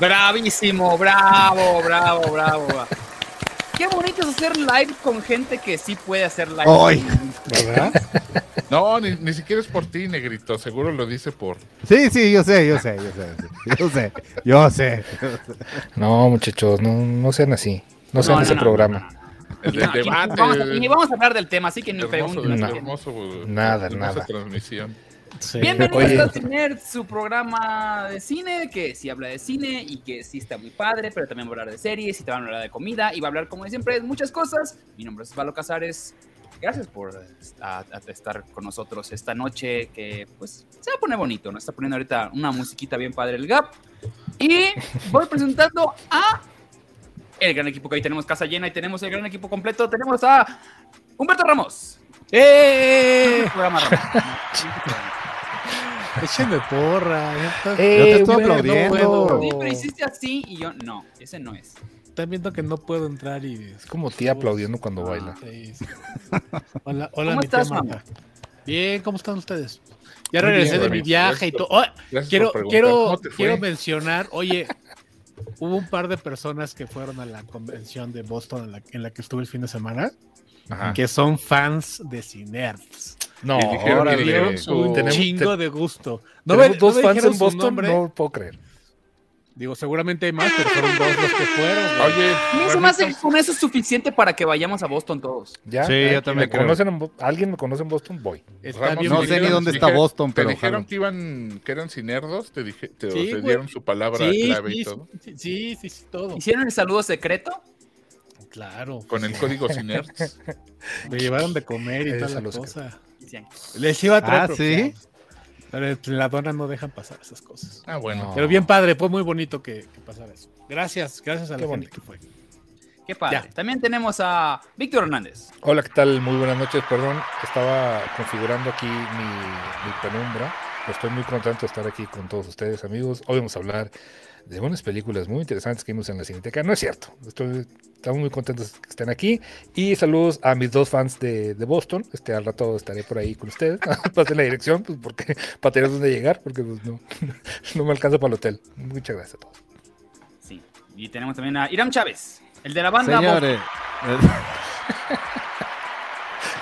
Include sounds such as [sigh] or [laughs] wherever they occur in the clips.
Bravísimo, bravo, bravo, bravo. Qué bonito es hacer live con gente que sí puede hacer live. Ay. ¿Verdad? No, ni, ni siquiera es por ti, negrito. Seguro lo dice por. Sí, sí, yo sé, yo sé, yo sé. Yo sé, yo sé. No, muchachos, no, no sean así. No sean No, ese no, no, programa. El del No, aquí debate. vamos a- ni vamos a hablar del tema, así que ni hermoso, pregunten. no. hermoso, güey. Nada, Hermosa nada. transmisión. Sí. Oye. Bienvenidos a tener su programa de cine, que sí habla de cine y que sí está muy padre, pero también va a hablar de series y te van a hablar de comida y va a hablar, como siempre, de muchas cosas. Mi nombre es Valo Casares. Gracias por eh, a- a estar con nosotros esta noche, que pues se va a poner bonito, ¿no? Está poniendo ahorita una musiquita bien padre el Gap. Y voy presentando a el gran equipo que hoy tenemos casa llena y tenemos el gran equipo completo. Tenemos a Humberto Ramos. ¡Eh! Programa Ramos. [laughs] Échenme porra. ya está- Eh, ya te estoy bueno, aplaudiendo. Sí, bueno. pero hiciste así y yo, no, ese no es. Están viendo que no puedo entrar y. Es como tía aplaudiendo cuando Ah. baila. Sí, sí. Hola, hola, ¿Cómo mi tía estás, Marta. mamá? Bien, ¿cómo están ustedes? Ya Muy regresé bien, de Rami. mi viaje y Gracias todo. Oh, Gracias quiero, por preguntar. quiero, ¿Cómo te fue? quiero mencionar, oye, hubo un par de personas que fueron a la convención de Boston en la, en la que estuve el fin de semana, Ajá. que son fans de Cinerts. No, Y dijeron que ahora le dieron su- Un tenemos- chingo te- de gusto. No ¿No me, tenemos dos no me fans dijeron en su Boston, nombre. no puedo creer. Digo, seguramente hay más, pero fueron dos los que fueron. güey. Oye, No se Ramiro, me hace que con eso es suficiente para que vayamos a Boston todos. Ya, Sí, ¿alguien yo también me creo. conocen en Bo- ¿Alguien me conoce en Boston? Voy. Está Ramos, bien No sé bonito. ni dónde está Dijeron- Boston, ¿Te pero. dijeron ojalá. que iban, que eran cinerdos? ¿Te, dije, te, Sí, o te güey. dieron su palabra Sí, clave sí, y todo? sí, sí, sí, sí, todo. ¿Hicieron el saludo secreto? Claro. Con el código [laughs] cinerds. Me llevaron de comer y Eso toda la lo sé. cosa. Decían, Les iba a traer. Ah, ¿sí? propina, Pero en la dona no dejan pasar esas cosas. Ah, bueno. Pero bien padre, fue muy bonito que, que pasara eso. Gracias, gracias a la Qué gente bonito. que fue. Qué padre. Ya. También tenemos a Víctor Hernández. Hola, ¿qué tal? Muy buenas noches. Perdón, estaba configurando aquí mi, mi penumbra. Pero Estoy muy contento de estar aquí con todos ustedes, amigos. Hoy vamos a hablar de unas películas muy interesantes que vimos en la Cineteca. No es cierto. Estoy, estamos muy contentos que estén aquí. Y saludos a mis dos fans de, de Boston. Este, al rato estaré por ahí con ustedes. [laughs] Pasen la dirección pues, porque, [laughs] para tener dónde llegar, porque pues, no, [laughs] no me alcanza para el hotel. Muchas gracias a todos. Sí. Y tenemos también a Iram Chávez, el de la banda. Señores,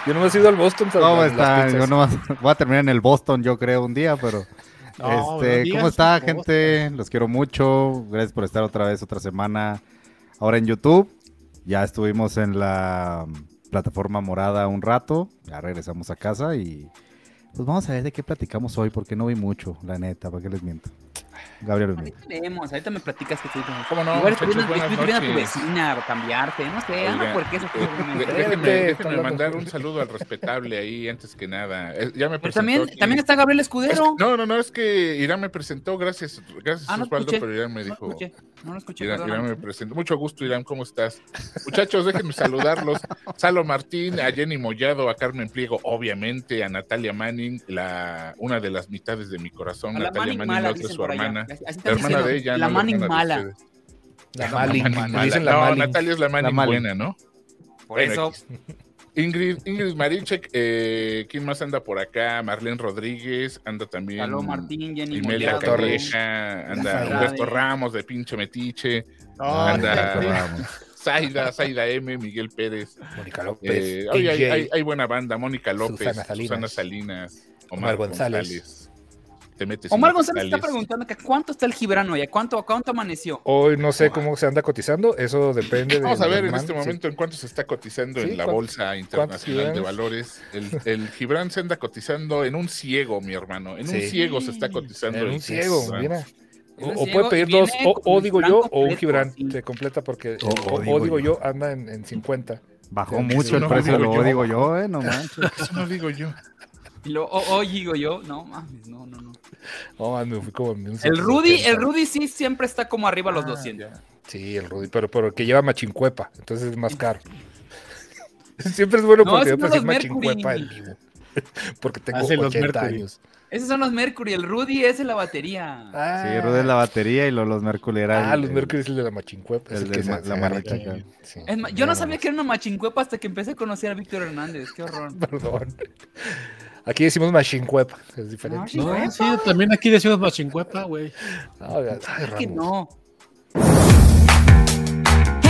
Yo no me he ido al Boston. ¿cómo salvo en las están? Yo pizzas. nomás voy a terminar en el Boston, yo creo, un día, pero. No, no este, digas ¿Cómo está, esas cosas. gente? Los quiero mucho. Gracias por estar otra vez, otra semana. Ahora en YouTube. Ya estuvimos en la mm, plataforma morada un rato. Ya regresamos a casa y. Pues vamos a ver de qué platicamos hoy, porque no vi mucho, la neta, ¿para qué les miento? Gabriel, Ahorita leemos, ahorita me platicas que tú. ¿Cómo no? Igual muchachos? estuvieron- Buenas estuvieron a tu noches. vecina a cambiarte, no sé, Oigan, ah, porque eso fue Eh, un- de- Espérate, Déjenme, está déjenme hablando. mandar un saludo al respetable ahí antes que nada. Eh, Ya me Pero presentó también, aquí. también está Gabriel Es- Escudero. no, no, no, es que Irán me presentó, gracias, gracias Ah, no Osvaldo, escuché. pero Irán me No lo dijo, escuché, no lo escuché. Irán, perdóname. Irán me presentó, mucho gusto Irán, ¿cómo estás? Muchachos, déjenme saludarlos, Salo Martín, a Jenny Mollado, a Carmen Pliego, obviamente, a Natalia Manning, la, una de las mitades de mi corazón, A la Natalia Manning Manning, mala, la otra es dicen su por allá. hermana, Así la están hermana diciendo, de ella. La no hermana Manning de mala. ustedes. La La Manning Malin. mala. Le dicen la no, Malin. Natalia es la Manning, Malin. buena, ¿no? Por Bueno, eso. X. Ingrid, Ingrid Marichek, eh, ¿quién más anda por acá? Marlene Rodríguez, anda también. Salud Martín, Jenny Imelda Mollado. Torres. Calleja, anda Andrade. Humberto Ramos de pinche metiche, No, Anda. ya estoy- Zaida, Zaida M, Miguel Pérez. Mónica López. eh, oye, hay, AJ. hay- hay buena banda, Mónica López, Susana Pues, Susana Salinas, Salinas. Omar, Omar González. González. Te metes Omar en González está preguntando que cuánto está el Gibrano y a cuánto, a cuánto amaneció. Hoy no sé cómo se anda cotizando, eso depende de. Vamos a ver en Germán, este sí. momento en cuánto se está cotizando Sí, en la ¿cuánto- Bolsa Internacional de Valores. El, el Gibran se anda cotizando en un ciego, mi hermano. En un Sí. ciego se está cotizando. En el un ciego, Gibran. mira. En O, un o ciego puede pedir dos, viene o, con o el digo plan yo, o un completo, Gibran sí. te completa porque O- o, o o digo digo yo. yo anda en, en 50. Bajó Sí, mucho el no, precio, digo lo yo. digo yo, ¿eh? No [laughs] manches. Eso no digo [laughs] yo. Y lo, o- hoy digo yo, no mames, no, no, no. Oh, me fui como en un El Rudy, 170. el Rudy sí siempre está como arriba Ah, a los 200. Sí, el Rudy, pero, pero que lleva machincuepa, entonces es más caro. [laughs] Siempre es buena No, oportunidad esos son para decir los Mercury. machincuepa en vivo. [laughs] Porque tengo Hace los 80 Mercury. años. Esos son los Mercury, el Rudy es de la batería. Ah, Sí, Rudy es la batería y lo- los Mercury era Ah, el- los el- Mercury es el de la machincuepa. es el el de que se- ma- se la agarra manita aquí. acá. Sí. Es más, yo no sabía que era una machincuepa hasta que empecé a conocer a Víctor Hernández, qué horror. [laughs] Perdón. Aquí decimos machincuepa, es diferente. Machincuepa. No, sí, también aquí decimos Machincuepa, güey. Ah, ay, Es que no. Ramos.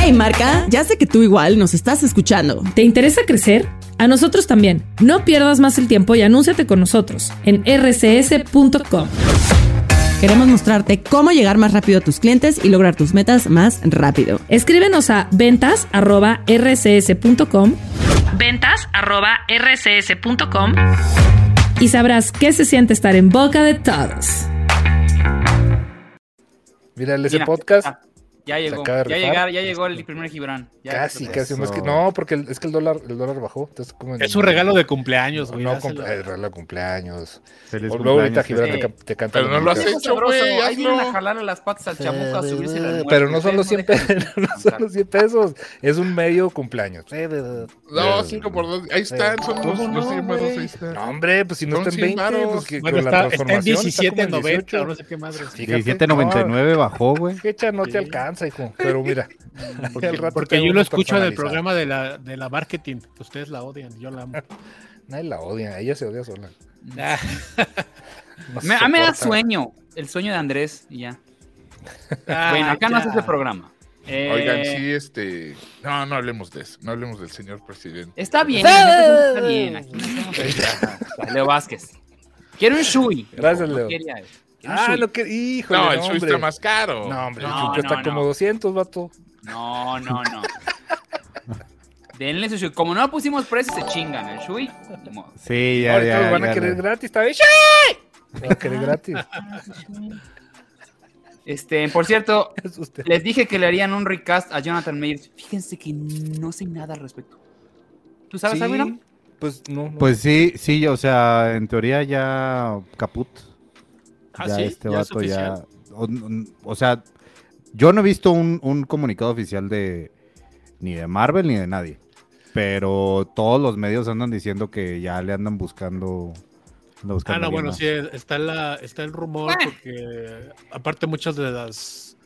Hey marca, ya sé que tú igual nos estás escuchando. ¿Te interesa crecer? A nosotros también. No pierdas más el tiempo y anúnciate con nosotros en rcs.com. Queremos mostrarte cómo llegar más rápido a tus clientes y lograr tus metas más rápido. Escríbenos a ventas@rcs.com. ventas@rcs.com y sabrás qué se siente estar en boca de todos. Mira, ese Mira, podcast ah, Ya llegó, acaba de ya, rifar. llegar, ya llegó el primer Gibran. Ya, casi, creo que- casi más que. Eso. No, porque el- es que el dólar, el dólar bajó. entonces como en- Es un regalo de cumpleaños, güey. No, dáselo. cum- eh, regalo de cumpleaños. Feliz O luego ahorita cumpleaños, Gibran sí. te, ca- te canta. Pero la no lo música. Eso es hecho, sabroso, güey, Ahí vienen hazlo. a jalarle las patas al chamuco, a subirse al almuerzo. Eh, Pero no son los 100 [laughs] Ustedes no pesos, no son los 100 pesos, es un medio cumpleaños. Pues, No, 5 por 2. Ahí están, son los, los 100 varos, ahí están. No, hombre, pues si no Son está en 100 20, varos. pues que Bueno, con la está, está en transformación está como en 17.90 o 18. no sé qué madres. Fíjate, 17.99 bajó, güey. no, fecha no te Sí. alcanza, hijo. Pero [laughs] mira, al rato Porque tengo yo lo uno escucho en personalizado. el programa de la, de la marketing, que ustedes la odian, yo la amo. Nadie la odia, ella se odia sola. Ah, No Me, a mí me da soporta. sueño, el sueño de Andrés y ya. ah, bueno, acá no ya. hace este programa. Eh, Oigan, sí, este. No, no hablemos de eso. No hablemos del señor presidente. Está bien, la neta sí está bien. Aquí no estamos ahorita. Leo Vázquez. Quiero un Shui. Gracias, Leo. Quería eso. Quiero un Ah, Shui. lo que. Híjole, No, el no, suyo hombre. está más caro. No, hombre, No, el chucho está no, como no. 200, vato. No, no, no. Denle su Shui. Como no pusimos precio, se chingan. El Shui. ni modo. Sí, ya, ya. Ahorita lo van ya, a querer ya. gratis, está bien. ¡Sí! Lo van a querer gratis. [laughs] Este, por cierto, Es usted. les dije que le harían un recast a Jonathan Mayers. Fíjense que no sé nada al respecto. ¿Tú sabes Sí, algo, Irán? Pues no, no. Pues sí, sí, o sea, en teoría ya caput. ¿Ah, ya sí? este ¿Ya es vato oficial? ya. O, o sea, yo no he visto un, un comunicado oficial de ni de Marvel ni de nadie. Pero todos los medios andan diciendo que ya le andan buscando. andan buscando Ah, no, alguien bueno, más. sí, está, la, está el rumor, Bueno. porque aparte muchas de las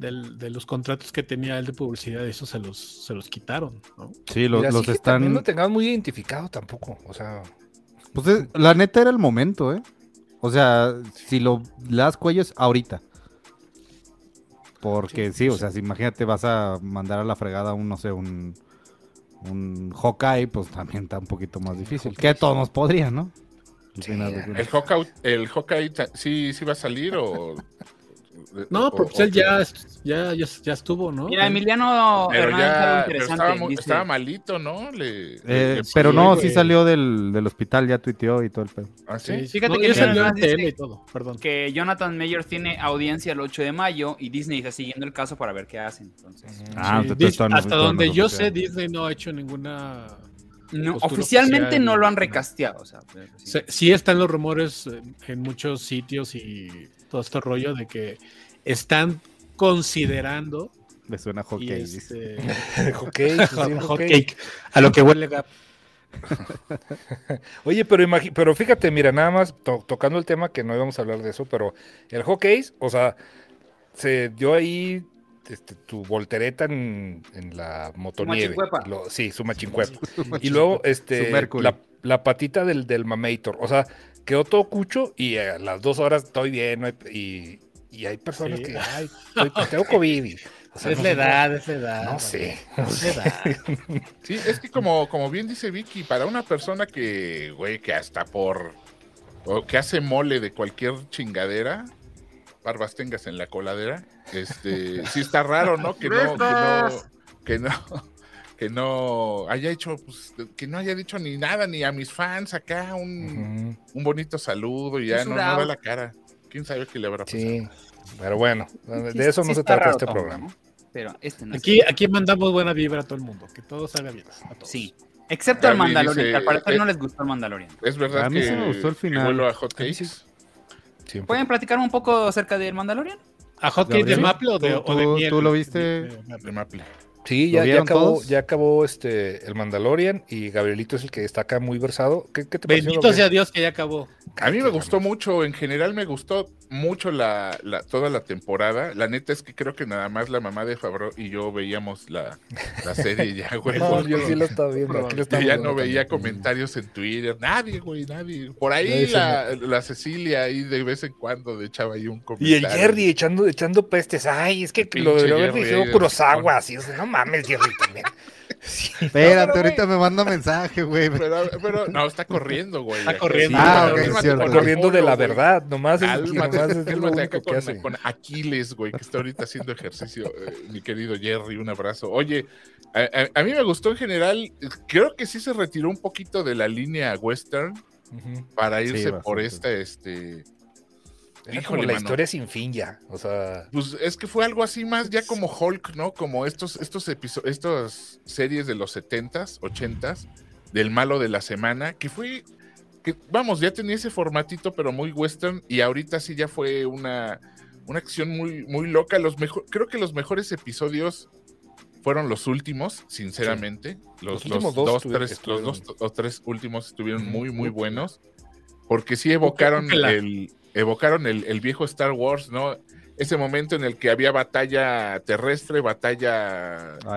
del- de los contratos que tenía él de publicidad, eso se los, se los quitaron, ¿no? Sí, lo- Mira, los, así que están. También lo tengamos muy identificado tampoco. O sea, [laughs] Pues es- la neta era el momento, ¿eh? O sea, si lo le das cuello es ahorita. Porque sí, o sea, si imagínate, vas a mandar a la fregada un, no sé, un, un Hawkeye, pues también está un poquito más difícil. Que todos nos podrían, ¿no? Al Sí, final ya. de cuentas. El Hawkeye, el Hawkeye ta- sí, sí va a salir o. No, o- porque o- él ya, ya, ya, ya estuvo, ¿no? Mira, Emiliano Pero Hernández ya. algo pero interesante. estaba, mu- dice, estaba malito, ¿no? Le, Eh, le- pero no, güey. sí salió del, del hospital, ya tuiteó y todo el pedo. ¿Ah, sí? Sí, Fíjate fíjate que que salió en Jonathan dice- tele y todo, perdón. que Jonathan Mayer tiene audiencia el 8 de mayo y Disney está siguiendo el caso para ver qué hacen. Entonces, Ah, Sí, entonces Dis- todavía no- hasta todavía no donde es yo sé, oficial. Disney no ha hecho ninguna no, Pues Postura oficialmente oficial, no lo han no. recasteado. O sea, pero sí. Se- sí están los rumores eh, en muchos sitios y todo este rollo de que están considerando Le suena y, Hawkeye. dice. [laughs] este, hockey, [laughs] pues sí, hot- hot hockey. cake, a lo que huele Gap. Oye, pero, imagi- pero fíjate, mira, nada más to- tocando el tema que no íbamos a hablar de eso, pero el hockey, o sea, se dio ahí este, tu voltereta en, en la motonieve. machincuepa. Lo- sí, su machincuepa. [laughs] Y luego, Su este, Mercury. la, la patita del, del Mamator. O sea, quedó todo cucho y a las dos horas estoy bien. no hay- Y, y hay personas Sí. que, ay, estoy- tengo COVID. y- o sea, Es no la sé, edad, es la edad. No vale. sé. Es la edad. Sí, es que como, como bien dice Vicky, para una persona que, güey, que hasta por. o que hace mole de cualquier chingadera, barbas tengas en la coladera, este. sí está raro, ¿no? Que no. Que no. Que no que no haya hecho, pues, que no haya dicho ni nada, ni a mis fans acá un, Mm. Ujú, un bonito saludo y ya Un no, no surao. da la cara. ¿Quién sabe qué le habrá pasado? Sí. Pero bueno, Sí, de eso sí no se está trata raro este todo, programa. ¿no? Pero este no es- Aquí, aquí mandamos buena vibra a todo el mundo, que todo salga bien. a todos. Sí. Excepto al Gaby Mandalorian, dice, que al parecer eh, no les gustó el Mandalorian. Es verdad A mí que, sí me gustó el que final. vuelo a hot cakes. Siempre. ¿Pueden platicar un poco acerca del Mandalorian? ¿A Hot Cake de Gabriel, Maple o de, ¿tú- o de tú- miel? tú lo De- viste? de- de- De Maple. Sí, ¿Lo ya, ya vieron acabó, todos? ya acabó este el Mandalorian y Gabrielito es el que está acá muy versado. ¿Qué, qué te pareció? Bendito sea Gabriel? Dios que ya acabó. A mí me Qué gustó bueno. mucho, en general me gustó mucho la, la- toda la temporada. La neta es que creo que nada más la mamá de Fabro y yo veíamos la, la serie [laughs] ya, güey. No, porque yo sí lo estaba viendo. aquí [laughs] lo yo estaba ya viendo no veía también. comentarios en Twitter. Nadie, güey, nadie. Por Nadie ahí se la, la Cecilia ahí de vez en cuando de echaba ahí un comentario. Y el Jerry echando, echando pestes. Ay, es que El lo pinche debió haber Jerry dicho ahí de Kurosawa. Japón. Así, o sea, no mames, Jerry [laughs] también. Sí. Espérate, güey. ahorita me manda mensaje, güey. Pero, pero no, está corriendo, güey. Está corriendo. Ah, pero ok, cálmate cierto. con corriendo de la Apolo, güey. verdad, nomás es, Cálmate, nomás es lo cálmate acá único que con, hace. con Aquiles, güey, que está ahorita haciendo ejercicio. eh, mi querido Jerry, un abrazo. Oye, a, a- a mí me gustó en general. eh, Creo que sí se retiró un poquito de la línea western Ujú. para irse por bastante. esta, este. Era como la mano. historia sin fin ya, o sea, Pues es que fue algo así más ya como Hulk, ¿no? Como estos, estos episo- estas series de los 70s, 80s, del malo de la semana, que fue, que vamos, ya tenía ese formatito, pero muy western, y ahorita sí ya fue una, una acción muy, muy loca. Los mejor, creo que los mejores episodios fueron los últimos, sinceramente. Los, Los últimos los dos dos, estuvi- tres, los dos estuvieron- o tres últimos estuvieron Ujú, muy, muy ujú. buenos. Porque sí evocaron Újala. el, evocaron el, el viejo Star Wars, ¿no? Ese momento en el que había batalla terrestre, batalla Aérea.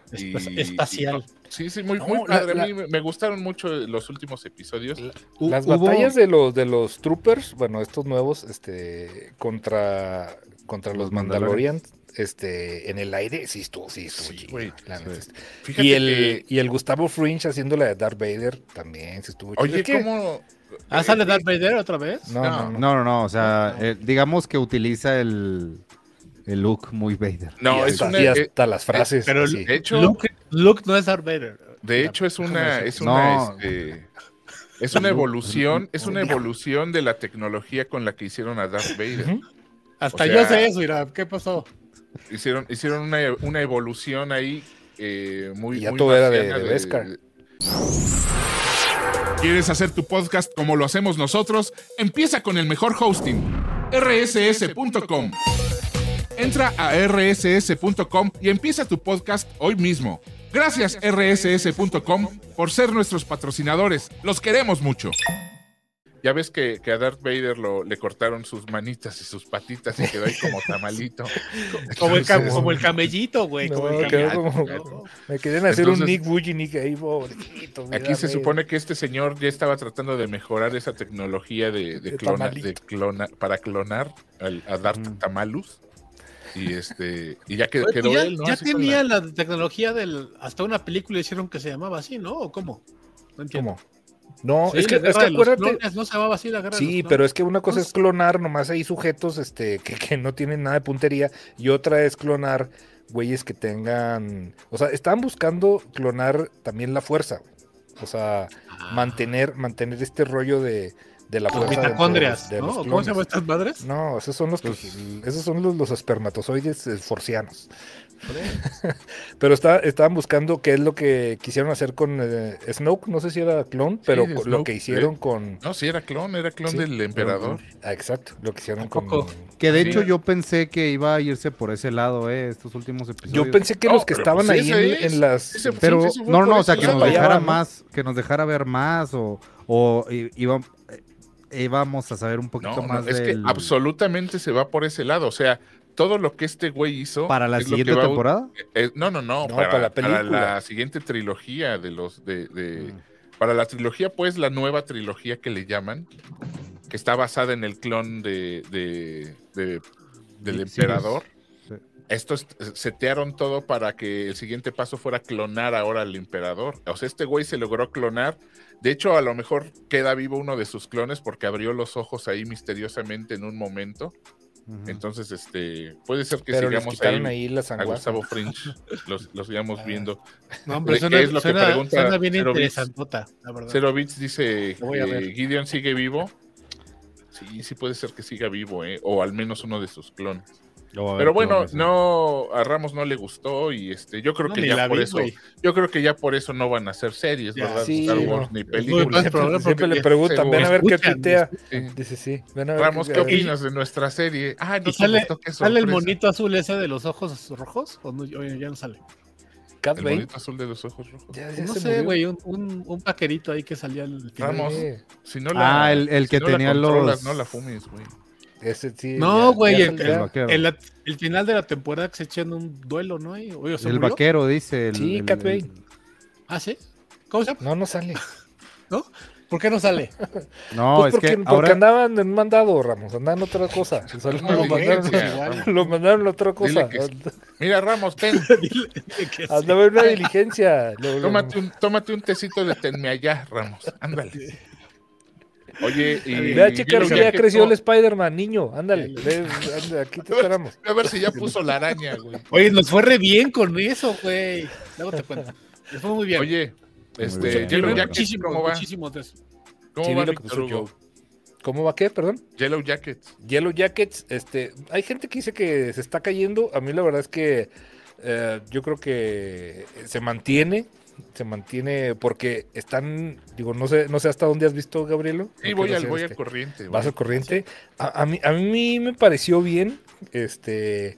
aérea, Ah, eh, Espa- y- espacial. y- sí, sí, muy, No, muy la- padre. la- A mí me, me gustaron mucho los últimos episodios. hu- las hubo- batallas de los de los troopers, bueno, estos nuevos este contra contra los, Los Mandalorian, Mandalorians. este en el aire sí estuvo, sí estuvo Sí, chida, güey, la neta. sí. Fíjate Y el que- y el Gustavo Fringe haciendo la de Darth Vader también sí estuvo chida. oye, Es que- ¿cómo? ¿Ah, sale Darth Vader otra vez? No, no, no. No, no, no. O sea, eh, digamos que utiliza el, el look muy Vader. y eh, No, es hasta, una... y eh, hasta las frases. pero así. de hecho, Luke, Luke no es Darth Vader. De hecho, es una, es No. una, este, es una No. evolución, es una Dijo. evolución de la tecnología con la que hicieron a Darth Vader. Ujú. Hasta o sea- yo sé eso, mira, ¿qué pasó? Hicieron, hicieron una, una evolución ahí eh, muy, Y ya muy todo era de- marciana de Beskar. ¿Quieres hacer tu podcast como lo hacemos nosotros? Empieza con el mejor hosting, rss.com. Entra a rss.com y empieza tu podcast hoy mismo. Gracias rss.com por ser nuestros patrocinadores. Los queremos mucho. Ya ves que, que a Darth Vader lo, le cortaron sus manitas y sus patitas y quedó ahí como tamalito. Como el, cam- Entonces, como el camellito, güey. No, como el quedó camellito. como- Me querían hacer un Entonces- Nick Woogie Nick ahí, pobrecito. mi Aquí Darth se Vader. supone que este señor ya estaba tratando de mejorar esa tecnología de, de De clona- tamalito. de clona- para clonar al- a Darth Tamalus. Y este, y ya que- Oye, quedó Pues, ya él, ¿no? ya Así con tenía la- la... tecnología del. Hasta una película hicieron que se llamaba así, ¿no? ¿O cómo? No entiendo. ¿Cómo? No, Sí, es que, la es guerra que de los acuérdate. clones, no se llamaba así la guerra de Sí, los pero clones. es que una cosa es Pues- clonar, nomás hay sujetos este, que, que no tienen nada de puntería, y otra es clonar güeyes que tengan. O sea, estaban buscando clonar también la fuerza, güey. O sea, Ah. mantener, mantener este rollo de, de la Los fuerza. dentro mitocondrias, de ¿no? los ¿O ¿Cómo se este? clones. llaman estas madres? No, esos son los que- esos son los, los espermatozoides eh, forcianos. [laughs] pero está, estaban buscando qué es lo que quisieron hacer con eh, Snoke, no sé si era clon, pero de co- lo Snoke, que eh. hicieron con No, sí, era clon, era clon Sí, del emperador. Pues, Ah, exacto, lo que hicieron ¿A con poco? Que de Sí. hecho yo pensé que iba a irse por ese lado, eh, estos últimos episodios. Yo pensé que No, los que pero estaban pues ahí ese en, es, en las ese fue- Pero, Sí, sí, se fue no, por no, o ese sea, que nos lado. dejara Allá va, ¿no? más, que nos dejara ver más, o, o i- iba- eh, íbamos a saber un poquito No, no, más es que del- absolutamente se va por ese lado. O sea, todo lo que este güey hizo. para la es lo que siguiente va a- temporada. eh, no, no, no. No, para, para la para la película. siguiente trilogía de los. De, de- Mm. Para la trilogía, pues, la nueva trilogía que le llaman, que está basada en el clon de, de- de- del Sí, emperador. sí. Estos eh, setearon todo para que el siguiente paso fuera clonar ahora al emperador. O sea, este güey se logró clonar. De hecho, a lo mejor queda vivo uno de sus clones porque abrió los ojos ahí misteriosamente en un momento. Ujú. Entonces, este, puede ser que pero les sigamos quitaron ahí, ahí, las a sanguas. Gustavo Fringe. Los, [laughs] los Ah. sigamos viendo. No, hombre, ¿Qué suena, es lo que suena- pregunta suena bien Zero Bits? interesantota, la verdad. Zero Bits dice Lo voy a que ver. Gideon sigue vivo. Sí, sí puede ser que siga vivo, ¿eh? o al menos uno de sus clones. Yo, a ver, Pero bueno, clones, ¿eh? no a Ramos no le gustó y este, yo creo No, que ni ya la por vi, eso, güey. yo creo que ya por eso no van a hacer series, Ya, ¿verdad? sí, Star Wars no. ni Muy películas. mal. problema, Siempre, siempre porque le preguntan, seguro. ven a ver qué Escuchan, tuitea. Sí. Dice, sí, ven a ver. Ramos, ¿qué a ver. opinas de nuestra serie? Ah, no Y sale- gustó, qué ¿Sale el sorpresa. monito azul ¿eh? ese de los ojos rojos? ¿O no? Oye, ya no sale? Cat El Bane. bonito azul de los ojos rojos. Ya- ya No se sé, murió. güey, un, un, un vaquerito ahí que salía al final. Ramos. Eh, Si no la, Ah, el- el si que no la tenía los- controlas, No la fumes, güey. Ese sí. No, ya- güey, ya el, se el- murió. vaquero. el- la- el final de la temporada que se echan un duelo, ¿no? Y, oye, ¿se El murió? vaquero, dice. el- Sí, el- Cat el- Bane. Ah, ¿sí? ¿Cómo se llama? No, no sale. ¿Por qué no sale? No, Pues es porque, que porque ahora. andaban en un mandado, Ramos, andaban en otra cosa. O sea, No, lo, dile mandaron, que- igual. lo mandaron a otra cosa. Dile que- Mira, Ramos, ten, Dile [laughs] que sí. Andaba en una diligencia. Lo- lo- tómate un, tómate un tecito de tenme allá, Ramos. Ándale. Oye, y. Ve a checar Velo si ya ya que creció el puso- Spider-Man, niño. Ándale, ve, anda, aquí te esperamos. A ver si ya puso la araña, güey. Oye, nos fue re bien con eso, güey. Luego te cuento. Nos fue muy bien. Oye, Muy este, bien. Yellow Muy Jackets, muchísimo, ¿cómo va? muchísimo de eso. [laughs] ¿Cómo Sí, va vi lo que Víctor puso Hugo? Joe. ¿Cómo va qué? Perdón. Yellow Jackets. Yellow Jackets, este, hay gente que dice que se está cayendo. A mí la verdad es que eh, yo creo que se mantiene, se mantiene porque están, digo, no sé, no sé hasta dónde has visto, Gabrielo. Sí, Aunque voy no al, sé, voy al este, corriente. Vas güey. al corriente. A, a mí, a mí me pareció bien, este,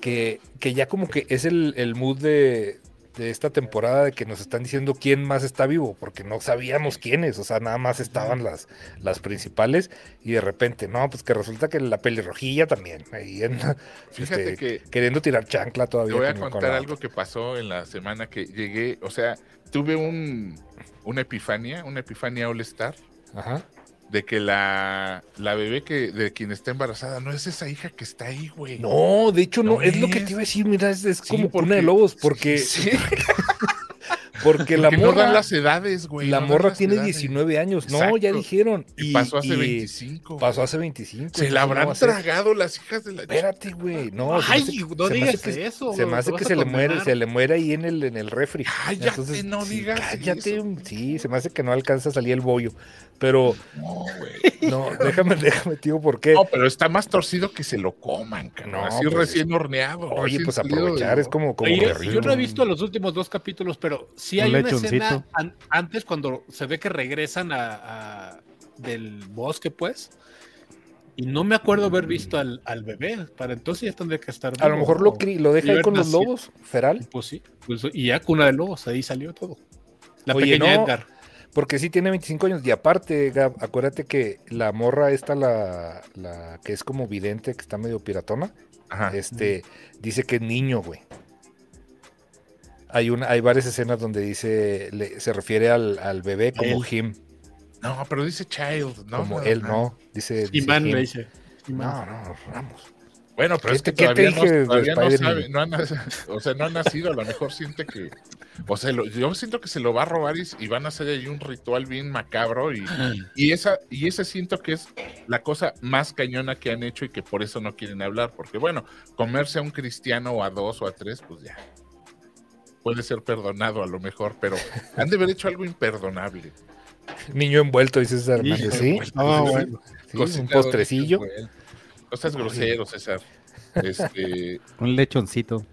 que, que ya como que es el, el mood de, de esta temporada de que nos están diciendo quién más está vivo, porque no sabíamos quiénes, o sea, nada más estaban las, las principales y de repente, no, pues que resulta que la pelirrojilla también, ahí anda, Fíjate este, que [laughs] queriendo tirar chancla Te todavía. voy a con- con contar la- algo que pasó en la semana que llegué. O sea, tuve un, una epifanía, una epifanía All Star, Ajá. de que la, la bebé que, de quien está embarazada no es esa hija que está ahí, güey. No, de hecho no, No es, lo que es. te iba a decir, mira, es, es como porque- una de lobos, [laughs] porque, Sí, porque la porque no morra... dan las edades, güey. la no dan morra las tiene edades. 19 años. No, Exacto. ya dijeron. Y, Y pasó hace y 25. Pasó hace 25. Se entonces la no habrán va a ser- tragado las hijas de la Espérate, güey. No, se me Ay, hace- no se me digas hace que- eso. Se me güey, hace te que vas se a le muere, condenar. se le muere ahí en el, en el refri. Cállate, no sí, digas Cállate, eso. sí, se me hace que no alcanza a salir el bollo. Pero, No, güey. [laughs] [laughs] no, déjame, déjame, tío, ¿por qué? No, pero está más torcido que se lo coman, cabrón. No, Así pues, recién horneado. Oye, recién pues salido del aprovechar, es horno. como, como Oye, terrible. yo no he visto los últimos dos capítulos, pero sí Un hay una lechoncito. escena an- antes cuando se ve que regresan a, a- del bosque, pues. Y no me acuerdo haber visto al, al bebé. Para entonces ya tendría que estar. A lo vivo, mejor ¿no? lo, cri- lo deja ahí Libertad, con los sí. lobos, feral. Pues sí. pues, y ya cuna de lobos, ahí salió todo. La Oye, pequeña no. Edgar. Porque sí tiene 25 años. Y aparte, Gab, acuérdate que la morra esta, la, la que es como vidente, que está medio piratona, Ajá. este, dice que es niño, güey. Hay, una, hay varias escenas donde dice, le- se refiere al, al bebé como él. him, No, pero dice child, ¿no? como Nada él, más. no. Dice, pues, dice Iván him. le dice. Iván. No, no, Ramos. Bueno, pero ¿Qué es que te- qué te todavía, dije de no, todavía no Spider-Man? sabe, no ha nac- o sea, no ha nacido, a lo mejor siente que, o sea, lo- yo siento que se lo va a robar y, y van a hacer ahí un ritual bien macabro y, y esa, y ese siento que es la cosa más cañona que han hecho y que por eso no quieren hablar, porque bueno, comerse a un cristiano o a dos o a tres, pues ya, puede ser perdonado a lo mejor, pero han de haber hecho algo imperdonable. Niño envuelto, dice César Hijo Hernández, de ¿sí? puta, no, Sí, bueno. sí, un Cocinado, postrecillo. güey. No seas grosero, César. Este, Un lechoncito.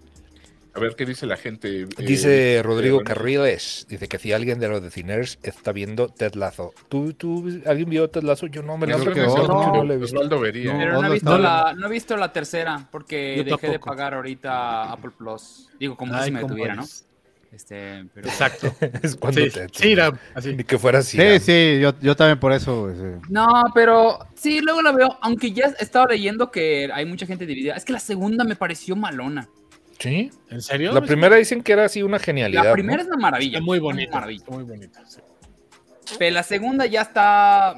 a ver qué dice la gente. eh, Dice Rodrigo Rodrigo. Carriles, dice que si alguien de los de Ciners está viendo Ted Lazo. ¿Tú, tú, alguien vio Ted Lazo? Yo no me Creo lo Eso que que es vos, otro, no, no lo he visto. Osvaldo Vería. No. ¿eh? Pero no he, lo visto estaba la, no he visto la tercera porque Yo dejé de tampoco. pagar ahorita Apple Plus. Digo, como Ay, si me cómo detuviera, ¿no? eres. Este, pero... Exacto. [laughs] Es cuando Sí, te- te- sí, era así. Ni que fuera así. Sí, sí, yo, yo también por eso. eh, sí. [laughs] No, pero sí, luego la veo, aunque ya he estado leyendo que hay mucha gente dividida. Es que la segunda me pareció malona. ¿Sí? ¿En serio? La primera dicen que era así una genialidad. La ¿no? primera es una maravilla. Está muy una bonita. maravilla. está muy bonita. sí. Pero la segunda ya está...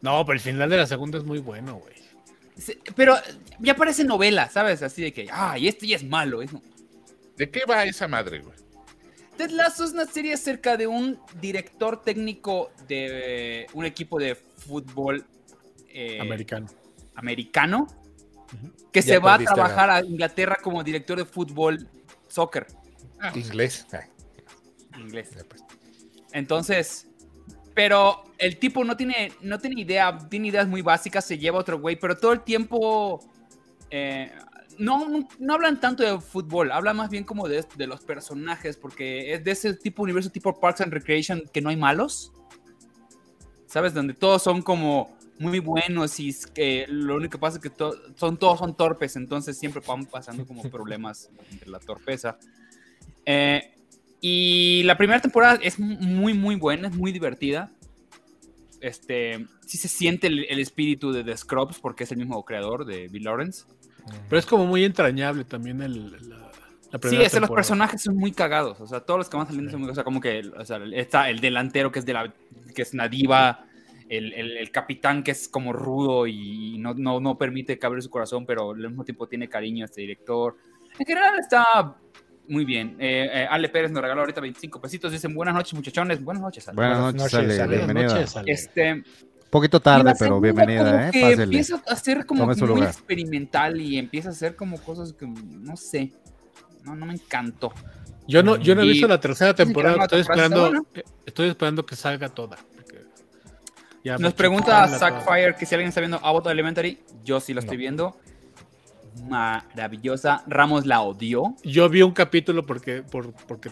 No, pero el final de la segunda es muy bueno, güey. se- Pero ya parece novela, ¿sabes? Así de que, ay, esto ya es malo. Es... ¿De qué va esa madre, güey? Ted Lasso es una serie acerca de un director técnico de eh, un equipo de fútbol eh, Americano. americano que Ya se va a perdiste, trabajar a Inglaterra como director de fútbol soccer Inglés. Ah, inglés. ya pues. Entonces, pero el tipo no tiene, no tiene idea, tiene ideas muy básicas, se lleva a otro güey, pero todo el tiempo eh, no, no, no hablan tanto de fútbol, hablan más bien como de, de los personajes, porque es de ese tipo universo tipo Parks and Recreation que no hay malos. ¿Sabes? Donde todos son como muy buenos y es que lo único que pasa es que to- son, todos son torpes, entonces siempre van pasando como problemas entre la torpeza. Eh, y la primera temporada es muy, muy buena, es muy divertida. Este, sí se siente el, el espíritu de The Scrubs porque es el mismo creador de Bill Lawrence. Pero es como muy entrañable también el, la, la Sí, primera es que los temporada. personajes son muy cagados. O sea, todos los que van saliendo son muy O sea, como que o sea, está el delantero que es de la que es Nadiva, el, el- el capitán que es como rudo y no, no, no permite que abra su corazón, pero al mismo tiempo tiene cariño a este director. En general está muy bien. Eh, eh, Ale Pérez nos regaló ahorita 25 pesitos. Dicen buenas noches, muchachones. Buenas noches, Ale. Buenas noches, Ale, Ale. bienvenida. noches, Ale. Este, Poquito y tarde, la pero segunda bienvenida, como ¿eh? que Pásele. empieza a hacer como Tome que su muy lugar. experimental y empieza a hacer como cosas que no sé. No, no me encantó. Yo no, yo no he Y- visto la tercera que temporada, la estoy temporada está esperando, eh, estoy esperando que salga toda. porque ya Nos mucho pregunta pues, habla Zack todo. Fire que si alguien está viendo Abbott Elementary. Yo sí la estoy No. viendo. Maravillosa. Ramos la odió. Yo vi un capítulo porque, por, porque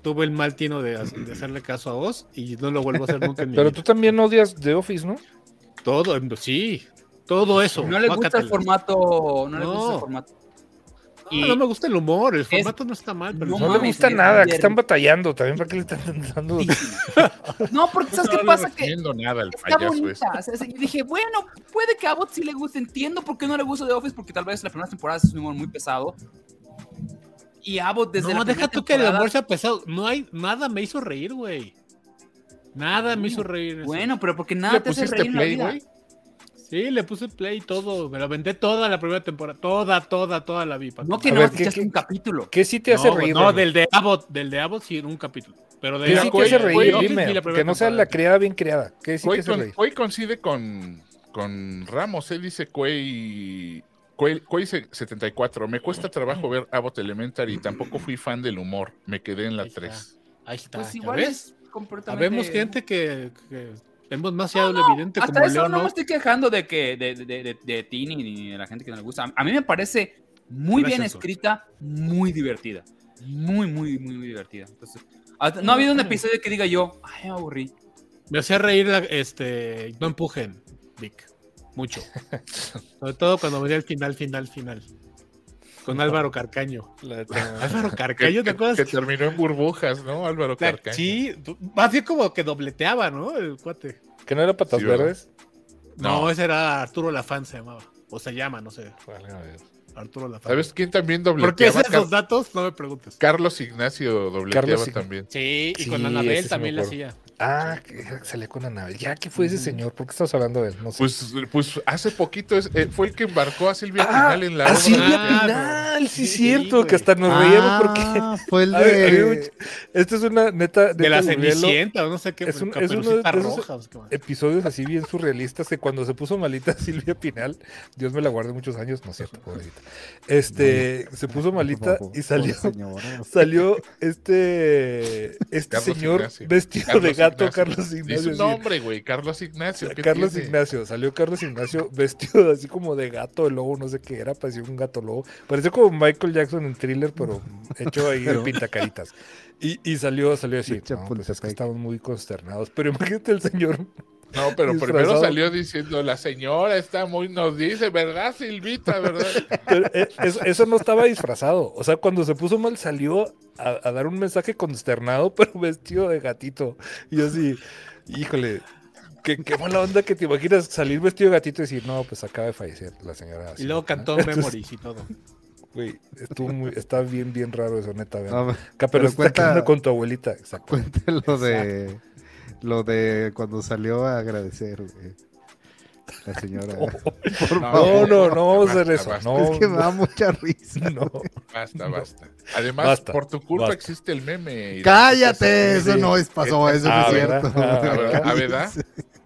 tuve el mal tino de, hac- de hacerle caso a vos y no lo vuelvo a hacer nunca en mi Pero tú vida. también odias The Office, ¿no? Todo, em, sí, todo eso. No le gusta el guácatela. formato. No le No. gusta el formato. No, no me gusta el humor, el Es- formato no está mal, No pero el No humor- le mames, gusta güey, nada, que ayer- están batallando también. ¿Para qué le están [laughs] dando? [laughs] No, porque ¿sabes No qué le pasa? Que recomiendo nada al está payaso este. bonita. O sea, yo dije, bueno, puede que a Abbott sí le guste. Entiendo por qué no le gusta The Office, porque tal vez la primera temporada es un humor muy pesado. Y Abbott desde no, la deja primera tú que el temporada- amor sea pesado. No hay nada me hizo reír, güey. Nada me hizo reír. eso. Bueno, pero porque ¿Le nada te hace pusiste reír en la play, vida. güey? Sí, le puse play y todo. Me la vendé toda la primera temporada. Toda, toda, toda la vi. Paco. No que A no, ver, te ¿qué- echaste qué- un capítulo. ¿Qué sí te hace no, reír? No, güey? del de Abbott. Del de Abbott sí en un capítulo. Pero de ¿Qué sí te hace güey, reír? Office vi Dime, la que primera no sea la temporada. criada bien criada. ¿Qué sí te Cuey hace con- reír? Cuey coincide con, con Ramos, él dice Cuey, Cuey, Cuey se- 74. Me cuesta trabajo ver Abbott Elementary y tampoco fui fan del humor. Me quedé en la Ahí está. 3. Ahí está. Pues ¿ya igual ves? es completamente. Habemos gente que, que hemos demasiado evidente Hasta como eso Leo, no ¿no? me estoy quejando de que de, de, de, de ti ni- ni de la gente que no le gusta. A mí me parece muy bien Gracias, Sol. escrita, muy divertida. Muy, muy, muy, muy divertida. Entonces, hasta- no ha habido un episodio que diga yo, ay, me aburrí. Me hacía reír la- este. No empujen, Vic. Mucho. Sobre todo cuando venía el final, final, final. Con Álvaro Carcaño. [laughs] Álvaro Carcaño, ¿te que, acuerdas? que terminó en burbujas, ¿no, Álvaro La- Carcaño? sí, tú- más bien como que dobleteaba, ¿no? El cuate. ¿Que no era patas Sí, ¿verdad? verdes? No. No, ese era Arturo Lafán, se llamaba. O se llama, no sé. Arturo Lafán. ¿Sabes quién también ¿Por qué dobleteaba? esos Car- datos? No me preguntes. Carlos Ignacio dobleteaba Carlos Ign- también. Sí, y Sí, con ese Anabel sí también me la acuerdo. hacía. Ah, que salió con Anabel. Ya, ¿qué fue ese señor? ¿Por qué estamos hablando de él? No sé. Pues, pues hace poquito es- eh, fue el que embarcó a Silvia Ah, Pinal en la Ah, Silvia obra. Claro. Pinal, sí, Sí, cierto, que güey. hasta nos reíamos porque... Ah, [laughs] fue el A ver, había un de... ch- [laughs] Esto es una neta... De la neta novela, Cenicienta, o no sé qué. este Es un- es Caperucita uno de esos- roja, o qué más. Episodios así bien surrealistas que cuando se puso malita [laughs] Silvia Pinal, Dios me la guarde muchos años, no es cierto, pobrecita. Este, se puso malita Pobre y salió... señora. [laughs] Salió este este Carlos señor Ignacio. vestido de Carlos gato, Ignacio. Carlos Sí, su Ignacio. así. nombre, güey, Carlos Ignacio. ¿qué Carlos tiene? Ignacio, salió Carlos Ignacio [laughs] vestido así como de gato de lobo, no sé qué era, parecía un gato lobo. Parecía como Michael Jackson en thriller, [laughs] pero hecho ahí de Pero- pintacaritas. Y, y salió, salió así. De "No, pues es que Chapultepec. estamos muy consternados. Pero imagínate el señor. No, pero primero disfrazado. salió diciendo, la señora está muy, nos dice, ¿verdad, Silvita? ¿Verdad? pero, eh, Eso, eso no estaba disfrazado. O sea, cuando se puso mal salió a, a dar un mensaje consternado, [laughs] pero vestido de gatito. Y yo así, híjole. Qué, qué mala onda que te imaginas salir vestido de gatito y decir, no, pues acaba de fallecer la señora. Y luego Silvia Pinal". cantó Entonces, Memories y todo. Güey, estuvo muy- está bien, bien raro eso, neta. No, vean. me- pero está cuenta- quedando con tu abuelita, exacto. [laughs] Cuente lo de... Lo de cuando salió a agradecer, güey. La [laughs] señora. No, no, no vamos a basta, hacer eso. basta, Oh, No, es que me da mucha risa. [laughs] no. Basta, basta. Además, Basta, por tu culpa basta. existe el meme. [laughs] y- ¡Cállate! Sí, Eso sí. no es pasó, eso no Ah, es ¿verdad? cierto. [laughs] Ah, ¿verdad? Ah, ¿verdad?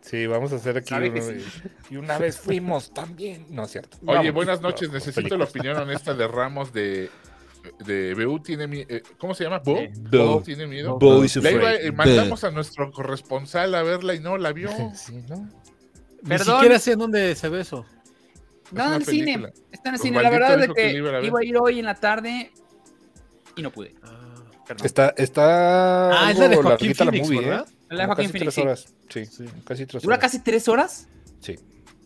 Sí, vamos a hacer aquí. Sabe que uno- Y una vez fuimos también. No es cierto. Oye, Vamos. buenas noches. No, Necesito la película. opinión honesta de Ramos de, de BU tiene miedo. ¿Cómo se llama? ¿Bo? Eh, ¿Bo tiene miedo? Bo is La iba- afraid. eh, mandamos a nuestro corresponsal a verla y no la vio. Sí, ¿no? Ni Perdón. siquiera sé en dónde se ve eso. No, en una el película. cine. Está en el Pues cine. La maldito verdad es dijo que que le iba a la ver. iba a ir hoy en la tarde y no pude. Ah, Perdón. Está, está. Ah, es la de algo Joaquín larguita Phoenix, movie, ¿verdad? ¿eh? La de Como Joaquín casi Phoenix. tres sí. horas. Sí, Sí. casi tres Dura horas. casi tres horas. Sí.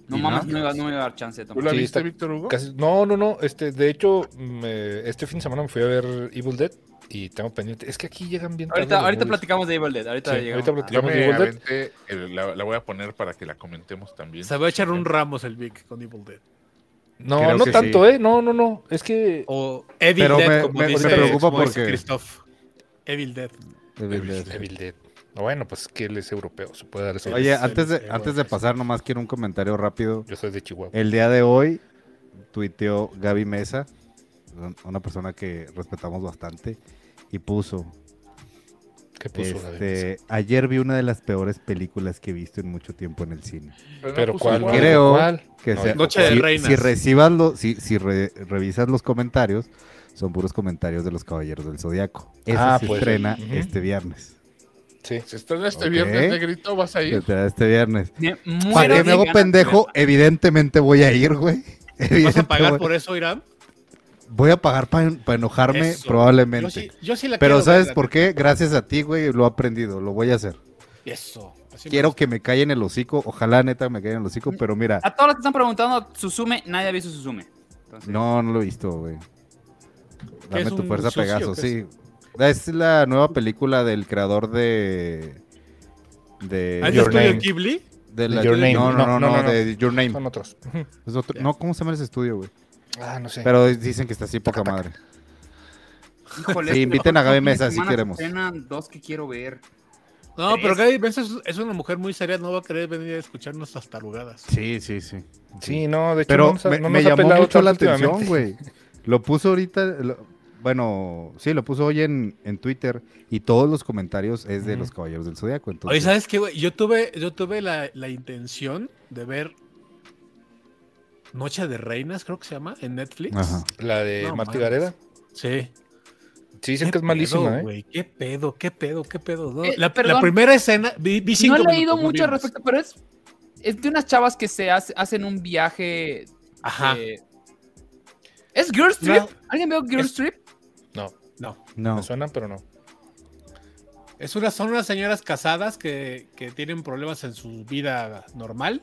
No ¿Y mames, no? no, me va- no me va a dar chance ¿Tú tampoco. la Sí, viste, está- Víctor Hugo? Casi- no, no, no. Este, de hecho, me- este fin de semana me fui a ver Evil Dead y tengo pendiente. Es que aquí llegan bien tarde Ahorita, los ahorita movies. platicamos de Evil Dead. Ahorita, Sí, llegamos ahorita a- platicamos. Yo Digamos, me Evil Dead. aventé, el- la, la voy a poner para que la comentemos también. Se va a echar un Ramos el Vic con Evil Dead. No, Creo no que tanto, sí. ¿eh? No, no, no. Es que. O Evil Pero Dead, me- como me- dice, me preocupa como dice porque- Christoph. Evil Dead. Evil Dead. No, bueno, pues que él es europeo. Se puede dar eso. Oye, Sí, antes sí, de, antes de bueno, pasar, nomás quiero un comentario rápido. Yo soy de Chihuahua. El día de hoy tuiteó Gaby Mesa, un- una persona que respetamos bastante, y puso, ¿Qué puso la este, ayer vi una de las peores películas que he visto en mucho tiempo en el cine. Pero, no Pero puso cuál, igual. Creo ¿Cuál? Que No, sea- Noche de si, Reinas. si recibas lo- si, si re- revisas los comentarios, son puros comentarios de los Caballeros del Zodiaco. Esa Ah, se pues, estrena ujú. este viernes. Sí. Si estrena este Ok. viernes, negrito, vas a Se ir. estrena este viernes. Me ¿Para muero qué de me hago ganas de pendejo? verla. Evidentemente voy a ir, güey. ¿Vas a Evidente- pagar voy- por eso, Irán? Voy a pagar para enojarme, Eso. probablemente. Yo sí, yo sí la Pero quiero ¿sabes ver, por qué? Gracias a ti, güey, lo he aprendido, lo voy a hacer. Eso. Así me Quiero gusta. que me callen el hocico, ojalá neta me callen el hocico, pero mira, Ah, A todos los que están preguntando Susume, nadie ha visto Susume. Entonces, no, no lo he visto, güey. ¿Qué es Dame tu un fuerza, sucio, Pegaso, qué sí. Es la nueva película del creador de... De... ¿Has Ah, Your visto Name. Ghibli? de de la- Your Name. No, no, no, no, no, no. de Your Name. Son otros. Es otro- No, ¿cómo se llama ese estudio, güey? Ah, no sé. Pero dicen que está así poca Taca, madre. híjole, Sí, este inviten a otro Gaby fin de Mesa si semana queremos. se estrenan dos que quiero ver. No, pero Tres. Gaby Mesa es, es una mujer muy seria, no va a querer venir a escuchar nuestras tarugadas. Sí, sí, sí. sí, no, de hecho, Pero no nos ha- me, no me nos ha llamó pelado mucho la tanto atención, últimamente. güey. Lo puso ahorita, lo- bueno, sí, lo puso hoy en, en Twitter y todos los comentarios es de Ujú. los Caballeros del Zodiaco. Oye, Entonces, ¿sabes qué, güey? Yo tuve, yo tuve la, la intención de ver Noche de Reinas, creo que se llama, en Netflix. Ajá. La de No, Martí mames. Gareda. Sí. Sí, dicen Qué que es malísima, pedo, ¿eh? güey, Qué pedo, qué pedo, qué pedo. no. Eh, la, la perdón. primera escena, vi, vi No cinco he leído minutos, mucho al vimos. respecto, pero es, es de unas chavas que se hace- hacen un viaje. Ajá. eh, ¿Es Girls No. Trip? ¿Alguien vio Girls Es- Trip? No, No, me suena, pero no. Es una, son unas señoras casadas que, que tienen problemas en su vida normal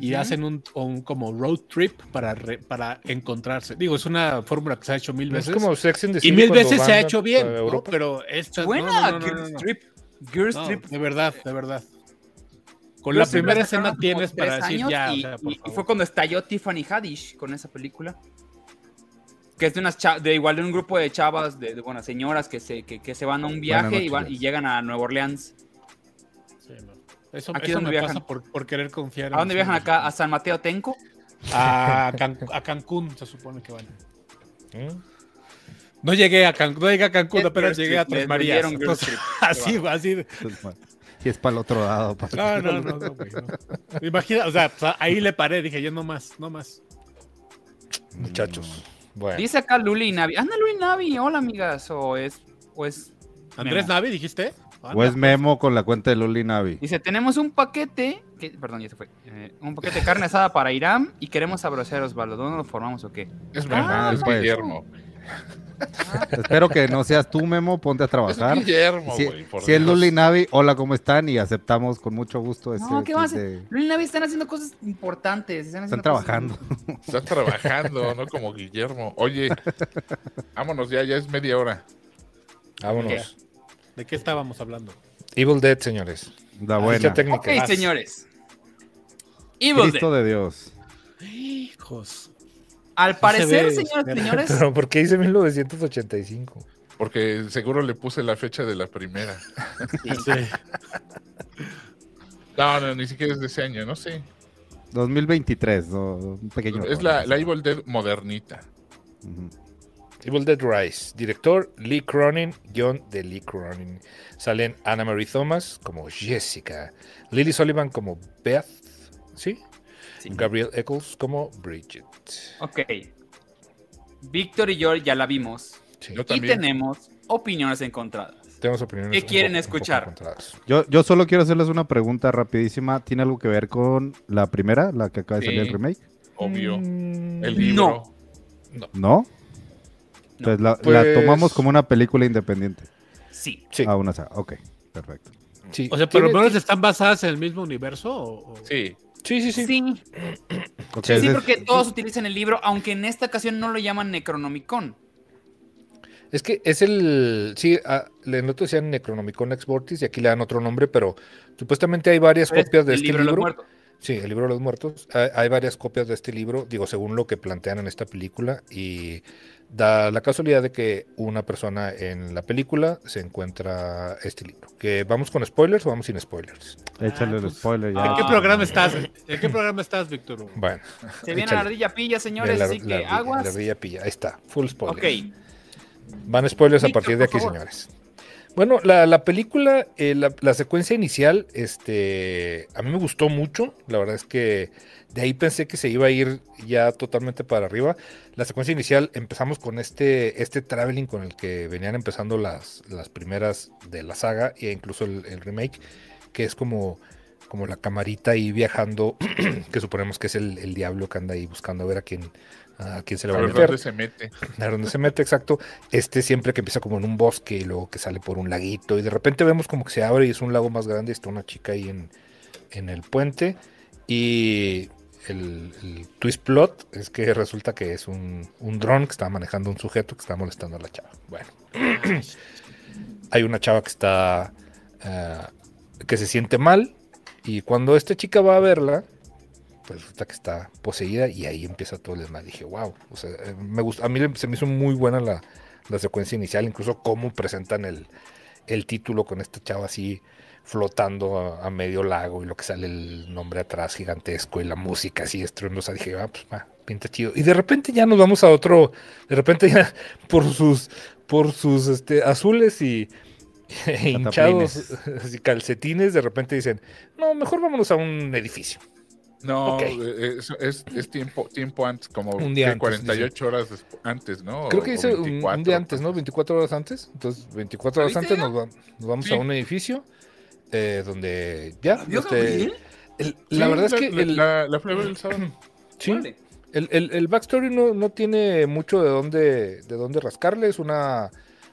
y Ujú. hacen un, un como road trip para, re- para encontrarse. Digo, es una fórmula que se ha hecho mil No Pues Es veces. como Sex and the y City mil cuando veces se van ha a- hecho bien, a ¿no? Europa. pero esta Buena, no, no, no, no, Girls no, no. Trip. Girls No, Trip. de verdad, de verdad. Con Girls la Trip sacaron primera escena como tienes para tres decir años ya, Y, o sea, por y- y favor. fue cuando estalló Tiffany Haddish con esa película. Que es de unas cha- de igual de un grupo de chavas, de, de buenas señoras que se, que, que se van a un viaje y, noches, van, Dios. y llegan a Nueva Orleans. Sí, no. Eso, Aquí eso donde me viajan. pasa por, por querer confiar. ¿A en dónde los viajan hombres. acá? ¿A San Mateo Tenco? A, Can- a Cancún, se supone que van. ¿Mm? No llegué a Cancún, no llegué a Cancún, Es apenas Girls llegué a Trip, les Tres Marías. vendieron Girls Entonces, Trip. [laughs] así, así. de- y es para el otro lado. pa- No, no, no, no, güey, no. Imagina, o sea, pues, ahí le paré, dije yo no más, no más. Muchachos. Bueno. Dice acá Luli y Navi. Anda Luli y Navi, hola amigas. O es, o es. Andrés Memo. Navi, dijiste. Anda. O es Memo con la cuenta de Loli Navi. Dice, tenemos un paquete. que- perdón, ya se fue. Eh, un paquete de carne asada para Irán y queremos abrocear a Osvaldo. ¿Dónde lo formamos o qué? Es Memo, Ah, es pues. Guillermo. Espero que no seas tú, Memo, ponte a Es trabajar. Guillermo, Si, güey. por si es Dios. Loli Navi, hola, ¿cómo están? Y aceptamos con mucho gusto ese No, ¿qué kit vas a hacer? de- Luli y Navi están haciendo cosas importantes. Están, Están haciendo trabajando. cosas- Está trabajando, no como Guillermo. Oye, vámonos ya, ya es media hora. Vámonos. ¿De qué estábamos hablando? Evil Dead, señores. Da Ficha buena. Ok, técnica. señores. Evil Dead. Cristo de Dios. [laughs] Hijos. Al parecer, ve, señoras y espera. señores, [laughs] Pero ¿por qué dice 1985? Porque seguro le puse la fecha de la primera. No, no, ni siquiera es de ese año, no sé. 2023, no, un pequeño. Es error. la, la Evil Dead modernita. Ujú. Evil Dead Rise, director Lee Cronin, guión de Lee Cronin. Salen Anna Marie Thomas como Jessica, Lily Sullivan como Beth, ¿sí? Sí. Gabriel Eccles como Bridget. ok. Víctor y yo ya la vimos. Sí. Yo Y también. tenemos opiniones encontradas. Tenemos opiniones. ¿Qué un quieren poco- un poco escuchar? encontradas. Yo, yo solo quiero hacerles una pregunta rapidísima. ¿Tiene algo que ver con la primera, la que acaba de salir Sí. el remake? Obvio. Mm, El libro. ¿No? Entonces la, la Pues- tomamos como una película independiente. Sí. Sí. A una saga. Ok, perfecto. sí, O sea, por lo tiene- menos están basadas en el mismo universo. O, o- Sí. Sí, sí, sí. Sí, Ok, sí, ese es- porque todos utilizan el libro, aunque en esta ocasión no lo llaman Necronomicon. Es que es el. Sí, a- le- en otro decían Necronomicon Ex Vortis y aquí le dan otro nombre, pero supuestamente hay varias Pero es copias de el este libro de los libro. muertos. Sí, el libro de los muertos. Hay, hay varias copias de este libro, digo, según lo que plantean en esta película, y da la casualidad de que una persona en la película se encuentra este libro. ¿Que vamos con spoilers o vamos sin spoilers? Échale el pues, spoiler ya. ¿En qué Ah. programa [laughs] estás? ¿En qué programa estás, Víctor? Hugo? Bueno, Se viene la Échale. ardilla pilla, señores, la, así la que ardilla- la aguas. ardilla pilla. Ahí está, full spoilers. Ok, Van spoilers a Víctor, partir de por aquí, favor. señores. Bueno, la, la película, eh, la, la secuencia inicial, este, a mí me gustó mucho. La verdad es que de ahí pensé que se iba a ir ya totalmente para arriba. La secuencia inicial empezamos con este, este traveling con el que venían empezando las, las primeras de la saga e incluso el, el remake, que es como, como la camarita ahí viajando, [clears throat] que suponemos que es el, el diablo que anda ahí buscando a ver a quién, a quién se le A va a ver meter. dónde se mete. A donde se mete, exacto. Este siempre que empieza como en un bosque y luego que sale por un laguito. Y de repente vemos como que se abre y es un lago más grande. Y está una chica ahí en, en el puente. Y el, el twist plot es que resulta que es un, un dron que está manejando un sujeto que está molestando a la chava. Bueno, [clears throat] hay una chava que está. ah, que se siente mal. Y cuando esta chica va a verla, pues resulta que está poseída y ahí empieza todo el desmadre. Dije, wow, o sea, eh, me gustó, a mí se me hizo muy buena la, la secuencia inicial, incluso cómo presentan el, el título con esta chava así flotando a, a medio lago y lo que sale el nombre atrás gigantesco y la música así estruendosa. Dije, ah, pues va, pinta chido. Y de repente ya nos vamos a otro, de repente ya [laughs] por sus, por sus este, azules y [laughs] e hinchados [laughs] y calcetines, de repente dicen, no, mejor vámonos a un edificio. No, Ok. eh, es, es- es tiempo, tiempo antes, como Un día ¿qué? antes, 48 horas despu- antes, ¿no? Creo O- que o dice un- un, 24. día antes, ¿no? 24 horas antes. Entonces, 24 horas ¿Ahorita antes nos, va- nos vamos Sí. a un edificio eh, donde ya. ¿Vio este, Gabriel? el- la Sí, verdad es que la, el, la, la fue a ver el sábado. sí, Órale. el, el- el backstory no, no tiene mucho de dónde, de dónde rascarle. Es una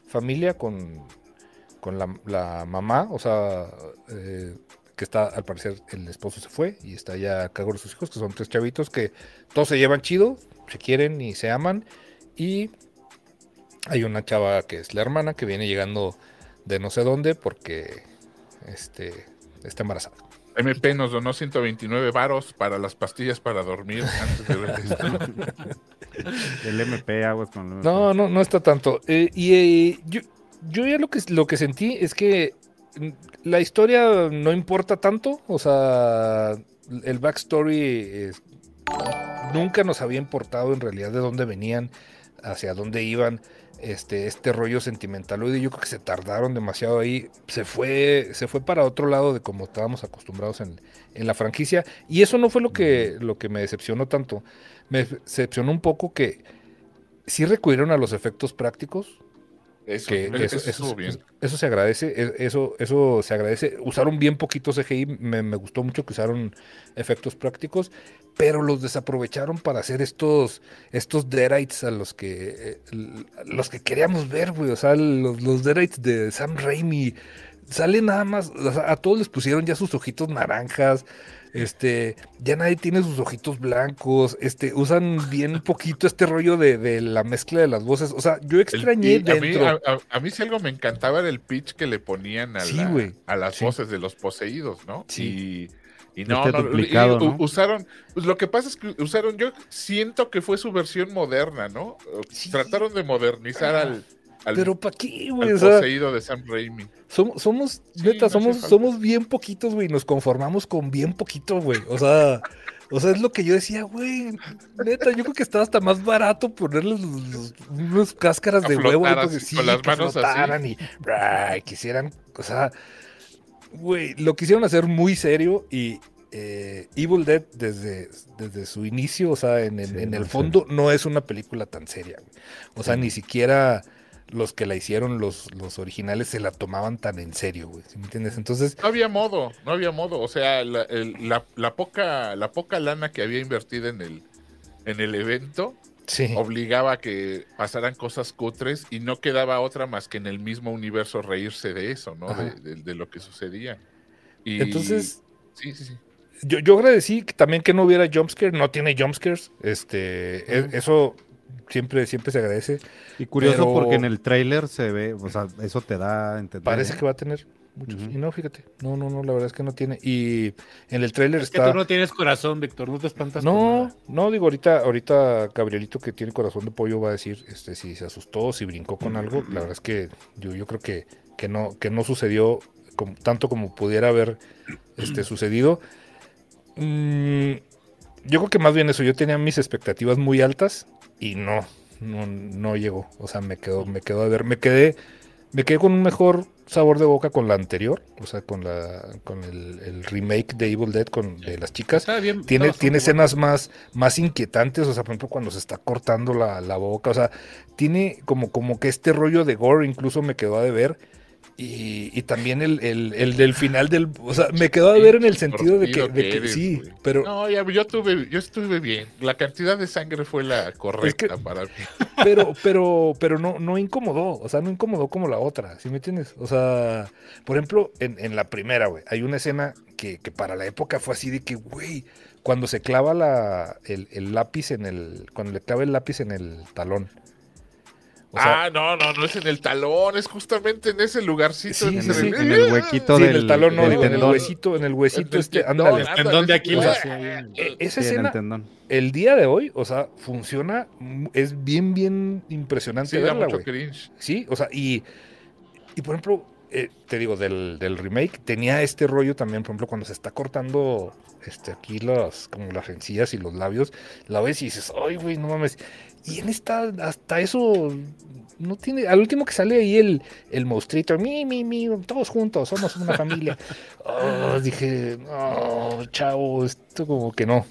familia con, con la, la mamá, o sea, eh, que está, al parecer, el esposo se fue y está ya a cargo de sus hijos, que son tres chavitos que todos se llevan chido, se quieren y se aman. Y hay una chava que es la hermana que viene llegando de no sé dónde porque este, está embarazada. MP nos donó 129 varos para las pastillas para dormir antes de ver [laughs] esto. El MP, aguas con el MP. No, no, no está tanto. Eh, y eh, yo, yo ya lo que, lo que sentí es que mm, la historia no importa tanto. O sea, el backstory es- nunca nos había importado en realidad de dónde venían, hacia dónde iban. Este, este rollo sentimental y yo creo que se tardaron demasiado ahí se fue se fue para otro lado de como estábamos acostumbrados en, en la franquicia y eso no fue lo que lo que me decepcionó tanto me decepcionó un poco que sí recurrieron a los efectos prácticos, Eso, que eso- eso, pues, eso eso- estuvo bien. eso se agradece, e- eso, eso se agradece. Usaron bien poquito CGI, me, me gustó mucho que usaron efectos prácticos, pero los desaprovecharon para hacer estos, estos Deadites a los que, eh, l- los que queríamos ver, güey. O sea, los, los Deadites de Sam Raimi. Sale nada más, o sea, a todos les pusieron ya sus ojitos naranjas, este, ya nadie tiene sus ojitos blancos, este, usan bien poquito este rollo de, de la mezcla de las voces, o sea, yo El extrañé pitch, a, mí, dentro. a- a- a mí si algo me encantaba era el pitch que le ponían a, Sí, la- güey. a las Sí. voces de los poseídos, ¿no? Sí. Y, y no, Este no, duplicado, y- u- ¿no? usaron, pues lo que pasa es que usaron, yo siento que fue su versión moderna, ¿no? Sí. Ah, Trataron de modernizar al, al, Pero ¿para qué, al güey? O sea, poseído de Sam Raimi. somos, somos Sí, no neta, hace somos, falta. somos bien poquitos, güey. Nos conformamos con bien poquito, güey. O sea, o sea, es lo que yo decía, güey. Neta, yo creo que estaba hasta más barato ponerles los- los- unas cáscaras A de huevo güey, flotar porque así, sí, con las que manos así. flotaran y ay, quisieran, o sea, güey, lo quisieron hacer muy serio y eh, Evil Dead desde, desde su inicio, o sea, en, en- Sí, en muy el serio. fondo no es una película tan seria. güey. O sea, Sí. ni siquiera los que la hicieron, los, los originales, se la tomaban tan en serio, güey. ¿sí me entiendes? Entonces, No había modo, no había modo. O sea, la, el- la- la poca, la poca lana que había invertida en el, en el evento sí. obligaba a que pasaran cosas cutres y no quedaba otra más que en el mismo universo reírse de eso, ¿no? Ajá. De, de- de lo que sucedía. Y- Entonces, Sí, sí, sí. Yo, yo agradecí que también que no hubiera jumpscare, no tiene jumpscares. Este, e- eso siempre, siempre se agradece. Y curioso Pero- porque en el tráiler se ve, o sea, eso te da a entender. Parece ¿eh? que va a tener muchos. Ujú. Y no, fíjate. No, no, no, la verdad es que no tiene. Y en el tráiler Es que está. tú no tienes corazón, Víctor, no te espantas. por No, nada. no, digo, ahorita, ahorita Gabrielito que tiene corazón de pollo va a decir este, si se asustó, si brincó con algo. La verdad es que yo, yo creo que, que no, que no sucedió como- tanto como pudiera haber este, sucedido. Mm, yo creo que más bien eso, yo tenía mis expectativas muy altas y no, no, no llegó. O sea, me quedó, me quedó a ver, me quedé, me quedé con un mejor sabor de boca con la anterior, o sea, con la, con el, el remake de Evil Dead con de las chicas. Está bien. Tiene, está tiene bastante escenas más, más inquietantes, o sea, por ejemplo, cuando se está cortando la, la boca, o sea, tiene como, como que este rollo de gore incluso me quedó a deber. Y, y también el, el- el del final del... O sea, me quedó a deber en el sentido de que, torcido de que que eres, sí, güey. pero... No, ya, yo, tuve, yo estuve bien. La cantidad de sangre fue la correcta para mí. pero, pero, pero no, no incomodó, o sea, no incomodó como la otra, ¿sí me entiendes? O sea, por ejemplo, en, en la primera, güey, hay una escena que, que para la época fue así de que, güey, cuando se clava la, el, el lápiz en el, cuando le clava el lápiz en el talón. O sea, ah, no, no, no es en el talón, es justamente en ese lugarcito. Sí, En sí, ese- sí. el, en el huequito sí, Ah, del en el talón, no, del digo, en el tendón. huesito, en el huesito del este, tendón, ándale. buena. ah, El tendón ándale, de Aquiles. sí, sí, ahí en- eh, E- Esa Sí, en el escena, tendón. el día de hoy, o sea, funciona, mm, es bien, bien impresionante Sí, da verla, mucho güey. cringe. Sí, o sea, y, y por ejemplo, eh, te digo, del, del remake tenía este rollo también, por ejemplo, cuando se está cortando este, aquí las, como las encías y los labios, la ves y dices, ay, güey, no mames. Y en esta, hasta eso, no tiene, al último que sale ahí el, el monstruito, mi, mi, mi, todos juntos, somos una [laughs] familia. Ah, dije, no, chao, esto como que no.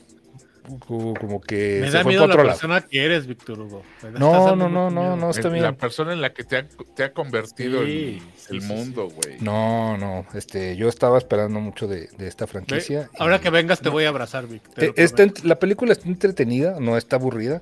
Como, como que Me se da fue miedo por la otro lado. persona que eres, Víctor Hugo. Me da- estás No, no, dando no, mucho no, miedo. no, está Es bien. la persona en la que te ha, te ha convertido Sí, el, sí, el sí, mundo, güey. No, no, este, yo estaba esperando mucho de, de esta Ve, franquicia. y- Ahora que vengas te voy a abrazar, Víctor. te- este está ent- la película está entretenida, no está aburrida.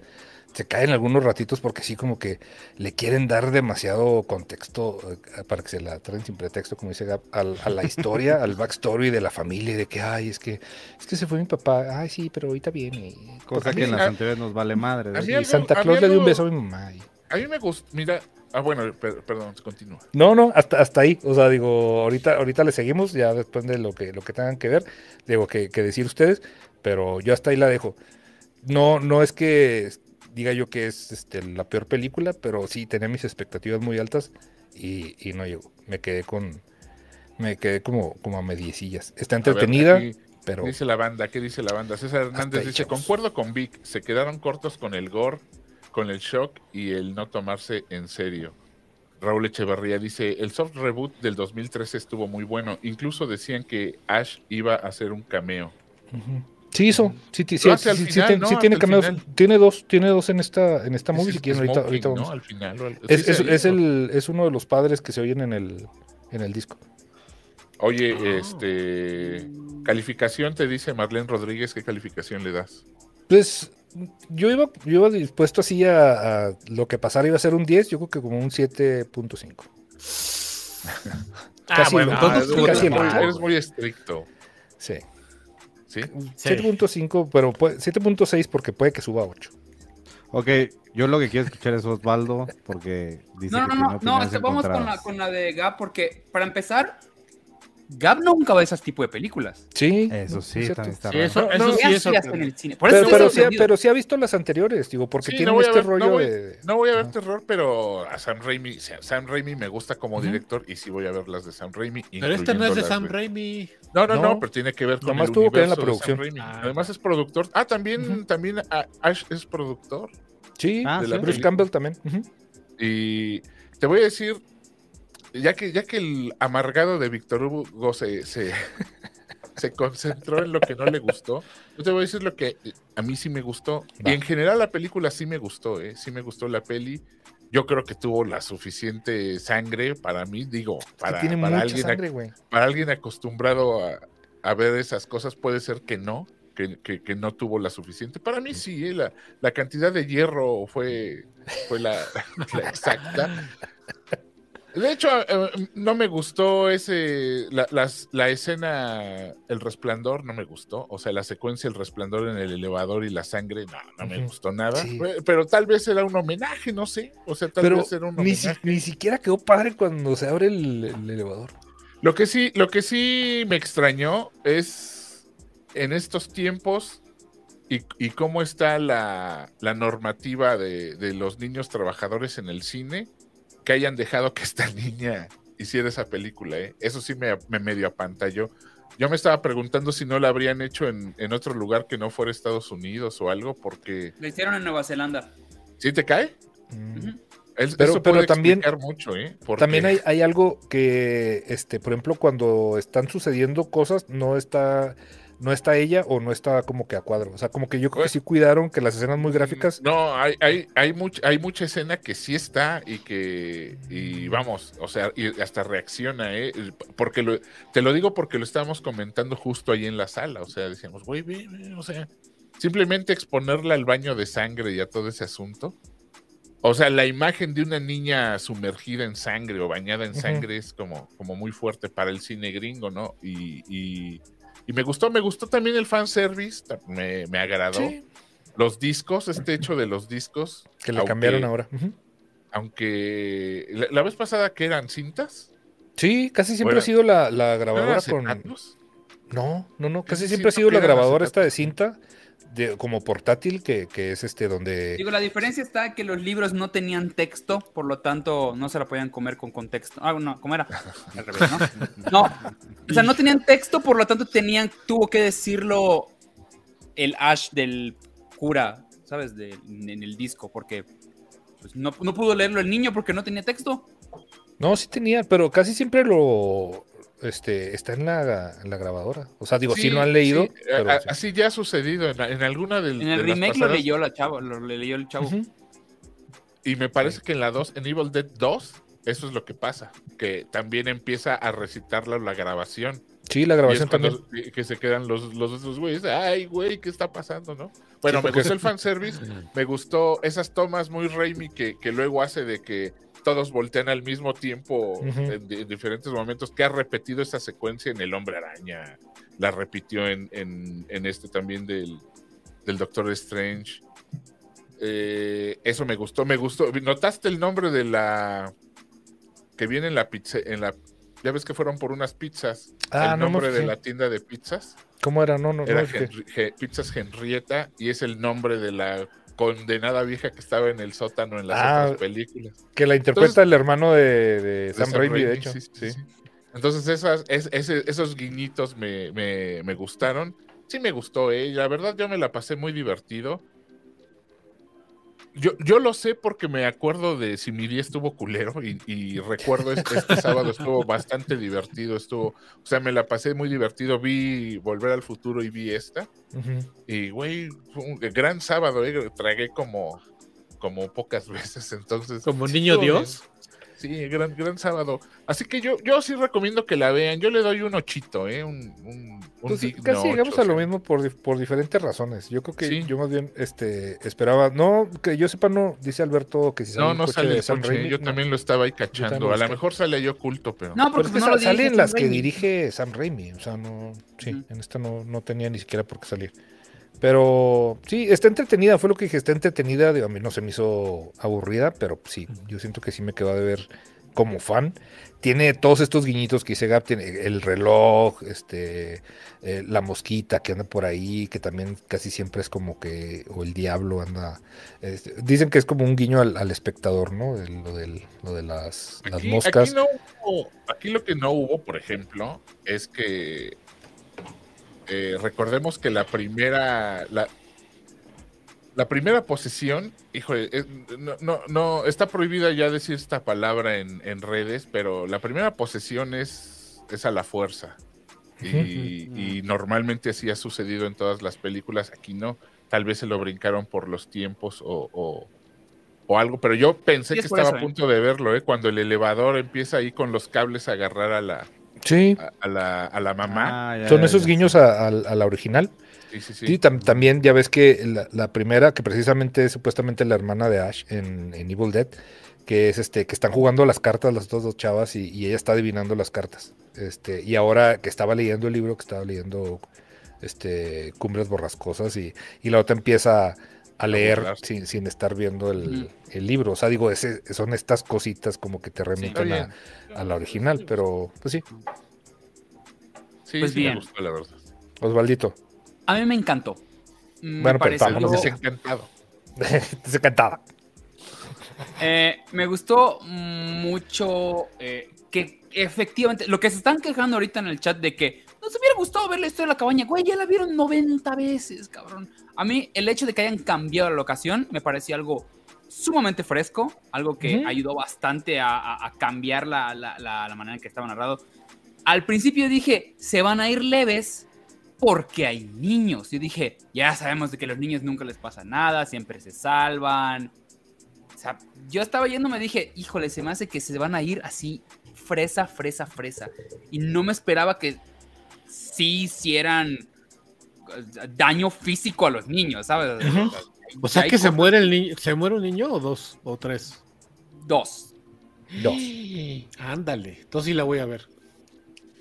Se caen algunos ratitos porque sí como que le quieren dar demasiado contexto eh, para que se la traen sin pretexto, como dice Gab, al- a la historia, al backstory de la familia, y de que, ay, es que, es que se fue mi papá, ay, sí, pero ahorita viene. Cosa que en las anteriores nos vale madre. ¿Ah, ¿no? a mí Y Santa algo- Claus a mí le dio un algo- beso a mi mamá. y- A mí me gusta, mira. Ah, bueno, per- perdón, continúa. No, no, hasta, hasta ahí. O sea, digo, ahorita, ahorita le seguimos, ya después de lo que, lo que tengan que ver, digo, que, que decir ustedes, pero yo hasta ahí la dejo. No, no es que diga yo que es este, la peor película, pero sí tenía mis expectativas muy altas y, y no llegó. Me quedé con, me quedé como, como a mediecillas. Está A ver, entretenida, aquí pero Dice la banda, ¿qué dice la banda? César Hernández ahí, dice, chavos. concuerdo con Vic, se quedaron cortos con el gore, con el shock y el no tomarse en serio. Raúl Echevarría dice, el soft reboot del 2013 estuvo muy bueno, incluso decían que Ash iba a hacer un cameo. ujú. sí hizo, sí, ti- sí, Lo hace al sí- sí final, tiene- ¿no? sí tiene Hasta el cameos, final. tiene dos, tiene dos en esta, en esta Es movie, el si quieren ahorita, smoking, ahorita ¿no? vamos. Al final. o al- Es, sí, es- sí, es ¿no? el, es uno de los padres que se oyen en el, en el disco. Oye, este... Calificación te dice Marlene Rodríguez, ¿qué calificación le das? Pues yo iba, yo iba dispuesto así a, a lo que pasara, iba a ser un 10, yo creo que como un 7.5. Ah, casi bueno, lo- entonces es tú muy- eres Pues, casi malo. lo- muy- eres muy estricto, Sí. ¿sí? Sí. 7.5, pero puede- 7.6 porque puede que suba a 8. Ok, yo lo que quiero escuchar es Osvaldo, porque dice No, no, que tiene no, no, opiniones este, vamos con la, encontradas. con la de Gab, porque para empezar, Gab nunca va a ese tipo de películas. Sí. Eso sí, es está, cierto. está Sí, raro. eso, eso No, sí hace es hasta en sorprendente. el cine. Por Pero, eso pero, estoy sí, ha- sorprendido. pero sí ha visto las anteriores, digo, porque Sí, tienen voy a este ver- rollo voy, de... no voy a ver Ajá. terror, pero a Sam Raimi, Sa- Sam Raimi me gusta como director y sí voy a ver las de Sam Raimi. Pero este no es incluyendo de las Sam Raimi. No, no, no, No. pero tiene que ver con Nomás el tuvo que ver en la universo de Sam producción. Raimi. Ah. Además es productor. Ah, también, también ah, Ash es productor. Sí, Ah, de sí. la Bruce Campbell también. ujú. Y te voy a decir, ya que, ya que el amargado de Víctor Hugo se, se, [laughs] se concentró en lo que no le gustó, yo te voy a decir lo que a mí sí me gustó. Va. Y en general la película sí me gustó, ¿eh? sí me gustó la peli. Yo creo que tuvo la suficiente sangre para mí, digo, Es que para, tiene para mucha alguien, sangre, güey. para alguien acostumbrado a, a ver esas cosas, puede ser que no, que, que- que no tuvo la suficiente. Para mí sí, ¿eh? la, la [laughs] cantidad de hierro fue, fue la, la exacta. De hecho, eh, no me gustó ese, la, las- la escena, el resplandor, no me gustó. O sea, la secuencia, el resplandor en el elevador y la sangre, no, no me Ujú. gustó nada. Sí. Pero, pero tal vez era un homenaje, no sé. O sea, tal Pero vez era un ni, homenaje. si- ni siquiera quedó padre cuando se abre el, el elevador. Lo que sí, lo que sí me extrañó es en estos tiempos y, y cómo está la, la normativa de, de los niños trabajadores en el cine que hayan dejado que esta [laughs] niña hiciera esa película. ¿eh? Eso sí me, me medio apantalló. Yo me estaba preguntando si no la habrían hecho en, en otro lugar que no fuera Estados Unidos o algo, porque Lo hicieron en Nueva Zelanda. ¿sí te cae? Mm. Es- Pero- eso pero puede también- explicar mucho, ¿eh? Porque- También hay, hay algo que, este, por ejemplo, cuando están sucediendo cosas, no está, no está ella o no está como que a cuadro. O sea, como que yo Pues creo que sí cuidaron que las escenas muy gráficas No, hay, hay, hay, much- hay mucha escena que sí está y que, y vamos, o sea, y hasta reacciona, ¿eh? Porque lo- te lo digo porque lo estábamos comentando justo ahí en la sala, o sea, decíamos, güey, ve, ve", o sea, simplemente exponerla al baño de sangre y a todo ese asunto. O sea, la imagen de una niña sumergida en sangre o bañada en Ujú. sangre es como, como muy fuerte para el cine gringo, ¿no? Y, y, y me gustó, me gustó también el fanservice, ta- me, me agradó. Los discos, este hecho de los discos. que la aunque- cambiaron ahora. Ujú. Aunque la, la vez pasada que eran cintas, Sí, casi siempre Bueno. Ah, ha sido la, la ¿No grabadora eran con. acetatos? No, no, no. Casi Casi siempre ha siento sido que la eran grabadora esta de acetatos. cinta, de, como portátil, que, que es este donde. Digo, la diferencia está que los libros no tenían texto, por lo tanto no se la podían comer con contexto. Ah, no, ¿cómo [laughs] era? Al revés, ¿no? No. O sea, no tenían texto, por lo tanto tenían, tuvo que decirlo el Ash del cura, ¿sabes? De- en el disco, porque pues, no, no pudo leerlo el niño porque no tenía texto. No, sí tenía, pero casi siempre lo. Este, está en la, en la grabadora. O sea, digo, sí, lo han leído. sí, pero a- sí. Así ya ha sucedido en, en alguna del- Mm, de En el las remake lo pasadas, leyó la chava, lo leyó el chavo. Ujú. Y me parece que en la 2, en Evil Dead 2, eso es lo que pasa, que también empieza a recitarla la grabación. Sí, Y la es grabación cuando también. se- que se quedan los, los esos güeyes. Ay, güey, ¿qué está pasando, no? Bueno, me porque- gustó el fanservice, me gustó esas tomas muy Raimi que, que luego hace de que todos voltean al mismo tiempo Ujú. en, di- en diferentes momentos, que ha repetido esa secuencia en El Hombre Araña, la repitió en, en- en este también del, del Doctor Strange. Eh, eso me gustó, me gustó. ¿Notaste el nombre de la que viene en la pizza? En la, ya ves que fueron por unas pizzas Ah, el no me nombre de fijé. la tienda de pizzas ¿Cómo era? No, no, era no. es que- Henri- Ge- Pizzas Henrietta y es el nombre de la condenada vieja que estaba en el sótano en las Ah, otras películas. Que la interpreta Entonces- el hermano de, de De Sam Sam Raimi, de Raimi, hecho. sí, sí, sí. sí. Entonces esas, es- ese- esos guiñitos me, me- me gustaron. Sí me gustó, ¿eh? La verdad yo me la pasé muy divertido. Yo, yo lo sé porque me acuerdo de si mi día estuvo culero y, y recuerdo este, este sábado [laughs] estuvo bastante divertido, estuvo, o sea, me la pasé muy divertido, vi Volver al Futuro y vi esta. Ujú. Y, güey, fue un gran sábado, eh, tragué como, como pocas [laughs] veces, entonces. Como niño estuvo Dios. bien. Sí, gran, gran sábado. Así que yo, yo sí recomiendo que la vean. Yo le doy un ochito, ¿eh? Un, un, un Pues, digno casi llegamos ocho, a lo sí. mismo por, di- por diferentes razones. Yo creo que Sí. yo más bien este, esperaba. No, que yo sepa, no, dice Alberto que si No, el no coche sale de el Sam coche. Raimi, Yo no. también lo estaba ahí también cachando. lo A lo busqué. mejor sale ahí oculto, pero. No, Pero porque es que no lo sa- salen dirige las Sam que Raimi. dirige Sam Raimi. O sea, no. Sí, Ujú. en esta no, no tenía ni siquiera por qué salir. Pero sí, está entretenida. Fue lo que dije, está entretenida. Digo, a mí no se me hizo aburrida, pero sí, yo siento que sí me quedó de ver como fan. Tiene todos estos guiñitos que hice Gap, tiene el reloj, este, eh, la mosquita que anda por ahí, que también casi siempre es como que, o el diablo anda. este, dicen que es como un guiño al, al espectador, ¿no? El- lo, del- lo de las, las Aquí, moscas. aquí no hubo- aquí lo que no hubo, por ejemplo, es que eh, recordemos que la primera, la, la primera posesión, hijo, eh, no, no, no, está prohibida ya decir esta palabra en, en redes, pero la primera posesión es, es a la fuerza. Y, y normalmente así ha sucedido en todas las películas, aquí no. Tal vez se lo brincaron por los tiempos o, o- o algo, pero yo pensé Sí, es que por estaba eso, a ¿eh? punto de verlo, ¿eh? cuando el elevador empieza ahí con los cables a agarrar a la, Sí, a, a la, a la mamá. Ah, ya, Son ya, esos ya. guiños a, a- a la original. Sí, sí, sí. Sí, tam- también ya ves que la, la primera, que precisamente es supuestamente la hermana de Ash en, en Evil Dead, que es este, que están jugando las cartas las otras dos chavas y, y ella está adivinando las cartas. Este, y ahora que estaba leyendo el libro, que estaba leyendo este, Cumbres Borrascosas, y, y la otra empieza a leer burlarse. sin, sin estar viendo el, Ujú. el libro. O sea, digo, ese- son estas cositas como que te Está remiten bien. a, a la original, pero pues sí, Sí, Pues sí bien. me gustó, la verdad. Osvaldito, [laughs] A mí me encantó. Mm, Bueno, pero pareció- Yo- Estamos desencantados. se cantaba. Eh, me gustó mucho eh, que efectivamente, lo que se están quejando ahorita en el chat de que nos hubiera gustado ver la historia de la cabaña, güey, ya la vieron 90 veces, cabrón. A mí el hecho de que hayan cambiado la locación me parecía algo sumamente fresco, algo que Ujú. ayudó bastante a, a- a cambiar la, la- la- la manera en que estaba narrado. Al principio dije, se van a ir leves porque hay niños. Yo dije, ya sabemos de que los niños nunca les pasa nada, siempre se salvan. O sea, yo estaba yendo, me dije, híjole, se me hace que se van a ir así, fresa, fresa, fresa. Y no me esperaba que sí hicieran eh, daño físico a los niños, ¿sabes? O sea Hay que se cosas- muere el niño, se muere un niño o dos o tres. Dos, Dos. Ándale, entonces sí la voy a ver.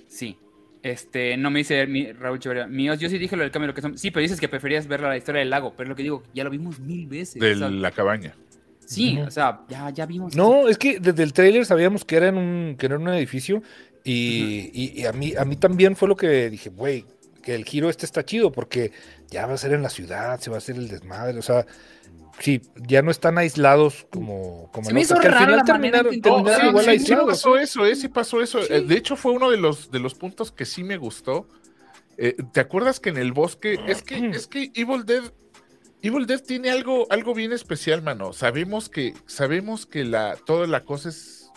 sí. Este, no me dice mi, Raúl Chivaria, míos, yo sí dije lo del cambio de locación. Sí, pero dices que preferías ver la historia del lago, pero es lo que digo, ya lo vimos mil veces. De o sea, la cabaña. sí, Ujú. o sea, ya, ya vimos. No, es que desde el tráiler sabíamos que era en un, que era en un edificio y, y- y a, mí, a mí también fue lo que dije, güey, que el giro este está chido porque ya va a ser en la ciudad, se va a hacer el desmadre, o sea, sí, ya no están aislados como... como Se en me hizo otras, que al rara final la manera en terminaron- que No, Terminaron sí, igual sí, sí aislados. pasó eso, eh, sí pasó eso. Sí. Eh, De hecho, fue uno de los, de los puntos que sí me gustó. Eh, ¿Te acuerdas que en el bosque? Es que, es que Evil Dead, Evil Dead tiene algo, algo bien especial, mano. Sabemos que, sabemos que la, toda la cosa es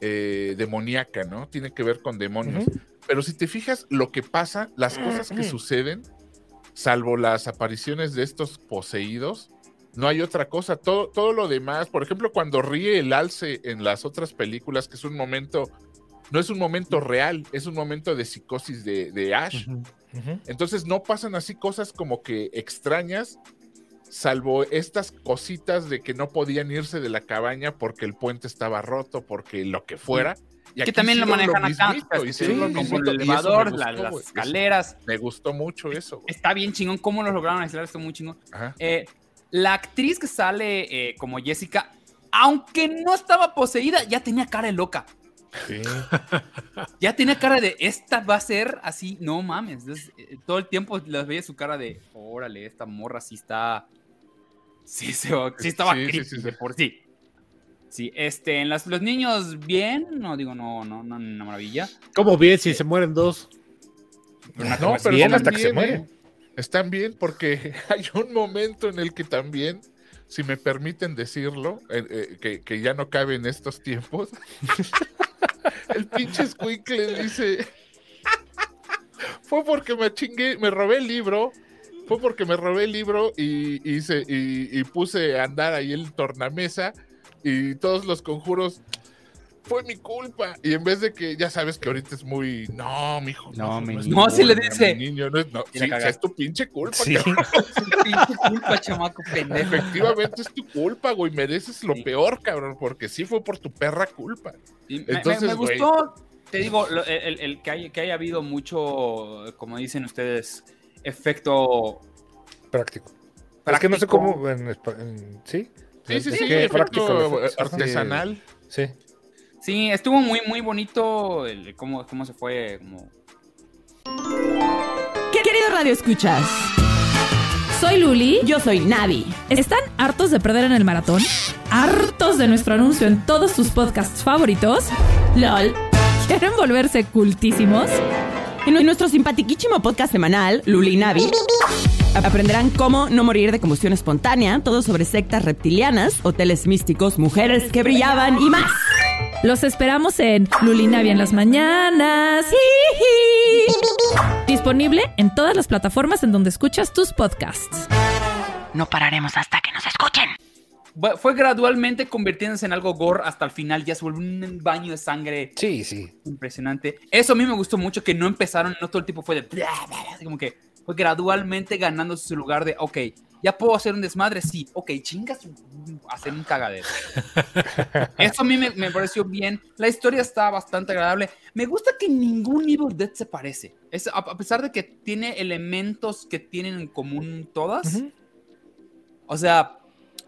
eh, demoníaca, ¿no? Tiene que ver con demonios. Ujú. Pero si te fijas lo que pasa, las cosas que suceden, salvo las apariciones de estos poseídos, no hay otra cosa. Todo, todo lo demás, por ejemplo, cuando ríe el alce en las otras películas, que es un momento, no es un momento real, es un momento de psicosis de, de Ash. Ujú. Entonces no pasan así cosas como que extrañas, salvo estas cositas de que no podían irse de la cabaña porque el puente estaba roto, porque lo que fuera. Y Mm. que aquí también lo hicieron manejan acá, mismito, o sea, hicieron sí, lo como el mismito, y eso me elevador, gustó, la- las güey. Eso escaleras. Me gustó mucho eso. güey. Está bien chingón cómo lo lograron aislar, está muy chingón. Ajá. Eh, la actriz que sale eh, como Jessica, aunque no estaba poseída, ya tenía cara de loca. [laughs] Ya tenía cara de esta va a ser así, no mames. Entonces, eh, todo el tiempo las veía su cara de, órale, esta morra sí está. Sí, se, sí estaba Sí, sí, creepy sí, sí. de por sí. Sí, este, en las, los niños bien, no digo, no, no, no, una maravilla. [laughs] ¿Cómo bien si se mueren dos? No, pero bien están hasta que se bien, muere. ¿eh? Están bien porque [laughs] hay un momento en el que también, si me permiten decirlo, eh, eh, que, que ya no cabe en estos tiempos, [laughs] el pinche Squinkle dice, fue porque me chingué, me robé el libro, fue porque me robé el libro y, y se- y- y puse a andar ahí el tornamesa y todos los conjuros. Fue mi culpa. Y en vez de que, ya sabes que ahorita es muy. No, mijo. No, mi es niño. tu No, sí le culpa, dice. mi niño, no es- no, Y la sí, caga. es tu pinche culpa. Sí. cabrón. Pinche culpa, chamaco pendejo. Efectivamente es tu culpa, güey. Mereces lo Sí. peor, cabrón, porque sí fue por tu perra culpa. Sí, me- me- me, Entonces, güey. gustó, te digo, lo- el, el- el que, hay, que haya habido mucho, como dicen ustedes, efecto. Práctico. Es que no sé práctico. cómo... en espa- en- sí, Sí, sí, Es sí, que efecto práctico, eh, efecto. artesanal. sí. Sí, estuvo muy, muy bonito el, cómo, cómo se fue. Como... Querido Radio Escuchas, Soy Luli. yo soy Navi. ¿Están hartos de perder en el maratón? ¿Hartos de nuestro anuncio en todos sus podcasts favoritos? LOL. ¿Quieren volverse cultísimos? En nu- nuestro simpatiquísimo podcast semanal, Luli y Navi, aprenderán cómo no morir de combustión espontánea, todo sobre sectas reptilianas, hoteles místicos, mujeres que brillaban y más. Los esperamos en Lulinavia en [laughs] las mañanas. Disponible en todas las plataformas en donde escuchas tus podcasts. No pararemos hasta que nos escuchen. Va- Fue gradualmente convirtiéndose en algo gore hasta el final, ya se volvió un baño de sangre Sí, sí. impresionante. Eso a mí me gustó mucho, que no empezaron, no todo el tipo fue de... bla, bla, bla, así como que fue gradualmente ganando su lugar de, ok, ya puedo hacer un desmadre, sí, ok, chingas, hacer un cagadero. [laughs] Eso a mí me, me pareció bien, la historia está bastante agradable. Me gusta que ningún Evil Dead se parece, es, a, a pesar de que tiene elementos que tienen en común todas. Ujú. O sea,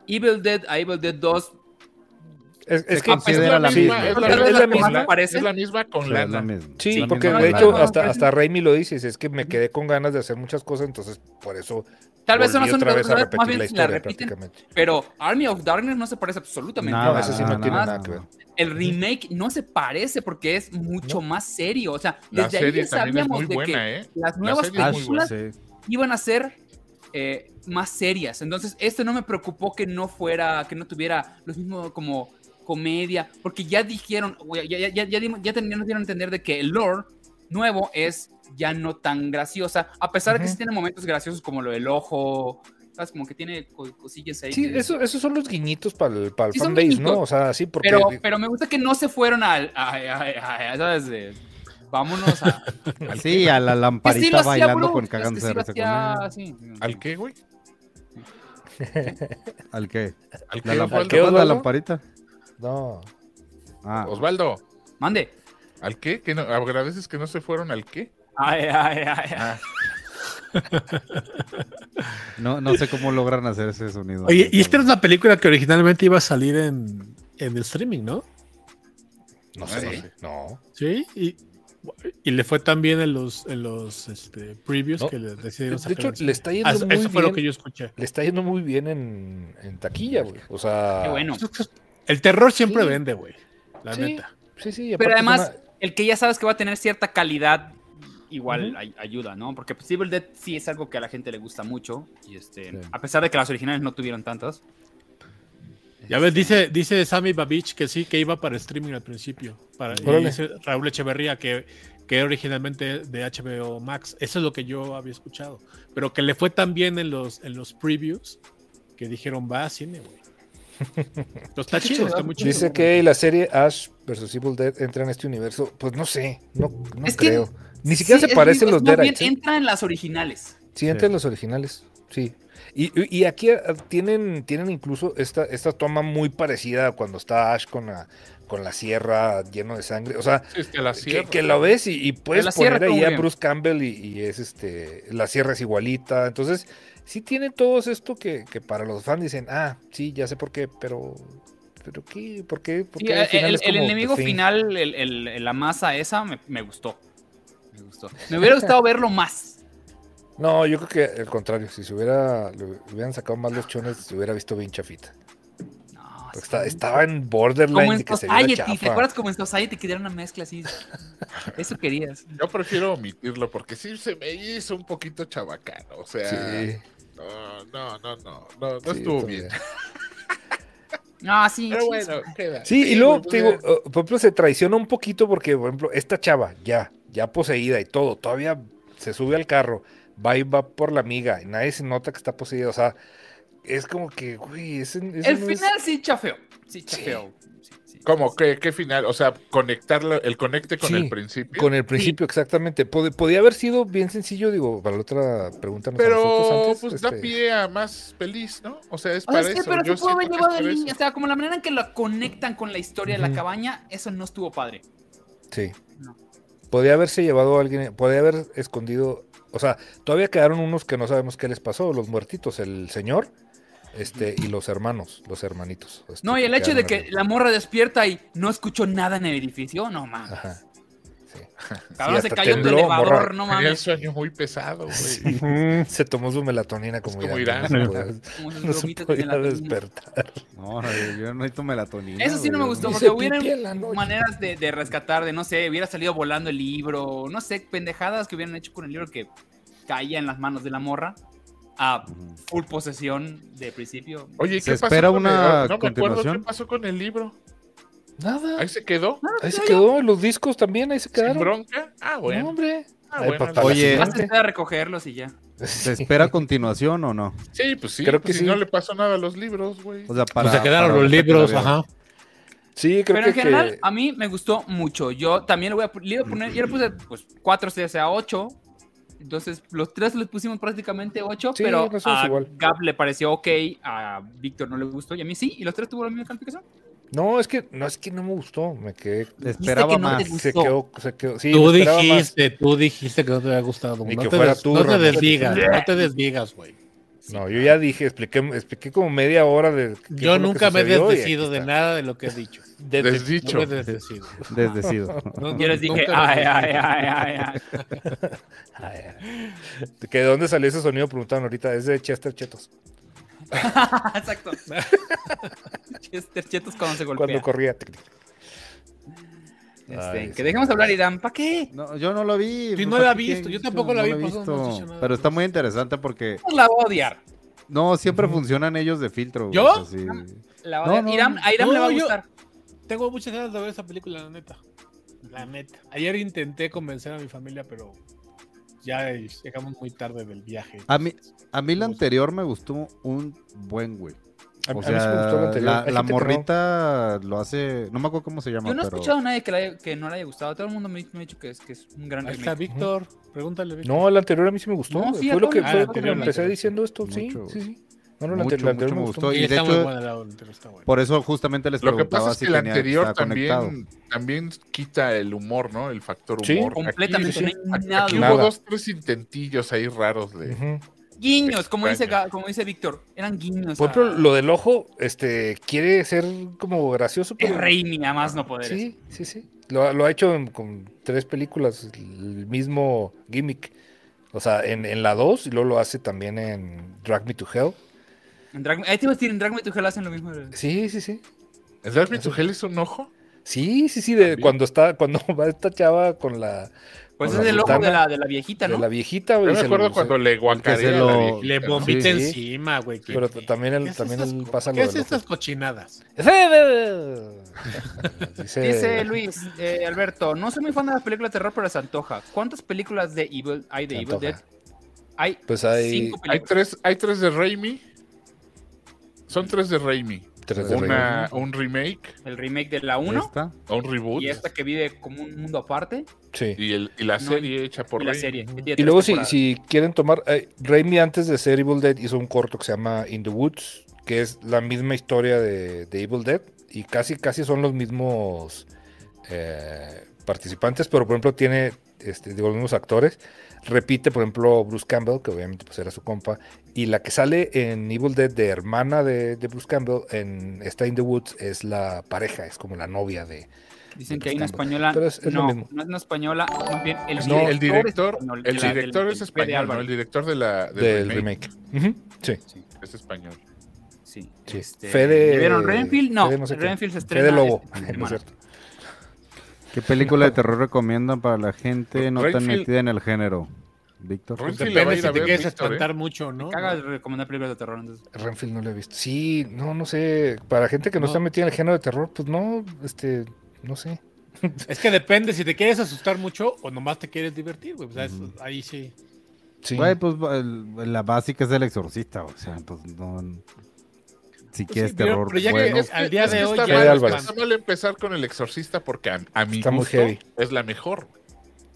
Evil Dead a Evil Dead 2 Es, es Se que considera la misma. Es la, Es la es la misma. misma, Parece. es la misma con Es la lana. misma. Sí, La porque misma de hecho lana. hasta, hasta Raimi lo dices, es que me quedé con ganas de hacer muchas cosas, entonces por eso tal vez son volví las otra únicas vez cosas, a más repetir bien la la, la historia repiten, prácticamente. pero Army of Darkness no se parece absolutamente Nada, No, nada. eso sí no nada, tiene nada. nada que ver. El remake no se parece porque es mucho No. más serio, o sea, La desde ahí serie ya también es sabíamos muy de que buena, ¿eh? las La nuevas serie es muy películas Sí. iban a ser eh, más serias. Entonces, esto no me preocupó que no fuera, que no tuviera lo mismo como comedia, porque ya dijeron, güey, ya, ya, ya, ya, dimos- ya ten- ya nos dieron a entender de que el lore nuevo es ya no tan graciosa, a pesar de que Ujú. sí tiene momentos graciosos como lo del ojo, ¿sabes? Como que tiene co- cosillas ahí. Sí, que- eso, esos son los guiñitos para el, para el Sí, son fanbase, guiñitos. ¿no? O sea, sí, porque pero, pero me gusta que no se fueron al... a- a- a- a- ¿sabes? De, vámonos [laughs] a... Sí, a [laughs] Que sí la lo lamparita hacía bailando Bruce, con es que cagándose sí de lo risa con hacía él. así. ¿Al qué, güey? ¿Al qué? ¿Al ¿La qué, lamparita? qué, Osvaldo? la Osvaldo? lamparita? no. Ah, Pues, Osvaldo, Mande. ¿al qué? ¿Que no- ¿Agradeces que no se fueron al qué? Ay, ay, ay, Ah. ay. no, no sé cómo logran hacer ese sonido. Oye, y este esta es una película que originalmente iba a salir en, en el streaming, ¿no? No sé, sé, no. Sí, y, y le fue tan bien en los, en los este, previews No. que le De decidieron sacar hecho, en le cine. está yendo Ah, Eso, muy eso fue lo que bien. yo escuché. Le está yendo muy bien en, en taquilla, güey. O sea, Qué bueno. El terror siempre Sí. vende, güey. La Sí. neta. Sí, sí, Pero aparte es además, una- el que ya sabes que va a tener cierta calidad, igual Ujú. ay- ayuda, ¿no? Porque pues, Evil Dead sí es algo que a la gente le gusta mucho. Y este, Sí. a pesar de que las originales no tuvieron tantas. Ya ves, dice, dice Sammy Babich que sí, que iba para streaming al principio. Para, y Órale. dice Raúl Echeverría que, que originalmente de HBO Max. Eso es lo que yo había escuchado. Pero que le fue tan bien en los, en los previews que dijeron va a cine, güey. [laughs] Entonces, está chido, está muy chido. Dice que la serie Ash vs Evil Dead entra en este universo. Pues no sé, no, no Es que- creo. Ni siquiera Sí, se es- parecen es- los más Dead bien Eyes, ¿eh? Entra en las originales. Sí, entre los originales, sí. Y, y- y aquí ah, tienen, tienen incluso esta, esta toma muy parecida a cuando está Ash con la, con la sierra lleno de sangre. O sea, Es que la que, sierra. que lo ves y, y puedes la sierra poner ahí estuvo a bien. Bruce Campbell y, y es este, la sierra es igualita. Entonces, sí tiene todo esto que, que para los fans dicen, ah, sí, ya sé por qué, pero, pero ¿qué? ¿Por qué? ¿Por Sí, qué al el, final eh, el- es como el The enemigo Thing? final, el- el- el- la masa esa, me, me gustó. Me gustó. Me hubiera gustado verlo más. No, yo creo que al contrario, si se hubiera, le hubieran sacado más los chones, se hubiera visto bien chafita. No, Porque sí, está- no. estaba en como borderline en de que se viera Society, ¿te chafa. acuerdas como en Society que dieron una mezcla así? Eso querías. Yo prefiero omitirlo porque sí se me hizo un poquito chabacano. O sea, Sí, no, no, no, no, no, no sí, estuvo también. bien. Ah, sí. Pero sí, bueno, queda. pues, Sí, y luego, güey, te digo, uh, por ejemplo, se traiciona un poquito porque, por ejemplo, esta chava, ya, ya poseída y todo, todavía se sube al carro, va y va por la amiga, y nadie se nota que está poseída. O sea, es como que, güey, ese, ese El no es- final sí chafeó. Sí chafeó. Sí, sí. eh, ¿Cómo? ¿Qué, qué final? O sea, conectarlo, el conecte con Sí, el principio. Con el principio, exactamente. Pod- podía haber sido bien sencillo, digo, para la otra pregunta. nos- a nosotros Pero antes, pues da este, pie a más feliz, ¿no? O sea, es O sea, para es que, eso. pero yo se pudo haber siento que llevado es en para línea. O eso. sea, como la manera en que lo conectan con la historia de la Ujú. cabaña, eso no estuvo padre. Sí. No. Podría haberse llevado a alguien, podría haber escondido, o sea, todavía quedaron unos que no sabemos qué les pasó, los muertitos, el señor, este, y los hermanos, los hermanitos. este, No, y el que hecho de quedaron que ahí. la morra despierta y no escuchó nada en el edificio, no mames. Ajá. Sí. Cabrón, Ah, Sí, se hasta cayó tu tembló, elevador, morra. no Tenía el mames. sueño muy pesado, güey. Se tomó su melatonina como, como Irán, Irán. No se podía, Como sus [laughs] no se droguitas de podía melatonina. despertar. No, yo- yo no necesito melatonina. Eso sí no güey, me gustó, yo porque Hice hubieran pipí en la noche. maneras de, de rescatar, de no sé, hubiera salido volando el libro, no sé, pendejadas que hubieran hecho con el libro que caía en las manos de la morra a Ujú. full posesión de principio. Oye, ¿qué Se pasó espera con el- ah, una No me acuerdo qué continuación. pasó con el libro. Nada. Ah, Ahí se quedó. Ahí se quedó, los discos también, ahí se ¿Sin quedaron. bronca? Ah, No, bueno. hombre. Ah, Ay, bueno, pa- pa' la Oye. Vas siguiente. a recogerlos y ya. ¿Se espera continuación o no? Sí, pues sí. Creo pues que si sí. no le pasó nada a los libros, güey. O sea, Pues para, se quedaron para- los libros, para- ajá. Sí, creo Pero en que- general, que... a mí me gustó mucho. Yo también le voy a, le iba a poner, yo le puse pues 4 estrellas a 8. Entonces, los tres les pusimos prácticamente ocho, Sí, pero nosotros a igual. Gab le pareció ok, a Víctor no le gustó y a mí sí, y los tres tuvieron la misma calificación. No, es que no, es que no me gustó. Me quedé. Esperaba no más. te gustó. Se quedó, se quedó. Sí, tú me esperaba más. dijiste, tú dijiste que no te había gustado. Ni No que te, fuera des- tú, no te Ramón. desdigas, no te desdigas, güey. No, yo ya dije, expliqué, expliqué como media hora de. qué fue Yo lo que nunca me he sucedió y aquí desdecido de está. nada de lo que he dicho. Desde- No Desdicho. me he desdecido. [laughs] Desdecido. No, no, Yo les dije, nunca me ay, he ay, desdicho. ay, ay, ay. Ay, ay. ¿Que ¿De dónde salió ese sonido? Preguntaron ahorita. Es de Chester Chetos. [laughs] Exacto. Chester Chetos cuando se golpea. Cuando corría. tic, tic. Este, Ay, sí. que dejemos hablar, Irán. ¿Para qué? No, yo no lo vi. Sí, pues, no la ¿para he qué visto, yo insisto? tampoco No la vi, he por eso no visto. he dicho nada. Pero está muy interesante porque Pues la va a odiar. no siempre funcionan ellos de filtro. güey, ¿Yo? o sea, sí. Ah. La va No, a odiar. no, Irán, a Irán no, le va a yo- gustar. Tengo muchas ganas de ver esa película, la neta. La neta. Ayer intenté convencer a mi familia, pero ya eh, llegamos muy tarde del viaje. A mí, a mí la anterior me gustó un buen güey. Pues. O A, a mí sí me sea, gustó la anterior. la, Hay la gente que no. morrita lo hace. No me acuerdo cómo se llama. Yo no he pero- escuchado a nadie que, la haya- que no le haya gustado. Todo el mundo me, ha- me ha dicho que es, que es un gran Ahí está remake. Víctor. Pregúntale, Víctor. No, la anterior a mí sí me gustó. No, güey. sí, a fue lo todos que, nos fue lo gustó que la me empecé anterior. diciendo esto. Sí, Mucho. sí, sí. No, no, la Mucho, anterior, la anterior mucho me me gustó. gustó. Sí, y de está muy hecho- buena la anterior, está buena. Por eso justamente les Lo que preguntaba pasa es si que la tenía- anterior estaba conectado. también, también quita el humor, ¿no? El factor Sí, humor. Aquí- Completamente. Sí, sí, sí. No hay aquí nada de hubo Nada. dos, tres intentillos ahí raros de. este, Ujú. Guiños, como dice, Extraño. Ga- como dice Víctor. Eran guiños. Por a- ejemplo, lo del ojo, este, quiere ser como gracioso, Es pero. Raimi, nada más no poder. Sí, sí, sí. Lo, ha- lo ha hecho en- con tres películas, el mismo gimmick. O sea, en, en la 2 y luego lo hace también en Drag Me to Hell. En Drag Me- ahí te iba a decir, en Drag Me to Hell hacen lo mismo. Sí, sí, sí. ¿El Darby Tugel es un ojo? Sí, sí, sí, de cuando está, cuando [laughs] va esta chava con la, Pues Con es la el ojo de sultana. la, de la viejita, de ¿no? la viejita. Yo güey, me se lo- acuerdo se- cuando le guacarean lo- a la viejita, Le ¿no? bombita Sí, sí. encima, güey. Pero t- también él- ¿Qué hace también estas él co- pasa lo ¿Qué del hace ojo? estas cochinadas? eh, [laughs] Dice, Dice Luis, eh, Alberto, no soy muy fan de las películas de terror, pero se antoja. ¿Cuántas películas de Evil hay de Se Evil Dead? antoja. Hay Pues hay cinco Hay películas. tres, hay tres de Raimi. Son tres de Raimi. tres Pues de Una, un remake, El remake de la Ahí 1 está. un reboot y y, esta que vive como un mundo aparte Sí. el, y la No, serie hecha por y la Raimi. serie. que tiene Y tres luego si, temporadas. si quieren tomar, eh, Raimi antes de ser Evil Dead hizo un corto que se llama In the Woods, que es la misma historia de, de Evil Dead y casi casi son los mismos eh, participantes, pero por ejemplo tiene este, digo, los mismos actores. Repite, por ejemplo, Bruce Campbell, que obviamente pues, era su compa, y la que sale en Evil Dead de hermana de, de Bruce Campbell en Está in the Woods es la pareja, es como la novia de... Dicen que hay una Buscando. española. Pero es- es lo no, mismo. no es una española. Más bien, el No, director, el director, español, el de la- del- director es del Fede español, ¿no? Álvarez. El director de la, del, Del remake, remake. Ujú, Sí. es español. Sí. Sí. este, Fede- ¿ya ¿Vieron Renfield? No, Fede no sé qué. Renfield se estrena. Fede Lobo. este fin de [laughs] No es semana. cierto. ¿Qué película de terror recomiendan para la gente no tan Renfield. metida en el género? Víctor. Renfield la va a ir Pues Depende si a te ver quieres Víctor, ¿eh? espantar mucho o no. Caga de recomendar películas de terror. Entonces. Renfield no lo he visto. Sí, no, no sé. Para gente que no, No. está metida en el género de terror, pues no, este, no sé. Es que depende si te quieres asustar mucho o nomás te quieres divertir, güey. O sea, es- ahí sí. Sí. Güey, pues el- la básica es el exorcista, o sea, pues no. Si Pues quieres sí, pero- terror, pero ya que- bueno. es- al día de hoy está, ya Fede mal, Álvarez. está mal empezar con el exorcista porque a, a mi Está muy gusto heavy. es la mejor.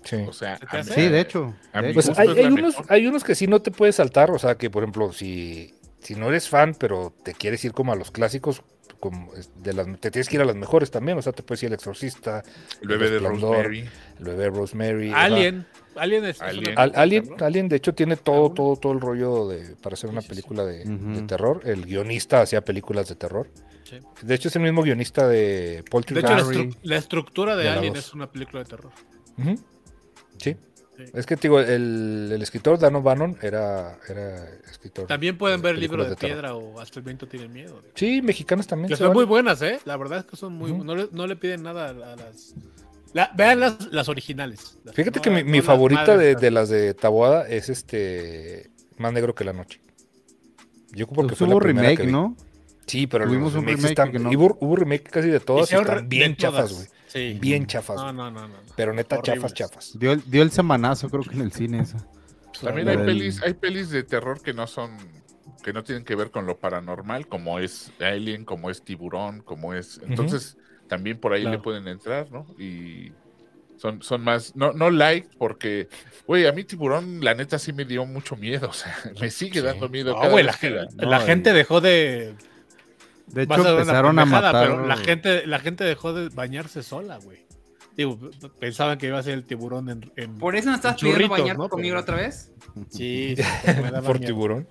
sí. O pues, sea, ¿Se te a hace? mi- Sí, de hecho. A de mí- hecho. Pues gusto hay, es la hay unos, mejor. hay unos que sí no te puedes saltar. O sea, que por ejemplo, si, si no eres fan, pero te quieres ir como a los clásicos, como es- de las, te tienes que ir a las mejores también. O sea, te puedes ir al exorcista, El bebé de Resplandor, Rosemary. el bebé Rosemary. o sea, Alien. Alien es. es Alien. una- Al- Alien, ¿no? Alien, de hecho, tiene todo, ¿Alguna? todo, todo el rollo de, para hacer Sí, una sí, sí. película de, de Ujú. terror. El guionista hacía películas de terror. Sí. De hecho, es el mismo guionista de De hecho, la, Poltergeist. estru- la estructura de, de la Alien dos. es una película de terror. Ujú. Sí. Sí. Es que te digo, el, el escritor Dan O'Bannon era, era escritor. También pueden de ver Libro películas de, terror. Piedra o Hasta el Viento Tiene Miedo. güey. Sí, mexicanos también. Que se son muy vale. buenas, ¿eh? La verdad es que son muy. Ujú. no, le, no le piden nada a, a las. la- vean las, las originales. Las- Fíjate no- que mi, no mi las favorita de, madres, de las de Taboada es este Más Negro que la Noche. Yo creo que Pues fue la hubo primera que remake, vi. ¿no? Sí, pero Tuvimos los un remakes remake están- que no- hubo, hubo remake casi de todas y Hicieron re- están bien de chafas, todas. güey. Sí. Bien chafas. No, güey. no, no, no. no. Pero neta, chafas, Horribles. chafas. Dio el, dio el semanazo, creo que en el cine esa. También La hay del- pelis, hay pelis de terror que no son, que no tienen que ver con lo paranormal, como es Alien, como es Tiburón, como es. Entonces, también por ahí Claro. le pueden entrar, ¿no? Y Son, son más, no, no like, porque, güey, a mí tiburón, la neta, sí me dio mucho miedo. [laughs] O sea, me sigue dando miedo. No, cada güey, vez la, que la- la No, gente y- dejó de. De vas hecho, ver una empezaron a pendejada, matar. Pero la gente, la gente dejó de bañarse sola, güey. Digo, p- p- pensaban que iba a ser el tiburón en. en- Por eso no estás Churritos, pidiendo bañar ¿no? conmigo Pero- otra vez. [laughs] Sí, sí, me daba Por miedo. tiburón.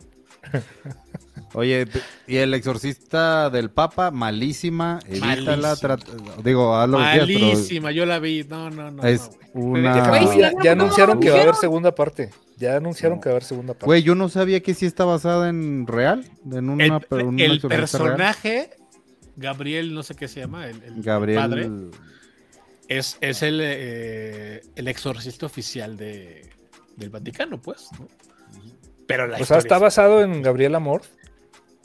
Oye, pe- y el exorcista del Papa, malísima. Evítala. Malísima. trata- Digo, hazlo que quieras, pero Malísima, yo la vi. No, no, no. Es no, güey. una. Güey, sí, Ah, ya, no, ya no, anunciaron que va a haber dijeron. segunda parte. Ya anunciaron No. que va a haber segunda parte. Güey, yo no sabía que sí está basada en real. En una, El, per- un el exorcista real. personaje, Gabriel, no sé qué se llama, el, el- el padre, Gabriel. es, es el, eh, el exorcista oficial de, del Vaticano, pues. ¿no? Pero la o sea, historia está es- basado en Gabriel Amor.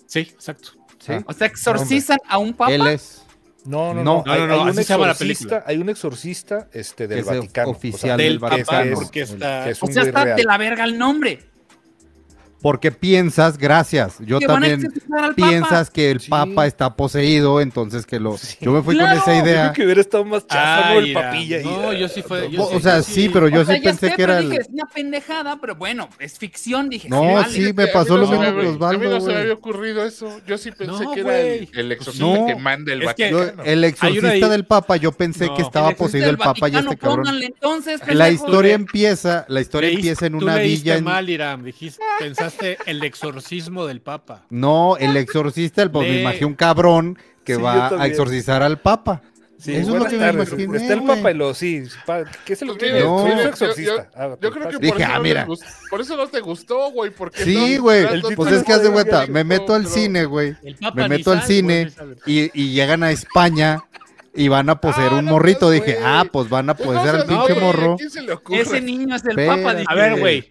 Sí, exacto. Sí. O sea, exorcizan a un Ah. papa. Él es. No, no, No. no. No, no, no, así se llama la película. hay un exorcista este, del es el Vaticano. oficial o sea, del Del papá, Vaticano. porque está. que es o un sea, güey está real. de la verga el nombre. Porque piensas, gracias. Yo que van a también exorcizar al papa. piensas que el Sí. Papa está poseído, entonces que lo. Sí. Yo me fui Claro, con esa idea. Creo que hubiera estado más chafa, ¿no? Ay, El mira, papilla. y- Ah, no, yo sí fue. yo O, o sea, sí, pero yo O sea, sí ya pensé sé, que pero era. el- dije, es una pendejada, pero bueno, es ficción, dije. No, vale. sí, me A mí pasó no lo se mismo me que había- Osvaldo, A mí no se me güey. Pues había ocurrido eso. Yo sí pensé No, que era el, güey. el exorcista No. que manda el Es que- Yo- Vaticano. el exorcista ahí- del Papa, yo pensé No. que estaba El exorcista poseído del el Papa y Vaticano, este cabrón. pónganle entonces, La pendejos. historia empieza, la historia Leíste- empieza en tú una leíste villa. en- mal, Iram. Dijiste, pensaste el exorcismo del Papa. No, el exorcista, [laughs] el- pues me Lee. imaginé un cabrón que Sí, yo va a también. exorcizar al Papa. Sí, Eso es lo buenas que me tardes. imaginé, Está el güey. papa y lo sí. pa- ¿Qué se lo Pues tiene? mira, Soy un yo- exorcista. Yo Ah, pues, creo que pasa. Dije, por, eso ah, no mira. les gust- por eso no te gustó, güey. Porque Sí, no- güey. no- no Pues te es que haz de gustó, cuenta, güey, me meto al pero- cine, güey. El Papa Me ni meto al sabe, cine. güey, sabe. Y, y llegan a España y van a poseer Ah, un no, morrito. pues, Dije, güey. ah, pues van a Pues no, poseer al o sea, no, pinche güey, morro. ¿a quién se le ocurre? Ese niño es del papa. Espérate. dije. A ver, güey.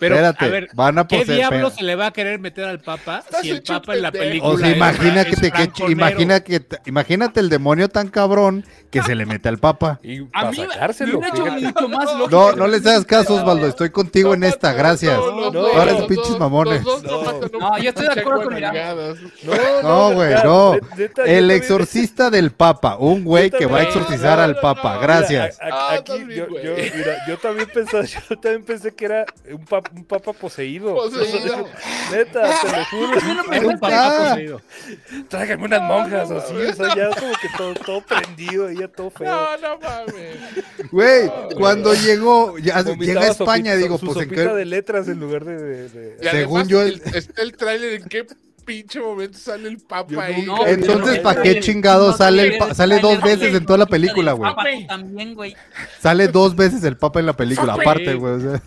Pero, Espérate, a ver, van a ¿qué poseer. diablo espera. se le va a querer meter al Papa Estás si el hecho un Papa en la pendejo. película O sea, es- imagina que es te que- franconero? imagina que te- imagínate el demonio tan cabrón que se le mete al papa. Y A para mí me sacárselo. hubiera hecho fíjate. mucho más lógico. No, no les hagas caso, Osvaldo, estoy contigo en esta, gracias. no, no, güey, ahora los es pinches dos- mamones. los dos no No. matan un No, yo estoy de pinche acuerdo con Irán. guanagadas. [laughs] No, güey, neta, no. neta, yo El también- exorcista del papa, un güey que va a exorcizar al papa, gracias. Mira, a- Ah, a- estás aquí bien, yo, güey. yo, mira, yo también pensaba, [laughs] yo también pensé que era un, pap- un papa poseído. Poseído. [laughs] Neta, te lo [laughs] juro. Yo no me Es un Papa Ah. poseído. Tráiganme unas monjas así, o sea, ya como que todo, todo prendido, ella todo feo. No, no mames. Güey, cuando llegó, ya Ah, llega Vomitaba a España, sopi- digo, su pues en sopita qué- de letras en lugar de... de- de- Y Según además, yo, el- el- está el tráiler en qué pinche momento sale el Yo papa ahí. nunca- Entonces, No, ¿para qué no, chingado no, sale el no, pa- no, sale no, dos no, veces no, en toda la no, película, del güey? Papa tú También, güey. Sale dos veces el Papa en la película, Sope. aparte, güey. o sea.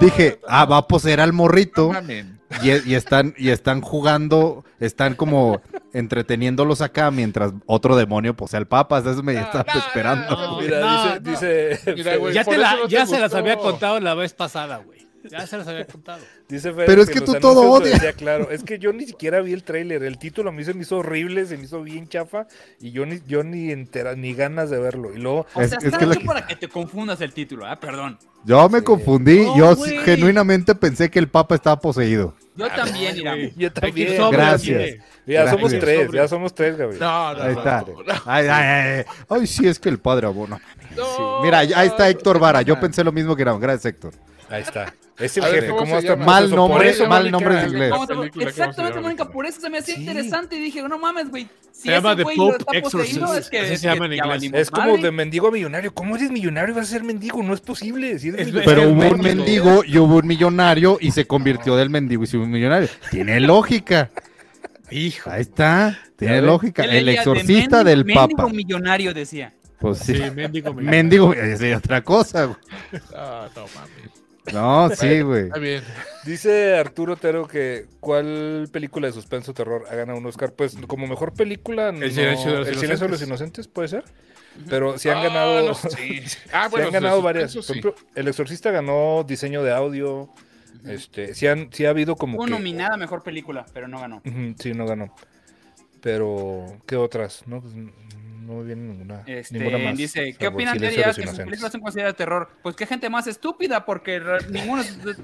Dije, ah, va a poseer al morrito. No mamen. Y, y están, y están jugando, están como entreteniéndolos acá mientras otro demonio posee al papa. Eso me No, estaba no, esperando. no, Mira, no, no. dice, dice, Mira, güey, Ya, Pues por te eso la- no te ya se las gustó. había contado la vez pasada, güey. Ya se las [laughs] había contado. dice Fer Pero es que los tú todo anuncios lo odias. decía claro, es que yo ni siquiera vi el tráiler, el título a mí se me hizo horrible, se me hizo bien chafa y yo ni yo ni entera ni ganas de verlo. Y luego O Es- sea, es está que la- hecho para que te confundas el título, ah, perdón. Yo me Sí. confundí, No, yo güey. genuinamente pensé que el papa estaba poseído. Yo también, Irán. Ah, güey. yo Hay que ir también. sobrio, Gracias. sí. Ya somos Gracias. tres, ya somos tres, Gabriel. No, no, Ahí no. está. Ay, ay, ay, ay. Ay, sí, es que el padre abono. No, Mira, ahí está no, Héctor no, Vara. no, Yo no. pensé lo mismo que era. Gracias, Héctor. Ahí está. Es el A ver, jefe, ¿cómo ¿cómo se hasta llama? Mal proceso? nombre, Por eso, mal Mónica, nombre en inglés. Vamos a- película, ¿cómo Exactamente, se Mónica, llama? por eso se me hacía Sí. interesante y dije, no mames, güey. Si Se llama ese The güey Pope no está poseído, Exorcist. es que, Así es se llama que en ya inglés. valimos Es como madre. de mendigo a millonario. ¿Cómo eres millonario y vas a ser mendigo? No es posible. Si eres Es- millonario, Pero el hubo un mendigo. mendigo y hubo un millonario y se convirtió del mendigo y se hubo un millonario. Tiene lógica. Hijo. Ahí está. Tiene ves. lógica. Él El leía de mendigo- exorcista del mendigo papa. millonario decía. Pues sí. Sí, mendigo. me- Mendigo, esa es otra cosa, güey. Ah, no mames. No, sí, güey. Está bien. Dice Arturo Otero que ¿cuál película de suspenso o terror ha ganado un Oscar? Pues como mejor película, no- silencio de los El silencio de los inocentes. inocentes puede ser. Pero si han Ah, ganado, no, sí. Ah, sí bueno, han ganado eso- varias. eso Por sí. ejemplo, El exorcista ganó diseño de audio. Este, sí han, sí ha habido como Fue que nominada a mejor película, pero no ganó. Ujú, Sí, no ganó. Pero, ¿qué otras? No, pues, no me viene ninguna. ninguna Este, más, dice, ¿qué salvo opinan de Silencio los ellas que sus Inocentes. películas son consideradas de terror? Pues qué gente más estúpida, porque re- ninguno... es de-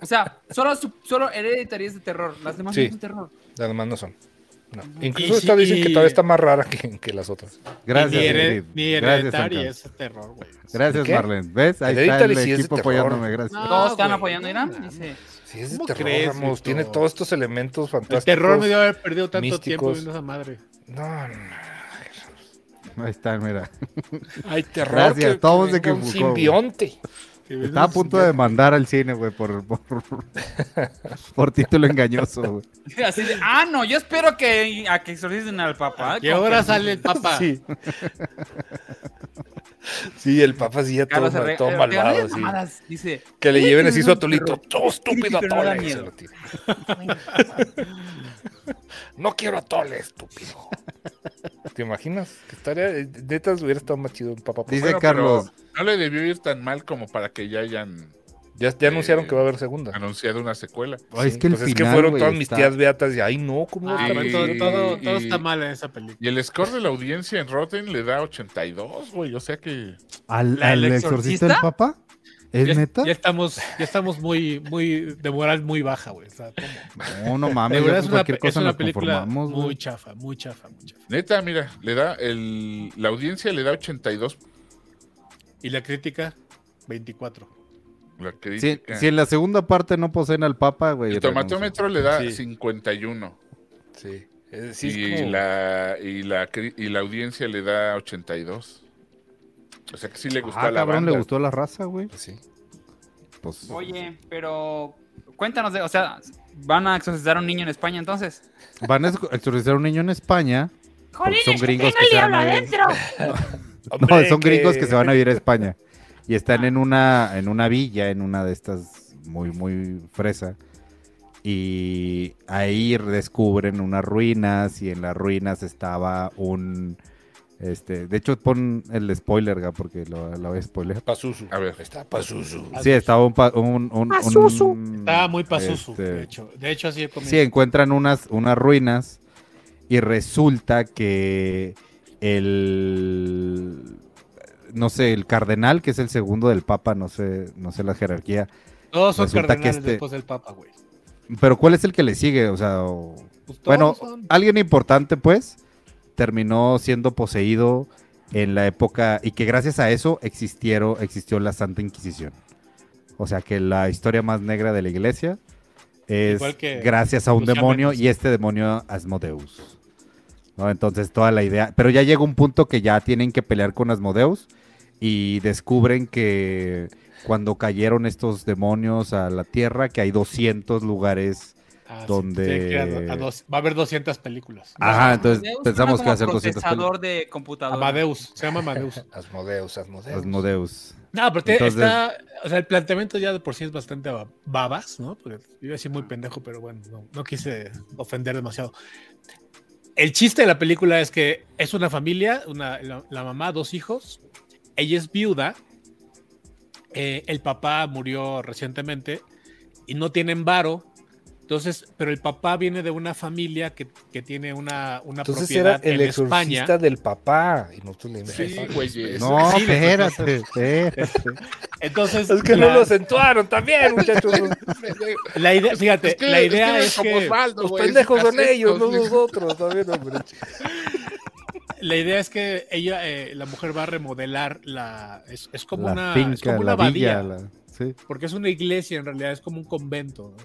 O sea, solo, su- solo Hereditary es de terror, las demás Sí. no son terror. Además no son. No. Y Incluso sí, esta dicen que todavía y- está más rara que, que las otras. Gracias, ni, here- Ingrid. ni Gracias, hereditaria Anca. es terror, güey. Gracias, ¿Qué? Marlene. ¿Ves? Ahí está el Hereditary sí es de equipo terror. apoyándome. Gracias. No, Todos están güey, apoyando a no Irán. mames. Dice, [laughs] Sí, es de ¿Cómo terror, crees, Ramos. Víctor? Tiene todos estos elementos El fantásticos. terror me dio haber perdido tanto tiempo místicos. viendo esa madre. No, no. Ahí está, mira. Hay terror. Gracias, todos de venga un Kifuku, güey. simbionte. Que viendo Está a esa punto de señora. demandar al cine, güey, por, por, por título engañoso, güey. Así de, ah, no, yo espero que, a que exorcisen al papá. ¿Qué hora sale el papá? Sí. Sí, el papá sí ya todo, Carlos mal- Herrera- todo Herrera- malvado. Herrera- sí. mamadas, Dice, Que le lleven así su Pero- atolito. Todo estúpido pero no da atole. se miedo. lo tira. No quiero atole, estúpido. ¿Te imaginas? Que estaría, netas hubiera estado más chido el papá. Dice Bueno, Carlos, pero No le debió ir tan mal como para que ya hayan Ya, ya anunciaron Eh, que va a haber segunda. anunciado una secuela. Ay, es que el pues es que final, fueron güey, todas mis está- tías beatas y ay no, ¿cómo va a Ah, estar güey, así? todo, todo- y- todo está mal en esa película. Y el score de la audiencia en Rotten le da 82, güey. O sea que. [laughs] ¿al, ¿La al del exorcista del exorcista? papá? ¿Es ya, neta? ya estamos, ya estamos muy, muy, de moral muy baja, güey. O sea, ¿cómo? No, no De mames, verdad ya es con una, cualquier es cosa una nos película conformamos, güey. muy chafa, muy chafa, muy chafa. Neta, mira, le da el, la audiencia le da 82. Y la crítica, 24. La Si, crítica. si en la segunda parte no poseen al papa, güey. el renuncia. tomatómetro le da Sí. 51. Sí. Eh, sí, es y, como- la, y, la, cri- y la audiencia le da 82. O sea que sí le gustó Ah, a la cabrón, le banda. gustó la raza, güey. Pues sí. Pues, oye, pero cuéntanos, de, o sea, ¿van a exorcizar a un niño en España entonces? van a exor- exorcizar a un niño en España. [laughs] porque son gringos que se ¿eh? van a vivir- No, Hombre, son gringos que- que se van a ir a España. Y están en una, en una villa, en una de estas muy, muy fresa. Y ahí descubren unas ruinas y en las ruinas estaba un... Este, de hecho, pon el spoiler, Ga, porque lo, lo voy a spoiler. Pazuzu. A ver. Está Pazuzu. Sí, estaba un... pa- un, un- un- Estaba muy pasusu, este, de hecho. De hecho, así he comido. Sí, encuentran unas, unas ruinas y resulta que el, no sé, el cardenal, que es el segundo del papa, no sé, no sé la jerarquía, Todos son resulta que cardenales este- después del Papa, güey. pero ¿cuál es el que le sigue? O sea, o- Pues todos bueno, son- alguien importante pues terminó siendo poseído en la época y que gracias a eso existieron, existió la Santa Inquisición. O sea que la historia más negra de la iglesia es Igual que gracias a un los demonio chamanes. y este demonio Asmodeus. ¿no? Entonces toda la idea, pero ya llega un punto que ya tienen que pelear con Asmodeus y descubren que cuando cayeron estos demonios a la tierra, que hay 200 lugares Ah, sí, donde- tienen que ir a- a dos- va a haber 200 películas. Ajá, entonces Amadeus pensamos suena que va a ser como 200 procesador de Ah, computadora. Amadeus, se llama Amadeus. Asmodeus, Asmodeus. Asmodeus. No, pero te- Entonces- está. O sea, el planteamiento ya de por sí es bastante ba- babas, ¿no? Porque iba a decir muy pendejo, pero bueno, no, no quise ofender demasiado. El chiste de la película es que es una familia, una, la, la mamá, dos hijos. Ella es viuda. eh, el papá murió recientemente y no tienen varo. Entonces, pero el papá viene de una familia que, que tiene una, una Entonces era propiedad el en exorcista España. del papá. Y nosotros le dimos- Sí, güey. No, [laughs] sí, les- espérate, [laughs] espérate. Entonces, Es que no la- lo acentuaron [laughs] también, muchachos. la idea, fíjate, Es que- la idea eres es como que Osvaldo, Los güey, pendejos son haces ellos, no los- nosotros. También, hombre. La idea es que ella, eh, la mujer va a remodelar la. Es, es como la una. es finca, como una la abadía. villa. la- sí. Porque es una iglesia, en realidad, es como un convento. ¿no?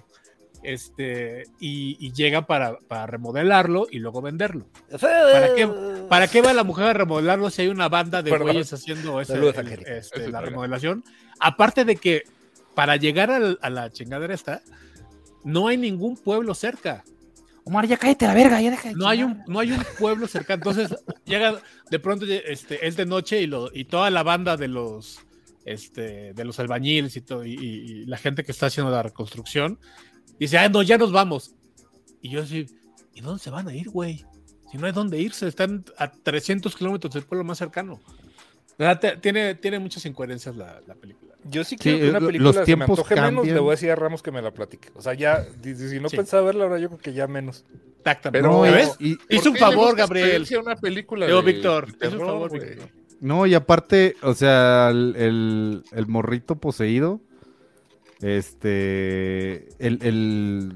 Este. Y, y llega para, para remodelarlo y luego venderlo. ¿Para qué, ¿Para qué va la mujer a remodelarlo si hay una banda de Perdón. güeyes haciendo ese- Saludos, el- Angélica. este, Eso la está bien. remodelación? Aparte de que para llegar al- a la chingadera esta, no hay ningún pueblo cerca. Omar, ya cállate a la verga, ya deja de No hay chingar. [laughs] un, no hay un pueblo cercano. Entonces, llega, de pronto este, es de noche y, lo, y toda la banda de los, este, de los albañiles y, todo, y, y- y la gente que está haciendo la reconstrucción dice, ah, no, ya nos vamos. Y yo así, ¿y dónde se van a ir, güey? Si no hay dónde irse, están a 300 kilómetros del pueblo más cercano. La te- Tiene, tiene muchas incoherencias la, la película. Yo sí Sí, creo eh, que lo- una los película se me tiempos antoje menos, cambian. le voy a decir a Ramos que me la platique. O sea, ya, si, si no Sí. pensaba verla ahora, yo creo que ya menos. Exactamente. Pero- no, y- ¿Ves? y, ¿Por Hizo un qué le favor, buscas Gabriel. creencia a Una película Digo, de- Víctor, de hizo un terror, favor, güey? Víctor. no, y aparte, o sea, el, el- el morrito poseído, este, el, el-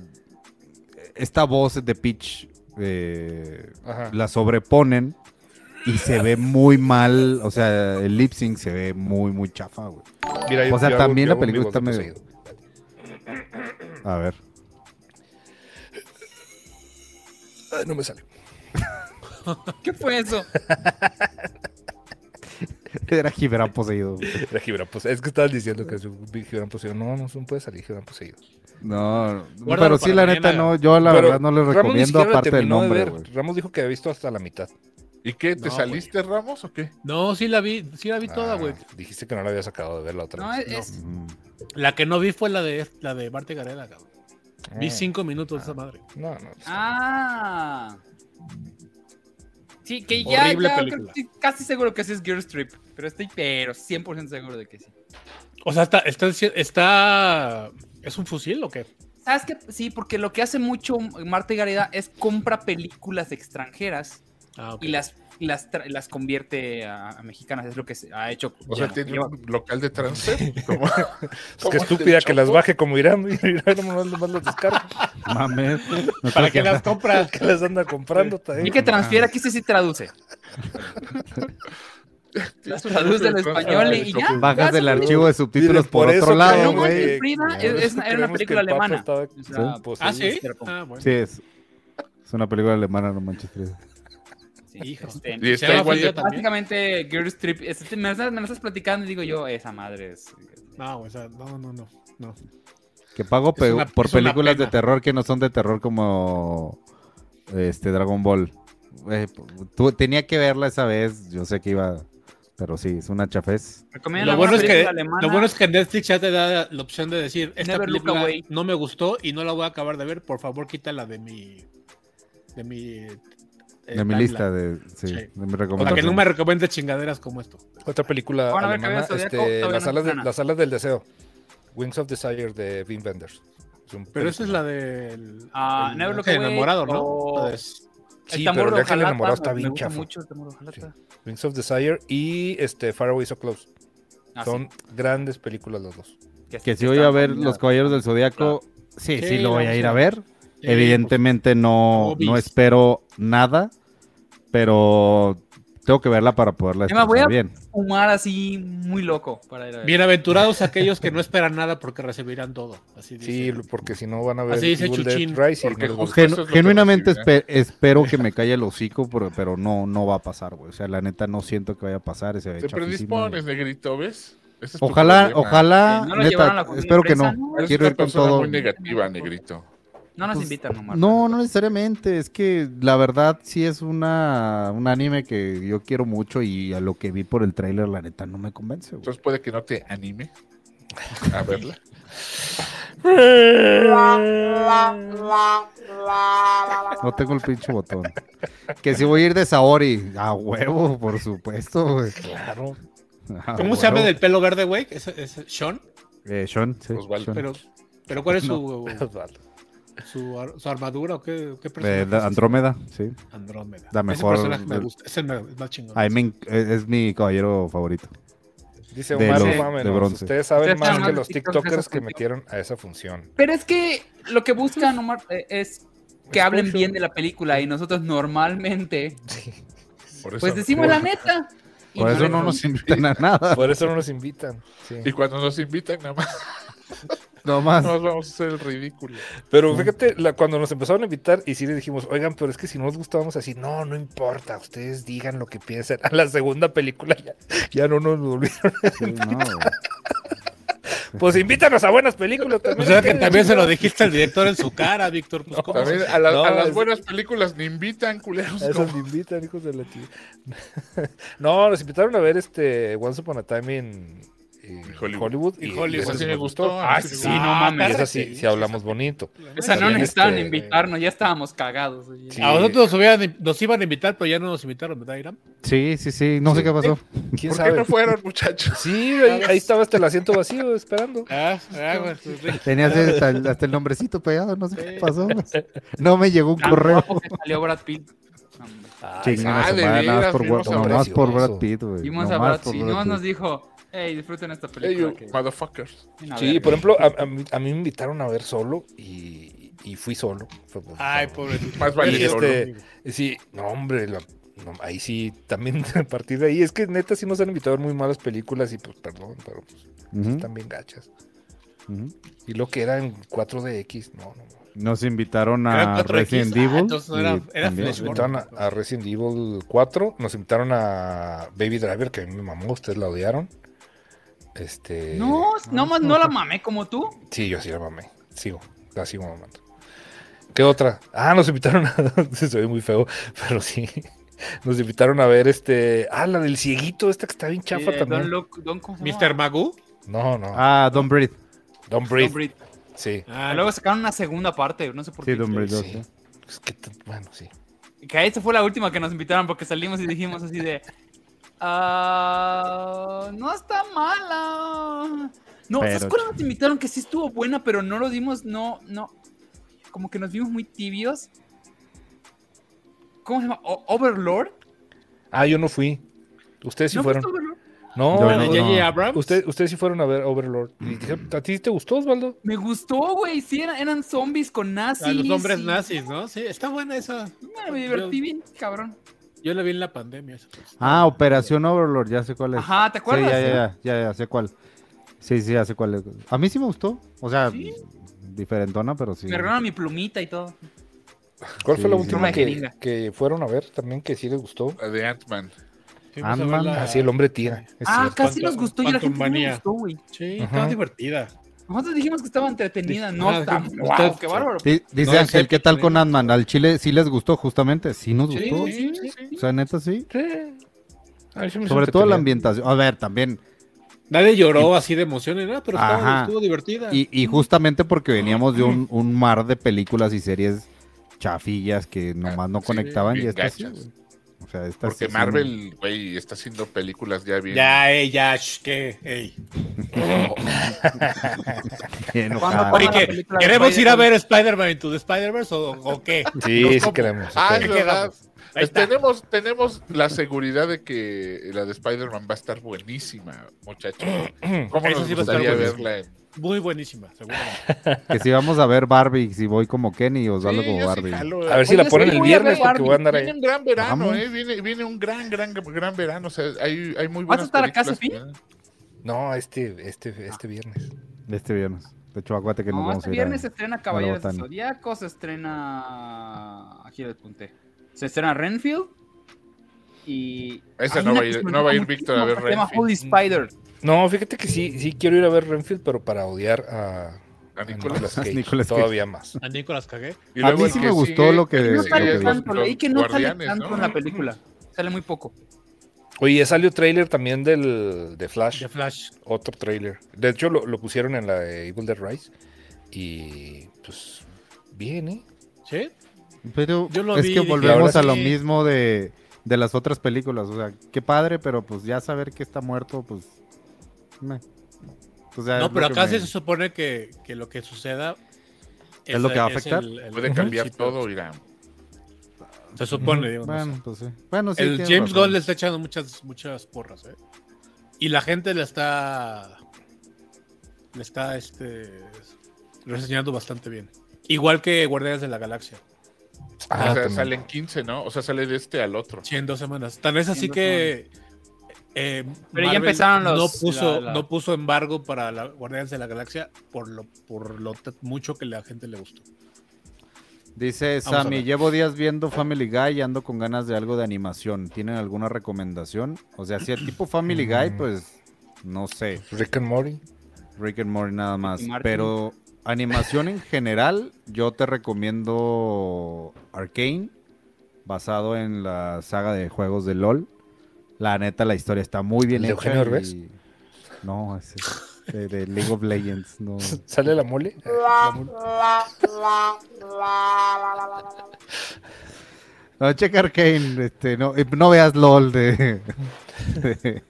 esta voz de Pitch eh, Ajá. la sobreponen y se ve muy mal. O sea, el lip sync se ve muy, muy chafa, güey. Mira, O sea, hago- también la hago un película vivo está de poseído. A ver. Ah, no me sale. ¿Qué fue eso? Era Gibran poseído. güey. Era Gibran poseído. Es que estabas diciendo que es un Gibran poseído. No, no, no puede salir Gibran poseído. No, Guárdalo pero sí, la para neta, mañana. no. Yo la Pero verdad no le Ramón ni recomiendo, siquiera la aparte del terminó de nombre, ver. güey. Ramos dijo que había visto hasta la mitad. ¿Y qué? ¿Te No, saliste, Ramos, o qué? No, sí la vi, sí la vi toda, Ah, güey. Dijiste que no la habías acabado de ver la otra No, eh, vez. es, es- Mm. La que no vi fue la de la de Barte Garela, cabrón. Vi Ah, Eh, cinco minutos de esa madre. No, no. pues, Ah. Sí, que ya, Horrible ya creo película. que estoy casi seguro que sí es Girl Trip. Pero estoy pero 100% seguro de que sí. O sea, está, está, está- ¿Es un fusil o qué? ¿Sabes qué? Sí, porque lo que hace mucho Marta y Gareda es compra películas extranjeras Ah, ok. y las, y las, tra- las convierte a, a mexicanas. Es lo que se ha hecho. O sea, ya, tiene lleva- un local de transfer. como- es como que el del estúpida que las Chapo. baje como Irán. [laughs] Y Irán nomás, nomás las descarga. [laughs] Mames. No ¿Para creo qué que- las compras? que las anda comprando también. Y que transfiera, aquí sí sí traduce. Las traduce al español y ya. Bajas ya, del sí. archivo de subtítulos Dile, por, por eso otro lado, creemos Logan y güey. Frida Por es- es eso una- era creemos una que película el Papa alemana. estaba O sea, Sí. Ah, poseído. sí. Ah, bueno. Sí, es. Es una película alemana, no manches. Frida. sí, Hijo. este, Y Se está llama igual Frida de... también. Básicamente, Girls Trip. este, me, lo estás, me lo estás platicando y digo yo, esa madre es. No, o sea, no, no, no. no. Que pago pe- Es una- por es una películas de pena. terror que no son de terror como este Dragon Ball. Güey, tú- tenía que verla esa vez, yo sé que iba, pero sí, es una chafez. Recomiendo Lo, alguna bueno es que, película alemana. lo bueno es que Netflix ya te da la opción de decir, esta Never look película away. no me gustó y no la voy a acabar de ver, por favor quítala de mi... De mi, eh, de mi timeline". lista de, sí, Sí. de mi Para recomendación. que no me recomiendes chingaderas como esto. Otra película Bueno, a ver, alemana, Cabeza de Zodiaco, este, todavía las, no alas de- está. las alas del deseo. Wings of Desire de Wim Wenders. Es un Pero esa es película. la del... Ah, el- Never Look el Away enamorado, ¿no? o- La de- Sí, tambor pero el de de Ángel Ojalata, enamorado está me bien gusta chafa. mucho el tambor de Ojalata. Wings of Desire y este, Far Away So Close. Ah, sí, Son grandes películas las dos. Que si está voy a ver nominada. Los Caballeros del Zodiaco, sí, Sí, sí, lo voy vamos a ir a a ver. Sí, pues, Evidentemente no, Obis. no espero nada, pero tengo que verla para poderla Emma, escuchar voy a- bien. Humar así muy loco para ir a ver. eh, Bienaventurados aquellos que no esperan nada porque recibirán todo. Así dice. Sí, porque si no van a ver Así dice Evil Dead Chuchín. Rise y Porque no les va a justo- gustar. Genu- Pues eso es lo que ¿eh? genuinamente recibirá. espe- espero que me calle el hocico, pero, pero no, no va a pasar, güey. O sea, la neta no siento que vaya a pasar. Se ve Te chafísima, predispones, güey. negrito, ¿ves? Ese es tu Ojalá, problema. ojalá, Eh, no lo llevaron a neta, la comida espero que impresa, no. ¿no? Eres Quiero una ir con persona todo. muy negativa, negrito. No nos Pues, invitan, Omar. No, no necesariamente. Es que la verdad sí es una, un anime que yo quiero mucho y a lo que vi por el tráiler, la neta, no me convence, güey. Entonces puede que no te anime a verla. No tengo el pinche botón. Que si voy a ir de Saori, a huevo, por supuesto, güey. Claro. Ah, A ¿Cómo se llama huevo. del pelo verde, güey? ¿Es, es Sean? Eh, Sean, sí, Osvaldo. Sean. Pero, pero ¿cuál es su, Osvaldo. su, ar- su armadura o qué, qué Eh, personaje? da- es? Andrómeda, sí. Andrómeda. la mejor- Ese personaje me del- gusta. Es el me- el más chingón. A mí me enc- es es mi caballero favorito. Dice De Omar, los- no mames, de no, bronce. ustedes saben Ustedes más saben que más los de TikTokers TikTokers que que yo. metieron a esa función. Pero es que lo que buscan, Omar, eh, es que hablen bien de la película y nosotros normalmente, Por eso pues no- decimos la neta. Y Por eso les no nos invitan a [laughs] nada. Por eso no nos invitan. sí. Y cuando nos invitan, nada más Nomás. nos vamos a hacer el ridículo. Pero fíjate, la- cuando nos empezaron a invitar y sí les dijimos, oigan, pero es que si no nos gustábamos así, no, no importa, ustedes digan lo que piensan. A la segunda película ya, ya no nos volvieron. Sí, no, güey. Pues invítanos a buenas [laughs] películas O también. sea, que también se lo dijiste al director en su cara, Víctor. Pues, ¿cómo? También a, la- No, a las es- buenas películas ni invitan, culeros. A esos como- me invitan, hijos de la tía. [laughs] no, nos invitaron a ver este Once Upon a Time in, in Hollywood. Hollywood. Y y Hollywood. esa Esa sí nos me gustó. Ah, esa sí me Sí, Ah, no mames. Y esa sí, sí hablamos bonito. Esa no También, necesitaban este, invitarnos, ya estábamos cagados. oye. Sí. A nosotros nos, hubieran- nos iban a invitar, pero ya no nos invitaron, ¿verdad, Irán? sí, sí, sí. No sé Sí. qué pasó. ¿Quién ¿Por qué sabe? no fueron, muchachos? Sí, ahí, ahí estaba hasta el asiento vacío esperando. Ah, ah, güey, pues, sí. Tenías hasta el, hasta el nombrecito pegado, no sé qué pasó. güey. No me llegó un Tan correo. guapo que salió Brad Pitt. Hombre. Chinguen a ah, su de madre, nada más veras, por, vimos Wa- a nomás por Precioso. Brad Pitt, güey. Vimos a Nomás Brad por Pitt, Brad nomás nos Pitt. dijo, hey, disfruten esta Hey, película. you que- motherfuckers. Una Sí, verga". por ejemplo, a, a mí, a mí me invitaron a ver solo y, y fui solo. Fue- fue- Ay, fue- pobre. Más y valiente. este, sí, no, hombre, la- no, ahí sí, también [laughs] a partir de ahí, es que neta sí nos han invitado a ver muy malas películas y pues perdón, pero pues, Ujú, están bien gachas. ujú. Y lo que eran 4DX, no, no, no. Nos invitaron Eran a cuatro Resident X. Ah, Evil. entonces no era- y era también- Nos Flashpoint. invitaron a, a Resident Evil 4, nos invitaron a Baby Driver, que a mí me mamó, ustedes la odiaron. Eh, Este, No, no, más no la mamé como tú. Sí, yo sí la mamé. Sigo, la sigo mamando. ¿Qué otra? Ah, nos invitaron a. [laughs] Se ve muy feo, pero sí. Nos invitaron a ver este. Ah, la del cieguito, esta que está bien chafa Eh, también. Don Luke, Don, ¿cómo se llama? Mr. Magoo. No, no. Ah, Don't Breathe. Don Don't breathe. Breed. Sí. Ah, Luego sacaron una segunda parte, no sé por Sí, qué. Don't Breathe. dos, sí. ¿no? Es que t- bueno, sí. Que esta fue la última que nos invitaron porque salimos y dijimos así de. [laughs] "Ah, no está mala. No, ¿sabes Pero- cuál nos invitaron? Que sí estuvo buena, pero no lo dimos, no, no. Como que nos vimos muy tibios. ¿Cómo se llama? O- Overlord. Ah, yo no fui. Ustedes sí ¿No pues fueron. fuiste Overlord? No, Yo ¿la de no. J.J. Abrams. Usted- ustedes sí fueron a ver Overlord. Y dijeron, ¿A ti te gustó, Osvaldo? Me gustó, güey. Sí, eran, eran zombies con nazis. Ah, a los hombres y- nazis, ¿no? Sí, está buena esa. Me divertí bien, cabrón. Yo la vi en la pandemia. esa cosa. Ah, Operación Overlord, ya sé cuál es. Ajá, ¿te Sí, acuerdas? ya, ya, ya, ya, ya sé cuál. Sí, sí, ya sé cuál es. A mí sí me gustó. O sea, ¿Sí? diferentona, pero sí. Me regalaron mi plumita y todo. ¿Cuál fue la Sí, sí. última Una que, jeringa. que fueron a ver también que sí les gustó? La de Ant-Man. Fuimos a ver Ant-Man. pues, la- Así el hombre tira. es ah, cierto. casi Quantum- nos gustó y a la gente no le Quantumania. gustó, güey. Sí, estaba Ajá. divertida. Nosotros dijimos que estaba entretenida, Sí. no Ah, está. sí. ¡Guau, Usted- qué bárbaro! Di- dice No, en Ángel, serio, ¿qué tal sí. con Ant-Man? Al Chile sí les gustó, justamente. Sí nos Sí, gustó. sí, sí. O sea, neta sí. Sí. A mí se me hizo Sobre todo la entretenida. ambientación. A ver, también. Nadie lloró así de emoción ni nada, pero estaba- Ajá. estuvo divertida. Y, y justamente porque veníamos de un, un mar de películas y series chafillas que nomás no sí, conectaban y bien esta sí, gachas. güey. O sea, esta Porque sí son- Marvel, güey, está haciendo películas ya bien. Ya, ey, ya, sh, ¿qué? Ey. bien Cuando [laughs] enojada. Oye, la ¿qué? película de ¿queremos ir a Spider-Man. ver Spider-Man Into the Spider-Verse o, o [laughs] qué? Sí, sí queremos. Ah, es ok. verdad. Ahí Pues está. Este, tenemos, tenemos la seguridad de que la de Spider-Man va a estar buenísima, muchachos. ¿Cómo Eso nos sí va a estar gustaría buenísimo. verla? en- Muy buenísima, seguramente. Que si vamos a ver Barbie, si voy como Kenny o salgo Sí, Pues yo como sí Barbie. jalo, eh. A ver si Oye, la ponen sí, el voy a ver viernes porque Barbie, voy a andar Viene ahí. un gran verano, Vamos. eh. Viene, viene un gran, gran, gran verano. O sea, hay, hay muy buenas a estar acá, películas Sofía? que vienen. No, este, este, este viernes. Este viernes. De hecho, acuérdate que nos No, vamos este a ir. a- viernes se estrena Caballeros del Botana. Zodíaco, se estrena. Aquí lo apunté. Se estrena Renfield. Y. Esa Hay no una va a que ir- se me no va a ir llama Víctor a ver muchísimo, Se llama Renfield. Holy Spider. No, fíjate que sí, sí quiero ir a ver Renfield, pero para odiar a, A a Nicolas. [laughs] Nicolas Cage, Nicolas Cage. todavía más. A Nicolas cagué. Y A mí el sí que me gustó lo que- No Sí, sale sí, tanto, leí que no sale Guardianes, tanto ¿no? en la película. Sale muy poco. Oye, ya salió trailer también del de Flash, De Flash. otro trailer. De hecho, lo, lo pusieron en la de Evil Dead Rise y pues bien, ¿eh? ¿Sí? Pero Yo lo es vi, que dije, volvemos ahora a lo sí. mismo de, de las otras películas. O sea, qué padre, pero pues ya saber que está muerto, pues. meh. O sea, es No, lo pero que acá sí me- se supone que, que lo que suceda ¿Es lo que va a afectar? el- el Puede cambiar principio. todo, Irán. Se supone, digo. no sé. Bueno, pues sí. Bueno, sí. el tienes James razón. Gunn le está echando muchas, muchas porras, ¿eh? Y la gente le está. Le está este. Reseñando bastante bien. Igual que Guardianes de la Galaxia. o Ah, sea, también. salen 15, ¿no? O sea, sale de este al otro. Sí, en dos semanas. Tan es Sí, así en dos que. eh, Pero ya Marvel empezaron los- No puso, la- la- no puso embargo para la Guardianes de la Galaxia por lo, por lo t- mucho que la gente le gustó. Dice Vamos a Sammy, ver. llevo días viendo Family Guy y ando con ganas de algo de animación. ¿Tienen alguna recomendación? O sea, si el tipo Family Guy, Mm. pues no sé. Rick and Morty. Rick and Morty nada más. Martin. Pero animación en general, yo te recomiendo Arcane, basado en la saga de juegos de LOL. La neta, la historia está muy bien ¿De hecha. Eugenio Derbez? y- No, ese es de, de League of Legends. No. ¿Sale la mole? La mole. No, checa Arcane. Este, no, eh, no veas LOL de... de-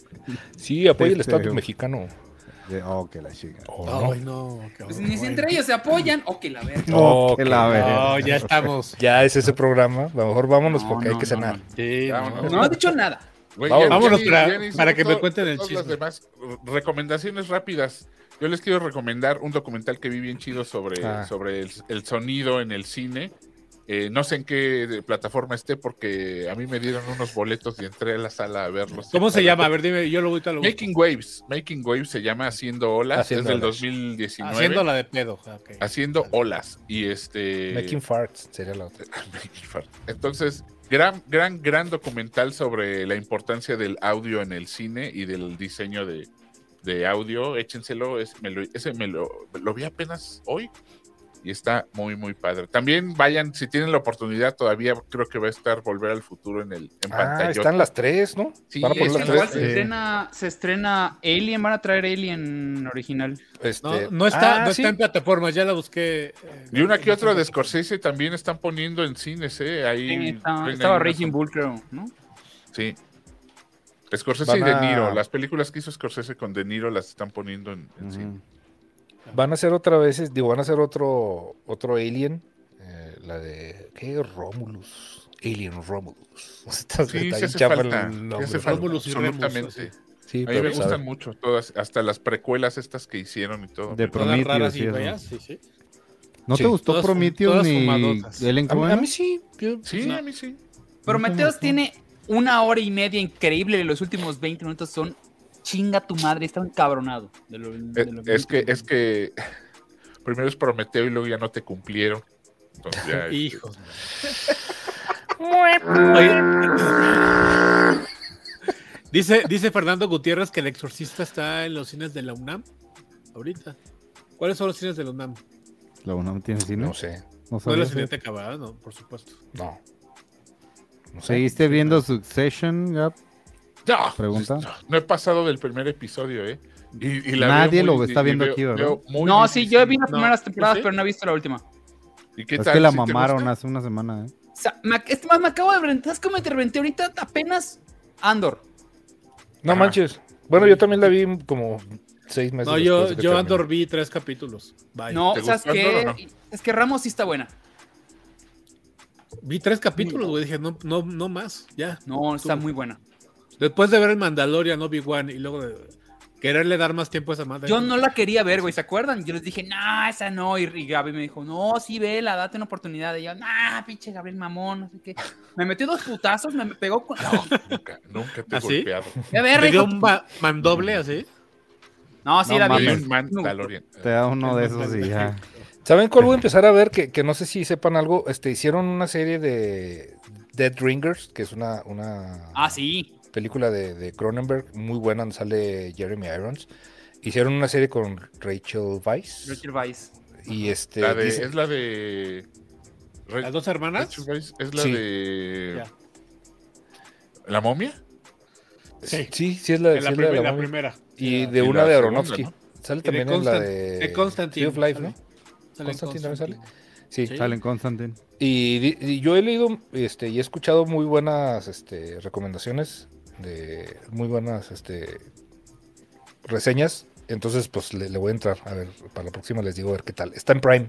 Sí, apoya el Este, estatus mexicano. de- oh, que la chica. ¿o no? Ay, no. qué Pues horror. ni si entre ellos se apoyan. Ok, la verga. Oh, Oh, que que la la- verga. No, ya estamos. Ya es ese programa. A lo mejor vámonos No, porque no, hay que no, cenar. no. Sí, Vámonos. No has dicho nada. Güey, Vámonos. Vámonos ni- para- ni para que me todo- cuenten el todas chisme. Las demás recomendaciones rápidas. Yo les quiero recomendar un documental que vi bien chido sobre, Ah. sobre el, el sonido en el cine. Eh, no sé en qué plataforma esté porque a mí me dieron unos boletos y entré a la sala a verlos. ¿Cómo se llama? A ver, dime, yo lo voy a lo busco. Making Waves. Making Waves se llama Haciendo Olas. Haciendo es del Olas. 2019. Haciendo, Haciéndola Ah, de pedo. Ah, ok. Olas. Y este... Making farts sería [laughs] la otra. Entonces, gran, gran, gran documental sobre la importancia del audio en el cine y del diseño de, de audio. Échenselo, es- me lo- ese me lo, lo vi apenas hoy y está muy, muy padre. También vayan, si tienen la oportunidad, todavía creo que va a estar Volver al Futuro en el en Ah, pantalla. están las tres, ¿no? Sí, Van a poner es las que Igual tres. se eh, Sí. estrena, se estrena Alien, van a traer Alien original. Este, No, no ah, está, no sí. está en plataformas, ya la busqué. eh, Y una que no otra sé. de Scorsese también están poniendo en cines, ¿eh? Ahí Sí, está- tengan estaba unas- Raging Bull, creo, ¿no? Sí. Scorsese y Van De a- Niro. Las películas que hizo Scorsese con De Niro las están poniendo en, en cine. Ujú. Van a hacer otra vez, digo, van a hacer otro, otro Alien. eh, la de. ¿Qué? Romulus. Alien Romulus. [laughs] Está- Pues Sí, sí está bien hace chafa el falta. nombre. sí hace falta, Romulus y Remus, absolutamente. así. Sí, A mí pero me pues, a gustan ver. mucho todas, hasta las precuelas estas que hicieron y todo. De Todas Prometheus. raras y y eso. feas, sí, sí. ¿No Sí. te gustó Todas- Prometheus todas ni fumadosas. Ellen A mí, a Cohen? mí sí. yo- Sí, No. a mí sí. Prometeos tiene una hora y media increíble y los últimos 20 minutos son chinga tu madre, está encabronado. de lo- de Eh, lo Es que, bien es que [laughs] primero es Prometeo y luego ya no te cumplieron. Entonces [laughs] ya, este, Hijos. Dice, dice Fernando Gutiérrez que el exorcista está en los cines de la UNAM. Ahorita. ¿Cuáles son los cines de la UNAM? La UNAM tiene cine. No sé. No No es la sabía. siguiente acabada, no, por supuesto. No. No sé. ¿Seguiste viendo Succession, Gab? No, Pregunta. no he pasado del primer episodio, ¿eh? Y- y la Nadie veo muy lo está di- y viendo veo- aquí, ¿verdad? veo muy No, sí, yo he visto las No. primeras temporadas, ¿Sí? pero no he visto la última. difícil. ¿Y qué Es tal? que la ¿Sí te mamaron gusta? hace una semana, ¿eh? O sea, me, ac- es más, me acabo de rentar, ¿sabes cómo me renté ahorita? Apenas Andor. No Ah. manches. Bueno, yo también la vi como seis meses. No, yo, Pues después de que yo terminó. Andor vi tres capítulos. Vaya. No, ¿te ¿sabes gustó qué? Andor o Es que Ramos sí está buena. Vi tres capítulos, güey. Dije, no, no, no más. Ya. No, está muy buena. Después de ver el Mandalorian, Obi-Wan y luego de quererle dar más tiempo a esa madre. Yo no la quería ver, güey, ¿se acuerdan? Yo les dije, nah, esa no. Y, y Gaby me dijo, no, sí, vela, date una oportunidad. Y yo, nah, pinche Gabriel Mamón, no sé qué. Me metió dos putazos, me me pegó. Con... [laughs] Nunca, nunca te he ¿Ah, sí? [laughs] golpeado. A ver, Me dio hijo. un ba- mandoble así. No, sí, No la vi. mames. Bien, Mandalorian. Te da uno de esos y ya. ¿Saben cuál voy a empezar a ver? Que, que no sé si sepan algo. Este, hicieron una serie de Dead Ringers, que es una, una Ah, sí. película de, de Cronenberg muy buena donde sale Jeremy Irons. Hicieron una serie con Rachel Weisz. Richard Weiss. Y este. La de- dice- es la de. Pues, Re- Las dos hermanas. Rachel Weisz, es la Sí. de. Ya. ¿La momia? Sí. sí, sí es la, En la, sí es la de primer- la la momia. primera. Y Sí, de Y una la de segunda, Aronofsky. ¿no? Sale Y de también en la Constan- de. de Constantine, Tree of Life, ¿no? sale en Constantine también sale. Sí. Sí. Salen Constantine. Y, di- y yo he leído este, y he escuchado muy buenas este, recomendaciones, de muy buenas este, reseñas. Entonces, pues le, le voy a entrar. A ver, para la próxima les digo a ver qué tal. Está en Prime.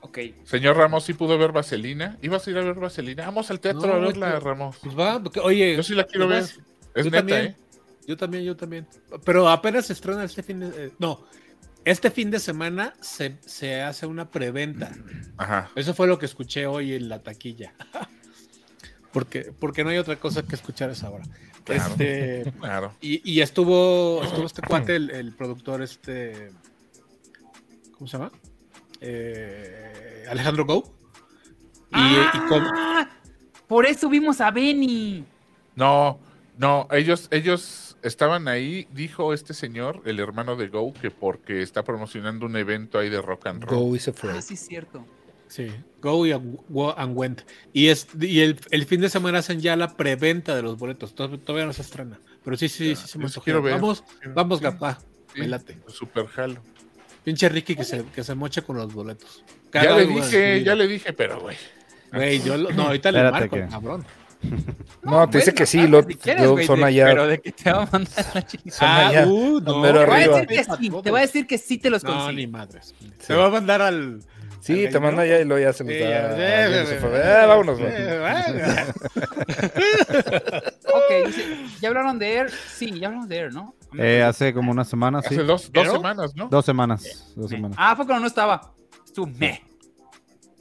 Ok. eh, Señor Ramos, ¿sí pudo ver Vaselina? ¿Ibas a ir a ver Vaselina? Vamos al teatro No, a verla, yo- Ramos. Pues va, porque, oye, Yo sí la quiero ver. además, Es yo neta, también. ¿eh? yo también, yo también. Pero apenas se estrena este fin de... eh, no, este fin de semana se, se hace una preventa. Ajá. Eso fue lo que escuché hoy en [laughs] la taquilla. Porque, porque no hay otra cosa que escuchar a esa hora. Claro. Este, Claro. Y, y estuvo, estuvo este cuate, el, el productor, este. ¿Cómo se llama? Eh, Alejandro Go. Y, y con- Ah, por eso vimos a Benny. No, no, ellos, ellos estaban ahí, dijo este señor, el hermano de Go, que porque está promocionando un evento ahí de rock and roll. Go is Ah, afraid. sí, es cierto. sí, Go y Ang- Go and Went. Y, es, y el, el fin de semana hacen ya la preventa de los boletos. to- Todavía no se estrena. Pero sí, sí, sí, sí, se me Yo sí antojó. quiero ver. Vamos, vamos, gapá. Sí, Me late. Super jalo. Pinche Ricky que se, que se moche con los boletos. Ya Cada le uno dije, así. ya le dije, pero güey. Güey, yo lo- no, ahorita le Espérate marco, que- cabrón. No, te dice bueno, que sí, ah, lo, si quieres, luego güey, son de- allá. Pero de que te va a mandar la chingada. Ah, son allá. uh, mero Te voy a arriba. decir que sí, te voy a decir que sí te los No, ni consigo. madres. Te Sí. va a mandar al. Sí, al te manda gallino. allá y luego ya Eh, se los Sí, da. ya, a alguien ya, de su ya, familia. ya, Ah, vámonos, ya, güey. ya, ya. Ok, dice, ¿ya hablaron de Air? Sí, ya hablamos de Air, ¿no? Eh, hace como una semana, sí. Hace dos, dos ¿Pero? semanas, ¿no? Dos semanas. Dos Meh. semanas. Ah, fue cuando no estaba. Estuvo meh.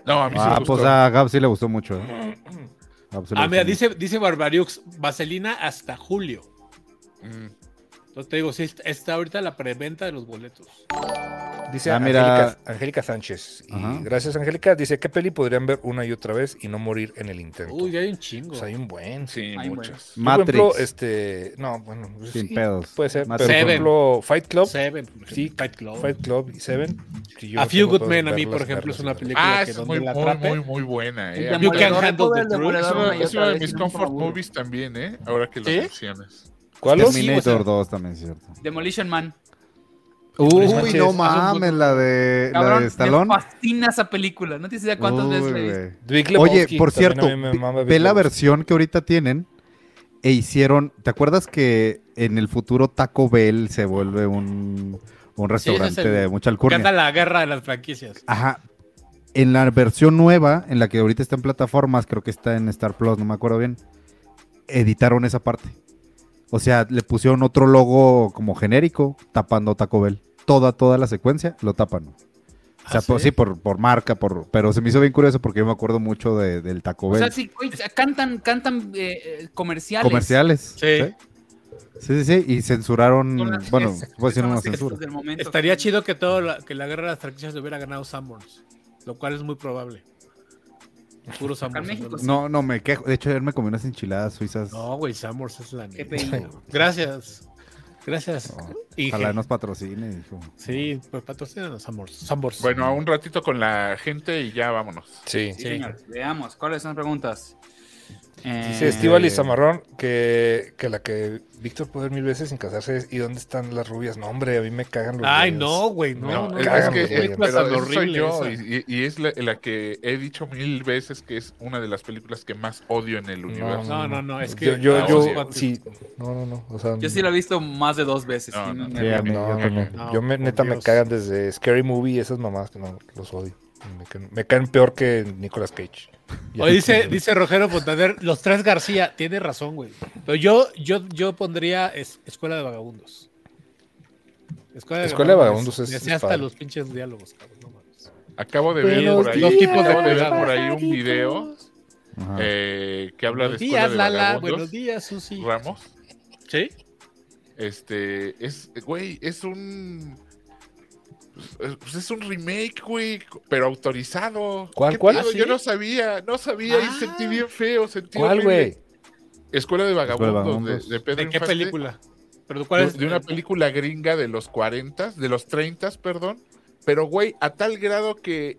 No, a mí sí me Ah, gustó. pues a Gab sí le gustó mucho. ¿eh? Gab sí le Ah, gustó mira, mucho. dice, dice Barbariux, vaselina hasta julio. Mm. Entonces te digo, sí, está- está ahorita la preventa de los boletos. Dice Ah, mira. Angélica, Angélica Sánchez. Y Ajá. gracias, Angélica. Dice, ¿qué peli podrían ver una y otra vez y no morir en el intento? Uy, ya hay un chingo. Pues hay un buen. Sí, Ay, muchas. Yo, por ejemplo, Matrix. este, no, bueno, pues Sin sí, pedos. Puede ser, Matrix. pero por Seven. ejemplo, Fight Club, Seven, por Sí, ejemplo, Fight Club. Fight Club y Seven. que yo A no Few tengo Good pedos Men en a mí, verlas, por ejemplo, verlas, es una verlas. película Ah, que esa es donde muy, la muy, atrape. muy, muy buena. El Eh. de A mí You can también. Demoledor, handle the puedo el Es truth. Demoledor una, una y es otra una de vez y mis no me comfort aburro. movies también, ¿eh? Ahora que lo ¿Sí? mencionas. ¿Cuál es? Sí, o Terminator sea- 2 también, cierto. Demolition Man. Uy, Sánchez. no mames, la de, la Cabrón, de me Stallone. fascina esa película. No tienes idea cuántas Uy, veces la he visto. güey. Big Oye, Lebowski, por también cierto, a mí me ve- mama Big ve la Lebowski. versión que ahorita tienen e hicieron. ¿Te acuerdas que en el futuro Taco Bell se vuelve un, un ese es restaurante el- de mucha Me encanta alcurnia? la guerra de las franquicias. Ajá. En la versión nueva, en la que ahorita está en plataformas, creo que está en Star Plus, no me acuerdo bien, editaron esa parte. O sea, le pusieron otro logo como genérico, tapando Taco Bell. Toda, toda la secuencia lo tapan. O sea, ¿Ah, por- sí, por, por marca, por, pero se me hizo bien curioso porque yo me acuerdo mucho de- del Taco O Bell. sea, sí, güey, cantan, cantan eh, eh, comerciales. comerciales. Sí. Sí, sí, sí, y censuraron, Son las- mm, bueno, es- voy a decir son una las fiestas censura. del momento. Estaría chido que, todo la, que la guerra de las franquicias le hubiera ganado Sanborns, lo cual es muy probable. Puro Sanborns. México, entonces. No, no, me quejo. De hecho, ayer me comí unas enchiladas suizas. No, güey, Sanborns es la Qué neta. pedido. Gracias. Gracias. No, Inge. Oh, Ojalá nos patrocine, dijo. Sí, pues patrocinan a Sanborns. Sanborns. Bueno, un ratito con la gente y ya vámonos. Sí. Sí, Sí. señor. Veamos, ¿cuáles son las preguntas? Eh, Dice Estíbaliz Zamarrón que, que la que Víctor puede ver mil veces sin casarse es ¿Y dónde están las rubias? No, hombre, a mí me cagan los Ay, rubios. no, güey, no. No, no, no, es, cagan que los eh, rubios. película pero tan esa soy horrible yo esa. y, y- y es la, la que he dicho mil veces que es una de las películas que más odio en el universo. No, no, no, es que- Yo, yo, Ah, yo- odio. sí. No, no, no. O sea, Yo sí la he visto más de dos veces. No, sí, no, me- Sí, a mí, No, yo- no, no. No, Yo me, por neta me Dios. cagan desde Scary Movie, esas mamás que no los odio. Me caen, me caen peor que Nicolas Cage. Hoy dice, dice Rogero Montaner, los tres García, tiene razón, güey. Pero yo, yo, yo pondría es- Escuela de Vagabundos. Escuela de Vagabundos es- Me es hacía hasta padre. los pinches diálogos, cabrón. No mames. Acabo de ver Buenos por ahí, días, acabo de ver pajaritos. por ahí un video Ajá. eh, que habla de Ah. Buenos escuela días, de Lala. vagabundos, Buenos días, Susi. Ramos. ¿Sí? Este, es, güey, es un. pues, pues, es un remake, güey, pero autorizado. ¿Cuál, ¿Qué cuál? pedo? ¿Ah, sí? Ah. Yo no sabía, no sabía y sentí bien feo, sentí ¿Cuál, horrible. güey? Escuela de Vagabundos, Vagabundos. De, de Pedro ¿De qué Infante, película? ¿Pero cuál De, es? de una película gringa de los 40, de los 30, perdón. Pero, güey, a tal grado que.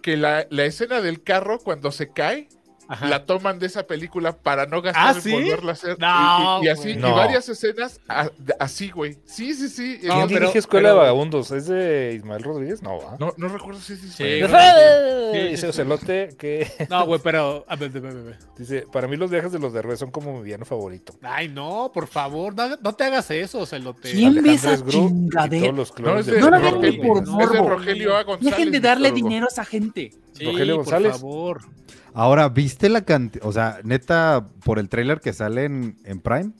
Que la, la escena del carro cuando se cae Ajá. la toman de esa película para no gastar ¿Ah, en sí? volverla a hacer. No, y, y- y así, y güey. No. varias escenas a- de- así, güey. Sí, sí, sí. eh, No, ¿Quién Entonces, pero- dirige Escuela de pero- Vagabundos? ¿Es de Ismael Rodríguez? No, va. no, no recuerdo si es Sí, Ismael. creo que sí. Sí, sí, Dice sí. Ocelote que [laughs] No, güey, pero. A ver, ve, ve, ve. dice, para mí los viajes de los derbez son como mi villano favorito. Ay, no, por favor, no, no te hagas eso, o sea, lo te. ¿Quién ve Alejandro esa es Groot y chingadera? todos los No, clones es de de, No la vean Rogelio Rogelio, por es González. de morbo. Rogelio A. González. Dejen de darle Víctor Hugo. dinero a esa gente. Sí, Rogelio González. Por favor. Ahora, ¿viste la cantidad? O sea, neta, por el trailer que sale en, en Prime,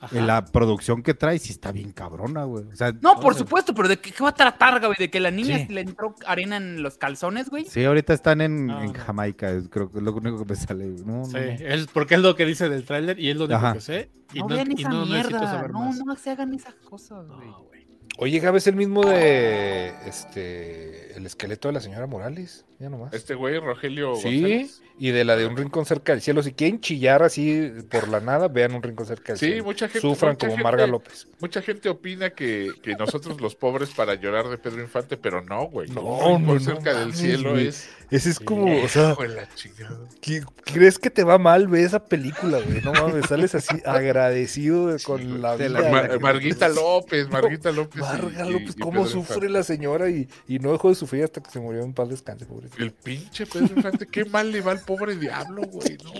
Ajá. en la producción que trae, sí está bien cabrona, güey. O sea, No, por Órale. supuesto, pero ¿de qué, qué va a tratar, güey? ¿De que la niña Sí. le entró arena en los calzones, güey? sí, ahorita están en, No, en no. Jamaica, es- creo que es lo único que me sale. güey. No, no, Sí, no. es porque es lo que dice del tráiler y es lo único Ajá. que sé. Y no, no, vean y esa no necesito mierda. saber No, más. no se hagan esas cosas, güey. No, güey. Oye, Gabe es el mismo de este el esqueleto de la señora Morales, ya nomás. Este güey, Rogelio sí, González. y de la de un rincón cerca del cielo. Si quieren chillar así por la nada, vean un rincón cerca del Sí, cielo. mucha gente- Sufran mucha como gente- Marga López. Mucha gente opina que, que nosotros los pobres para llorar de Pedro Infante, pero no, güey. No, Un no, por no cerca del mames, cielo güey. es. Ese es como, o sea, Hijo de la chingada. ¿qué- ¿crees que te va mal? Ve esa película, güey. No mames, sales [laughs] así agradecido de- con la de vida. la- de Mar- que- Marguita López, Marguita López. y- Marga y- López, y cómo Pedro sufre Infante. la señora y, y no dejó de sufrir hasta que se murió en paz descanse, pobrecita. El pinche Pedro Infante, qué mal le va al pobre diablo, güey. No,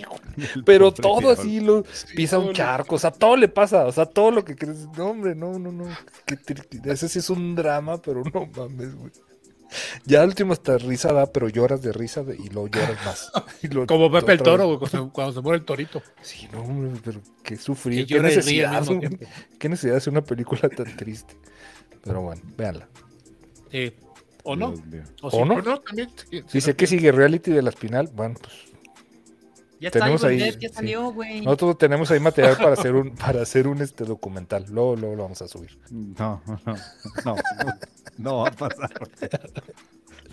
Pero Pobre todo diablo. así lo Sí, pisa un no, charco, o sea, todo le pasa, o sea, todo lo que crees. No, hombre, no, no, no. qué triste. Ese sí es un drama, pero no mames, güey. Ya al último está risada, pero lloras de risa de- y luego lloras [laughs] más. Y luego- Como Pepe el otra Toro, vez. güey, cuando, se- cuando se muere el torito. Sí, no, hombre, pero qué Que sufrir. Qué llora y ríe al necesidad, mismo güey. tiempo. qué necesidad de hacer una película tan triste. Pero bueno, véanla. Sí. ¿O no? Dios mío. sí. ¿O no? Pero no, también. sí, sí, Dice, no, ¿qué sigue? ¿Reality de la espinal? Bueno, pues Ya Tenemos Evil ahí, Dead, ya sí. salió, güey. nosotros tenemos ahí material para hacer un, para hacer un este documental. Luego, luego lo vamos a subir. No, no, no, no va a pasar.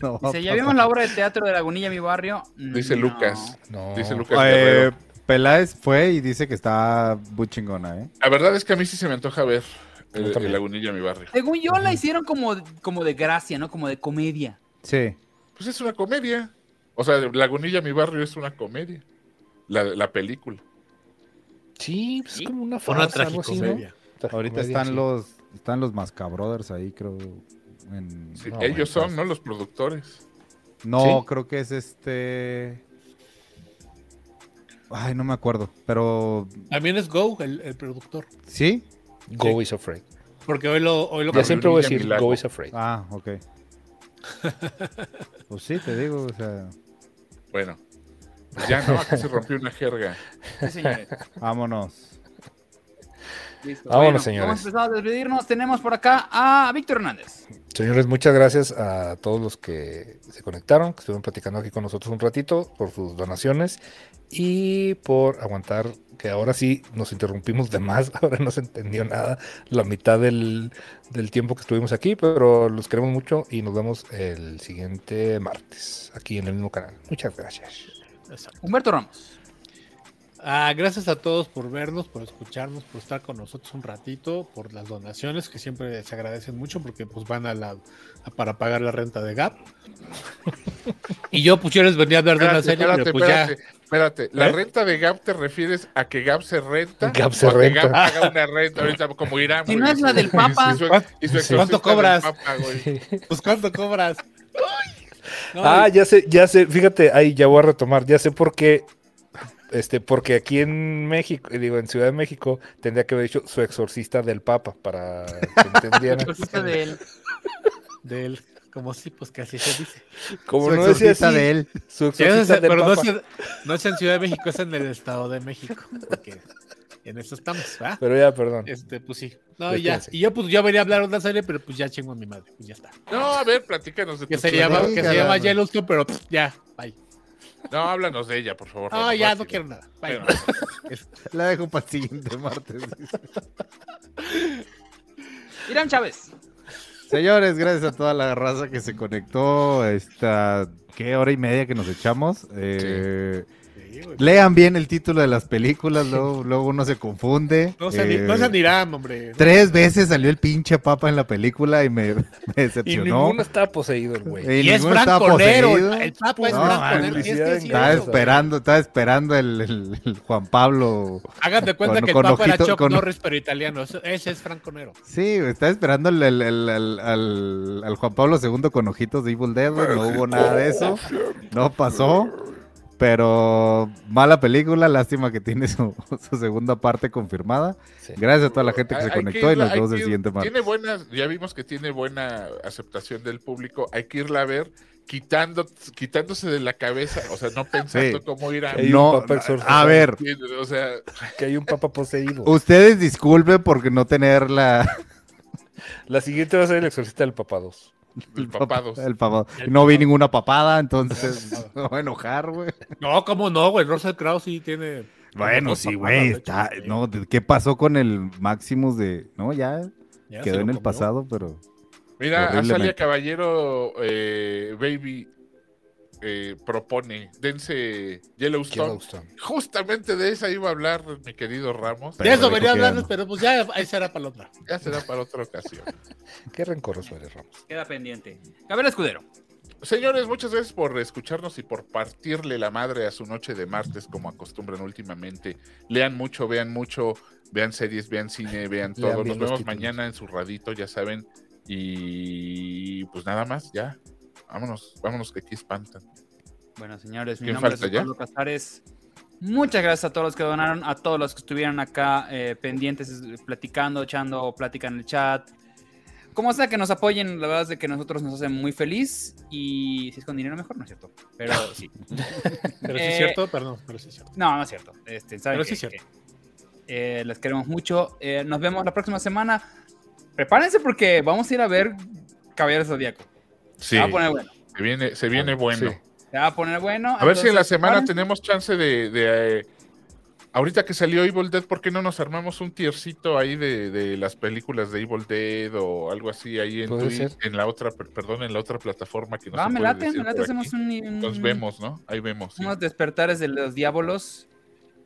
No va a Dice, ya pasar. vimos la obra de teatro de Lagunilla, mi barrio. Mm, Dice no. Lucas. No. Dice Lucas. Eh, Guerrero. Peláez fue y dice que está muy chingona, ¿eh? La verdad es que a mí sí se me antoja ver el, Yo también. el Lagunilla mi barrio. Según yo, la hicieron como, como de gracia, ¿no? Como de comedia. Sí. Pues es una comedia. O sea, Lagunilla mi barrio es una comedia. La, la película. Sí, pues es como una ¿O una farsa, algo así, ¿no? tragicomedia? Ahorita Tragicomedia, están sí. los están los Mascabrothers ahí, creo. en- Sí, No, ellos bueno, son, ¿no? Los productores. No, ¿Sí? creo que es este. Ay, no me acuerdo. Pero También es Go, el, el productor. sí. Go is afraid. Porque hoy lo, hoy lo Ya Gabriel siempre voy Villa a decir Milagro. Go is afraid. Ah, [laughs] ok. pues sí, te digo, o sea, Bueno. Pues ya no, acá se rompió una [laughs] jerga. Sí, [laughs] señores. vámonos. Listo. Vámonos, Hemos señores. empezado a despedirnos. Tenemos por acá a Víctor Hernández. Señores, muchas gracias a todos los que se conectaron, que estuvieron platicando aquí con nosotros un ratito, por sus donaciones y por aguantar que ahora sí nos interrumpimos de más, [laughs] ahora no se entendió nada la mitad del, del tiempo que estuvimos aquí, pero los queremos mucho y nos vemos el siguiente martes aquí en el mismo canal. Muchas gracias. Exacto. Humberto Ramos. Ah, gracias a todos por vernos, por escucharnos, por estar con nosotros un ratito, por las donaciones que siempre se agradecen mucho porque pues van a la a- para pagar la renta de Gap. [laughs] y yo pues yo les venía a hablar de una Espérate, espérate, serie, pero pues espérate, ya espérate. ¿La ¿Eh? renta de Gap te refieres a que Gap se renta? Gap se o a que renta. Gap paga una renta ahorita como Irán. Si güey. no es la del Papa. Y su- y su Sí. exorcista ¿Cuánto del cobras? Papa, güey. pues cuánto cobras. No, Ah, y- ya sé, ya sé, fíjate, ahí ya voy a retomar, ya sé por qué, este, porque aquí en México, digo, en Ciudad de México, tendría que haber dicho su exorcista del Papa para que entendieran. Exorcista de él. del como sí, pues que así se dice. Como Su no decía exorcista así, de él. su Es- exorcista del pero no Papa. es, en- no es en Ciudad de México, es en el Estado de México, porque en eso estamos, ¿verdad? Pero ya, perdón. Este, pues sí. No, Ya y ya. quédense. Y yo pues yo venía a hablar de una serie, pero pues ya chingo a mi madre, pues ya está. No, a ver, platícanos de Que tu se serie. llama, que se llama caramba. Yellowstone, pero pff, ya, bye. No, háblanos de ella, por favor. Ah, Roberto, ya, rápido. no quiero nada. Bye. Bueno, La dejo para el siguiente [laughs] martes. Irán Chávez. Señores, gracias a toda la raza que se conectó. Esta, ¿qué hora y media que nos echamos? Eh, Lean bien el título de las películas, luego, [laughs] luego uno se confunde. No se, ni- Eh, no se anirán, hombre. Tres veces salió el pinche papa en la película y me, [laughs] me Y decepcionó. ninguno estaba poseído el güey. Y Y es ninguno estaba franconero. poseído. El Papa es No, Ah, franconero. man, sí, es publicidad que en sí, Estaba Claro. eso. esperando, estaba esperando el, el- el Juan Pablo. Hagan de cuenta Con- que el con Papa era ojito- Chuck con- Norris, pero italiano. Eso- Ese es franconero. Sí, estaba esperando el, el- el- el- al, al Juan Pablo II con ojitos de Evil Dead. güey, No hubo nada de eso. No pasó. Pero mala película. Lástima que tiene su, [laughs] su segunda parte confirmada. Sí. Gracias a toda la gente que hay- se hay conectó y irla- nos hay vemos que el ir- siguiente martes. Tiene buenas, ya vimos que tiene buena aceptación del público. Hay que irla a ver quitando, quitándose de la cabeza, o sea, no pensando Sí. cómo ir a. Hay un No, Papa exorcista. a ver, O sea, Que hay un Papa poseído. ustedes disculpen por no tener la, La siguiente va a ser el exorcista del Papa 2. el [laughs] papados. [laughs] El papado. No vi ninguna papada, entonces [laughs] no me voy a enojar, güey. No, cómo no, güey. Russell Crowe sí tiene. Bueno, dos sí, papadas, güey. de Está, hecho, sí. no, ¿de- ¿qué pasó con el Maximus de. No, ya Ya se quedó lo en el comió. pasado, pero. Mira, horriblemente. Azalia Caballero eh, Baby eh, propone, dense Yellowstone. Yellowstone. Justamente de esa iba a hablar mi querido Ramos. De eso Pero venía a dijo que hablarles, no. pero pues ya ahí será para la otra. Ya será para otra ocasión. Qué rencoroso eres, Ramos. Queda pendiente. Gabriel Escudero. Señores, muchas gracias por escucharnos y por partirle la madre a su noche de martes como acostumbran últimamente. Lean mucho, vean mucho, vean series, vean cine, vean todo. bien Nos los vemos títulos. mañana en su radito, ya saben. Y pues nada más, ya. Vámonos, vámonos que aquí espantan. Bueno, señores, mi ¿Quién nombre falta es ya? Pablo Casares. Muchas gracias a todos los que donaron, a todos los que estuvieron acá eh, pendientes, eh, platicando, echando plática en el chat. como sea que nos apoyen, la verdad es de que nosotros nos hacen muy feliz y si es con dinero mejor, ¿no es cierto? Pero [laughs] sí. Pero sí Eh, es cierto, perdón, pero sí es cierto. No, no es cierto. Este, ¿saben Pero qué? sí es cierto. Que, eh, les queremos mucho. Eh, nos vemos la próxima semana. Prepárense porque vamos a ir a ver Caballeros Zodíaco. Sí, Se va a poner bueno. se viene, se viene bueno. Sí. Se va a poner bueno. A ver si en la entonces, semana prepárense. tenemos chance de... de, eh, ahorita que salió Evil Dead, ¿por qué no nos armamos un tiercito ahí de, de las películas de Evil Dead o algo así ahí en Puede Twitch, ser. en la otra, per- perdón, en la otra plataforma que nos Va, Ah, me late, me late. Hacemos un, un- Nos vemos, ¿no? Ahí vemos. sí. unos despertares de los diablos.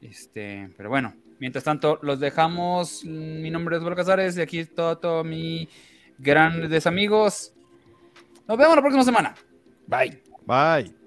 Este, pero bueno, mientras tanto, los dejamos. Mi nombre es Bolo Casares y aquí todo, todo mi grandes amigos. Nos vemos la próxima semana. Bye. Bye.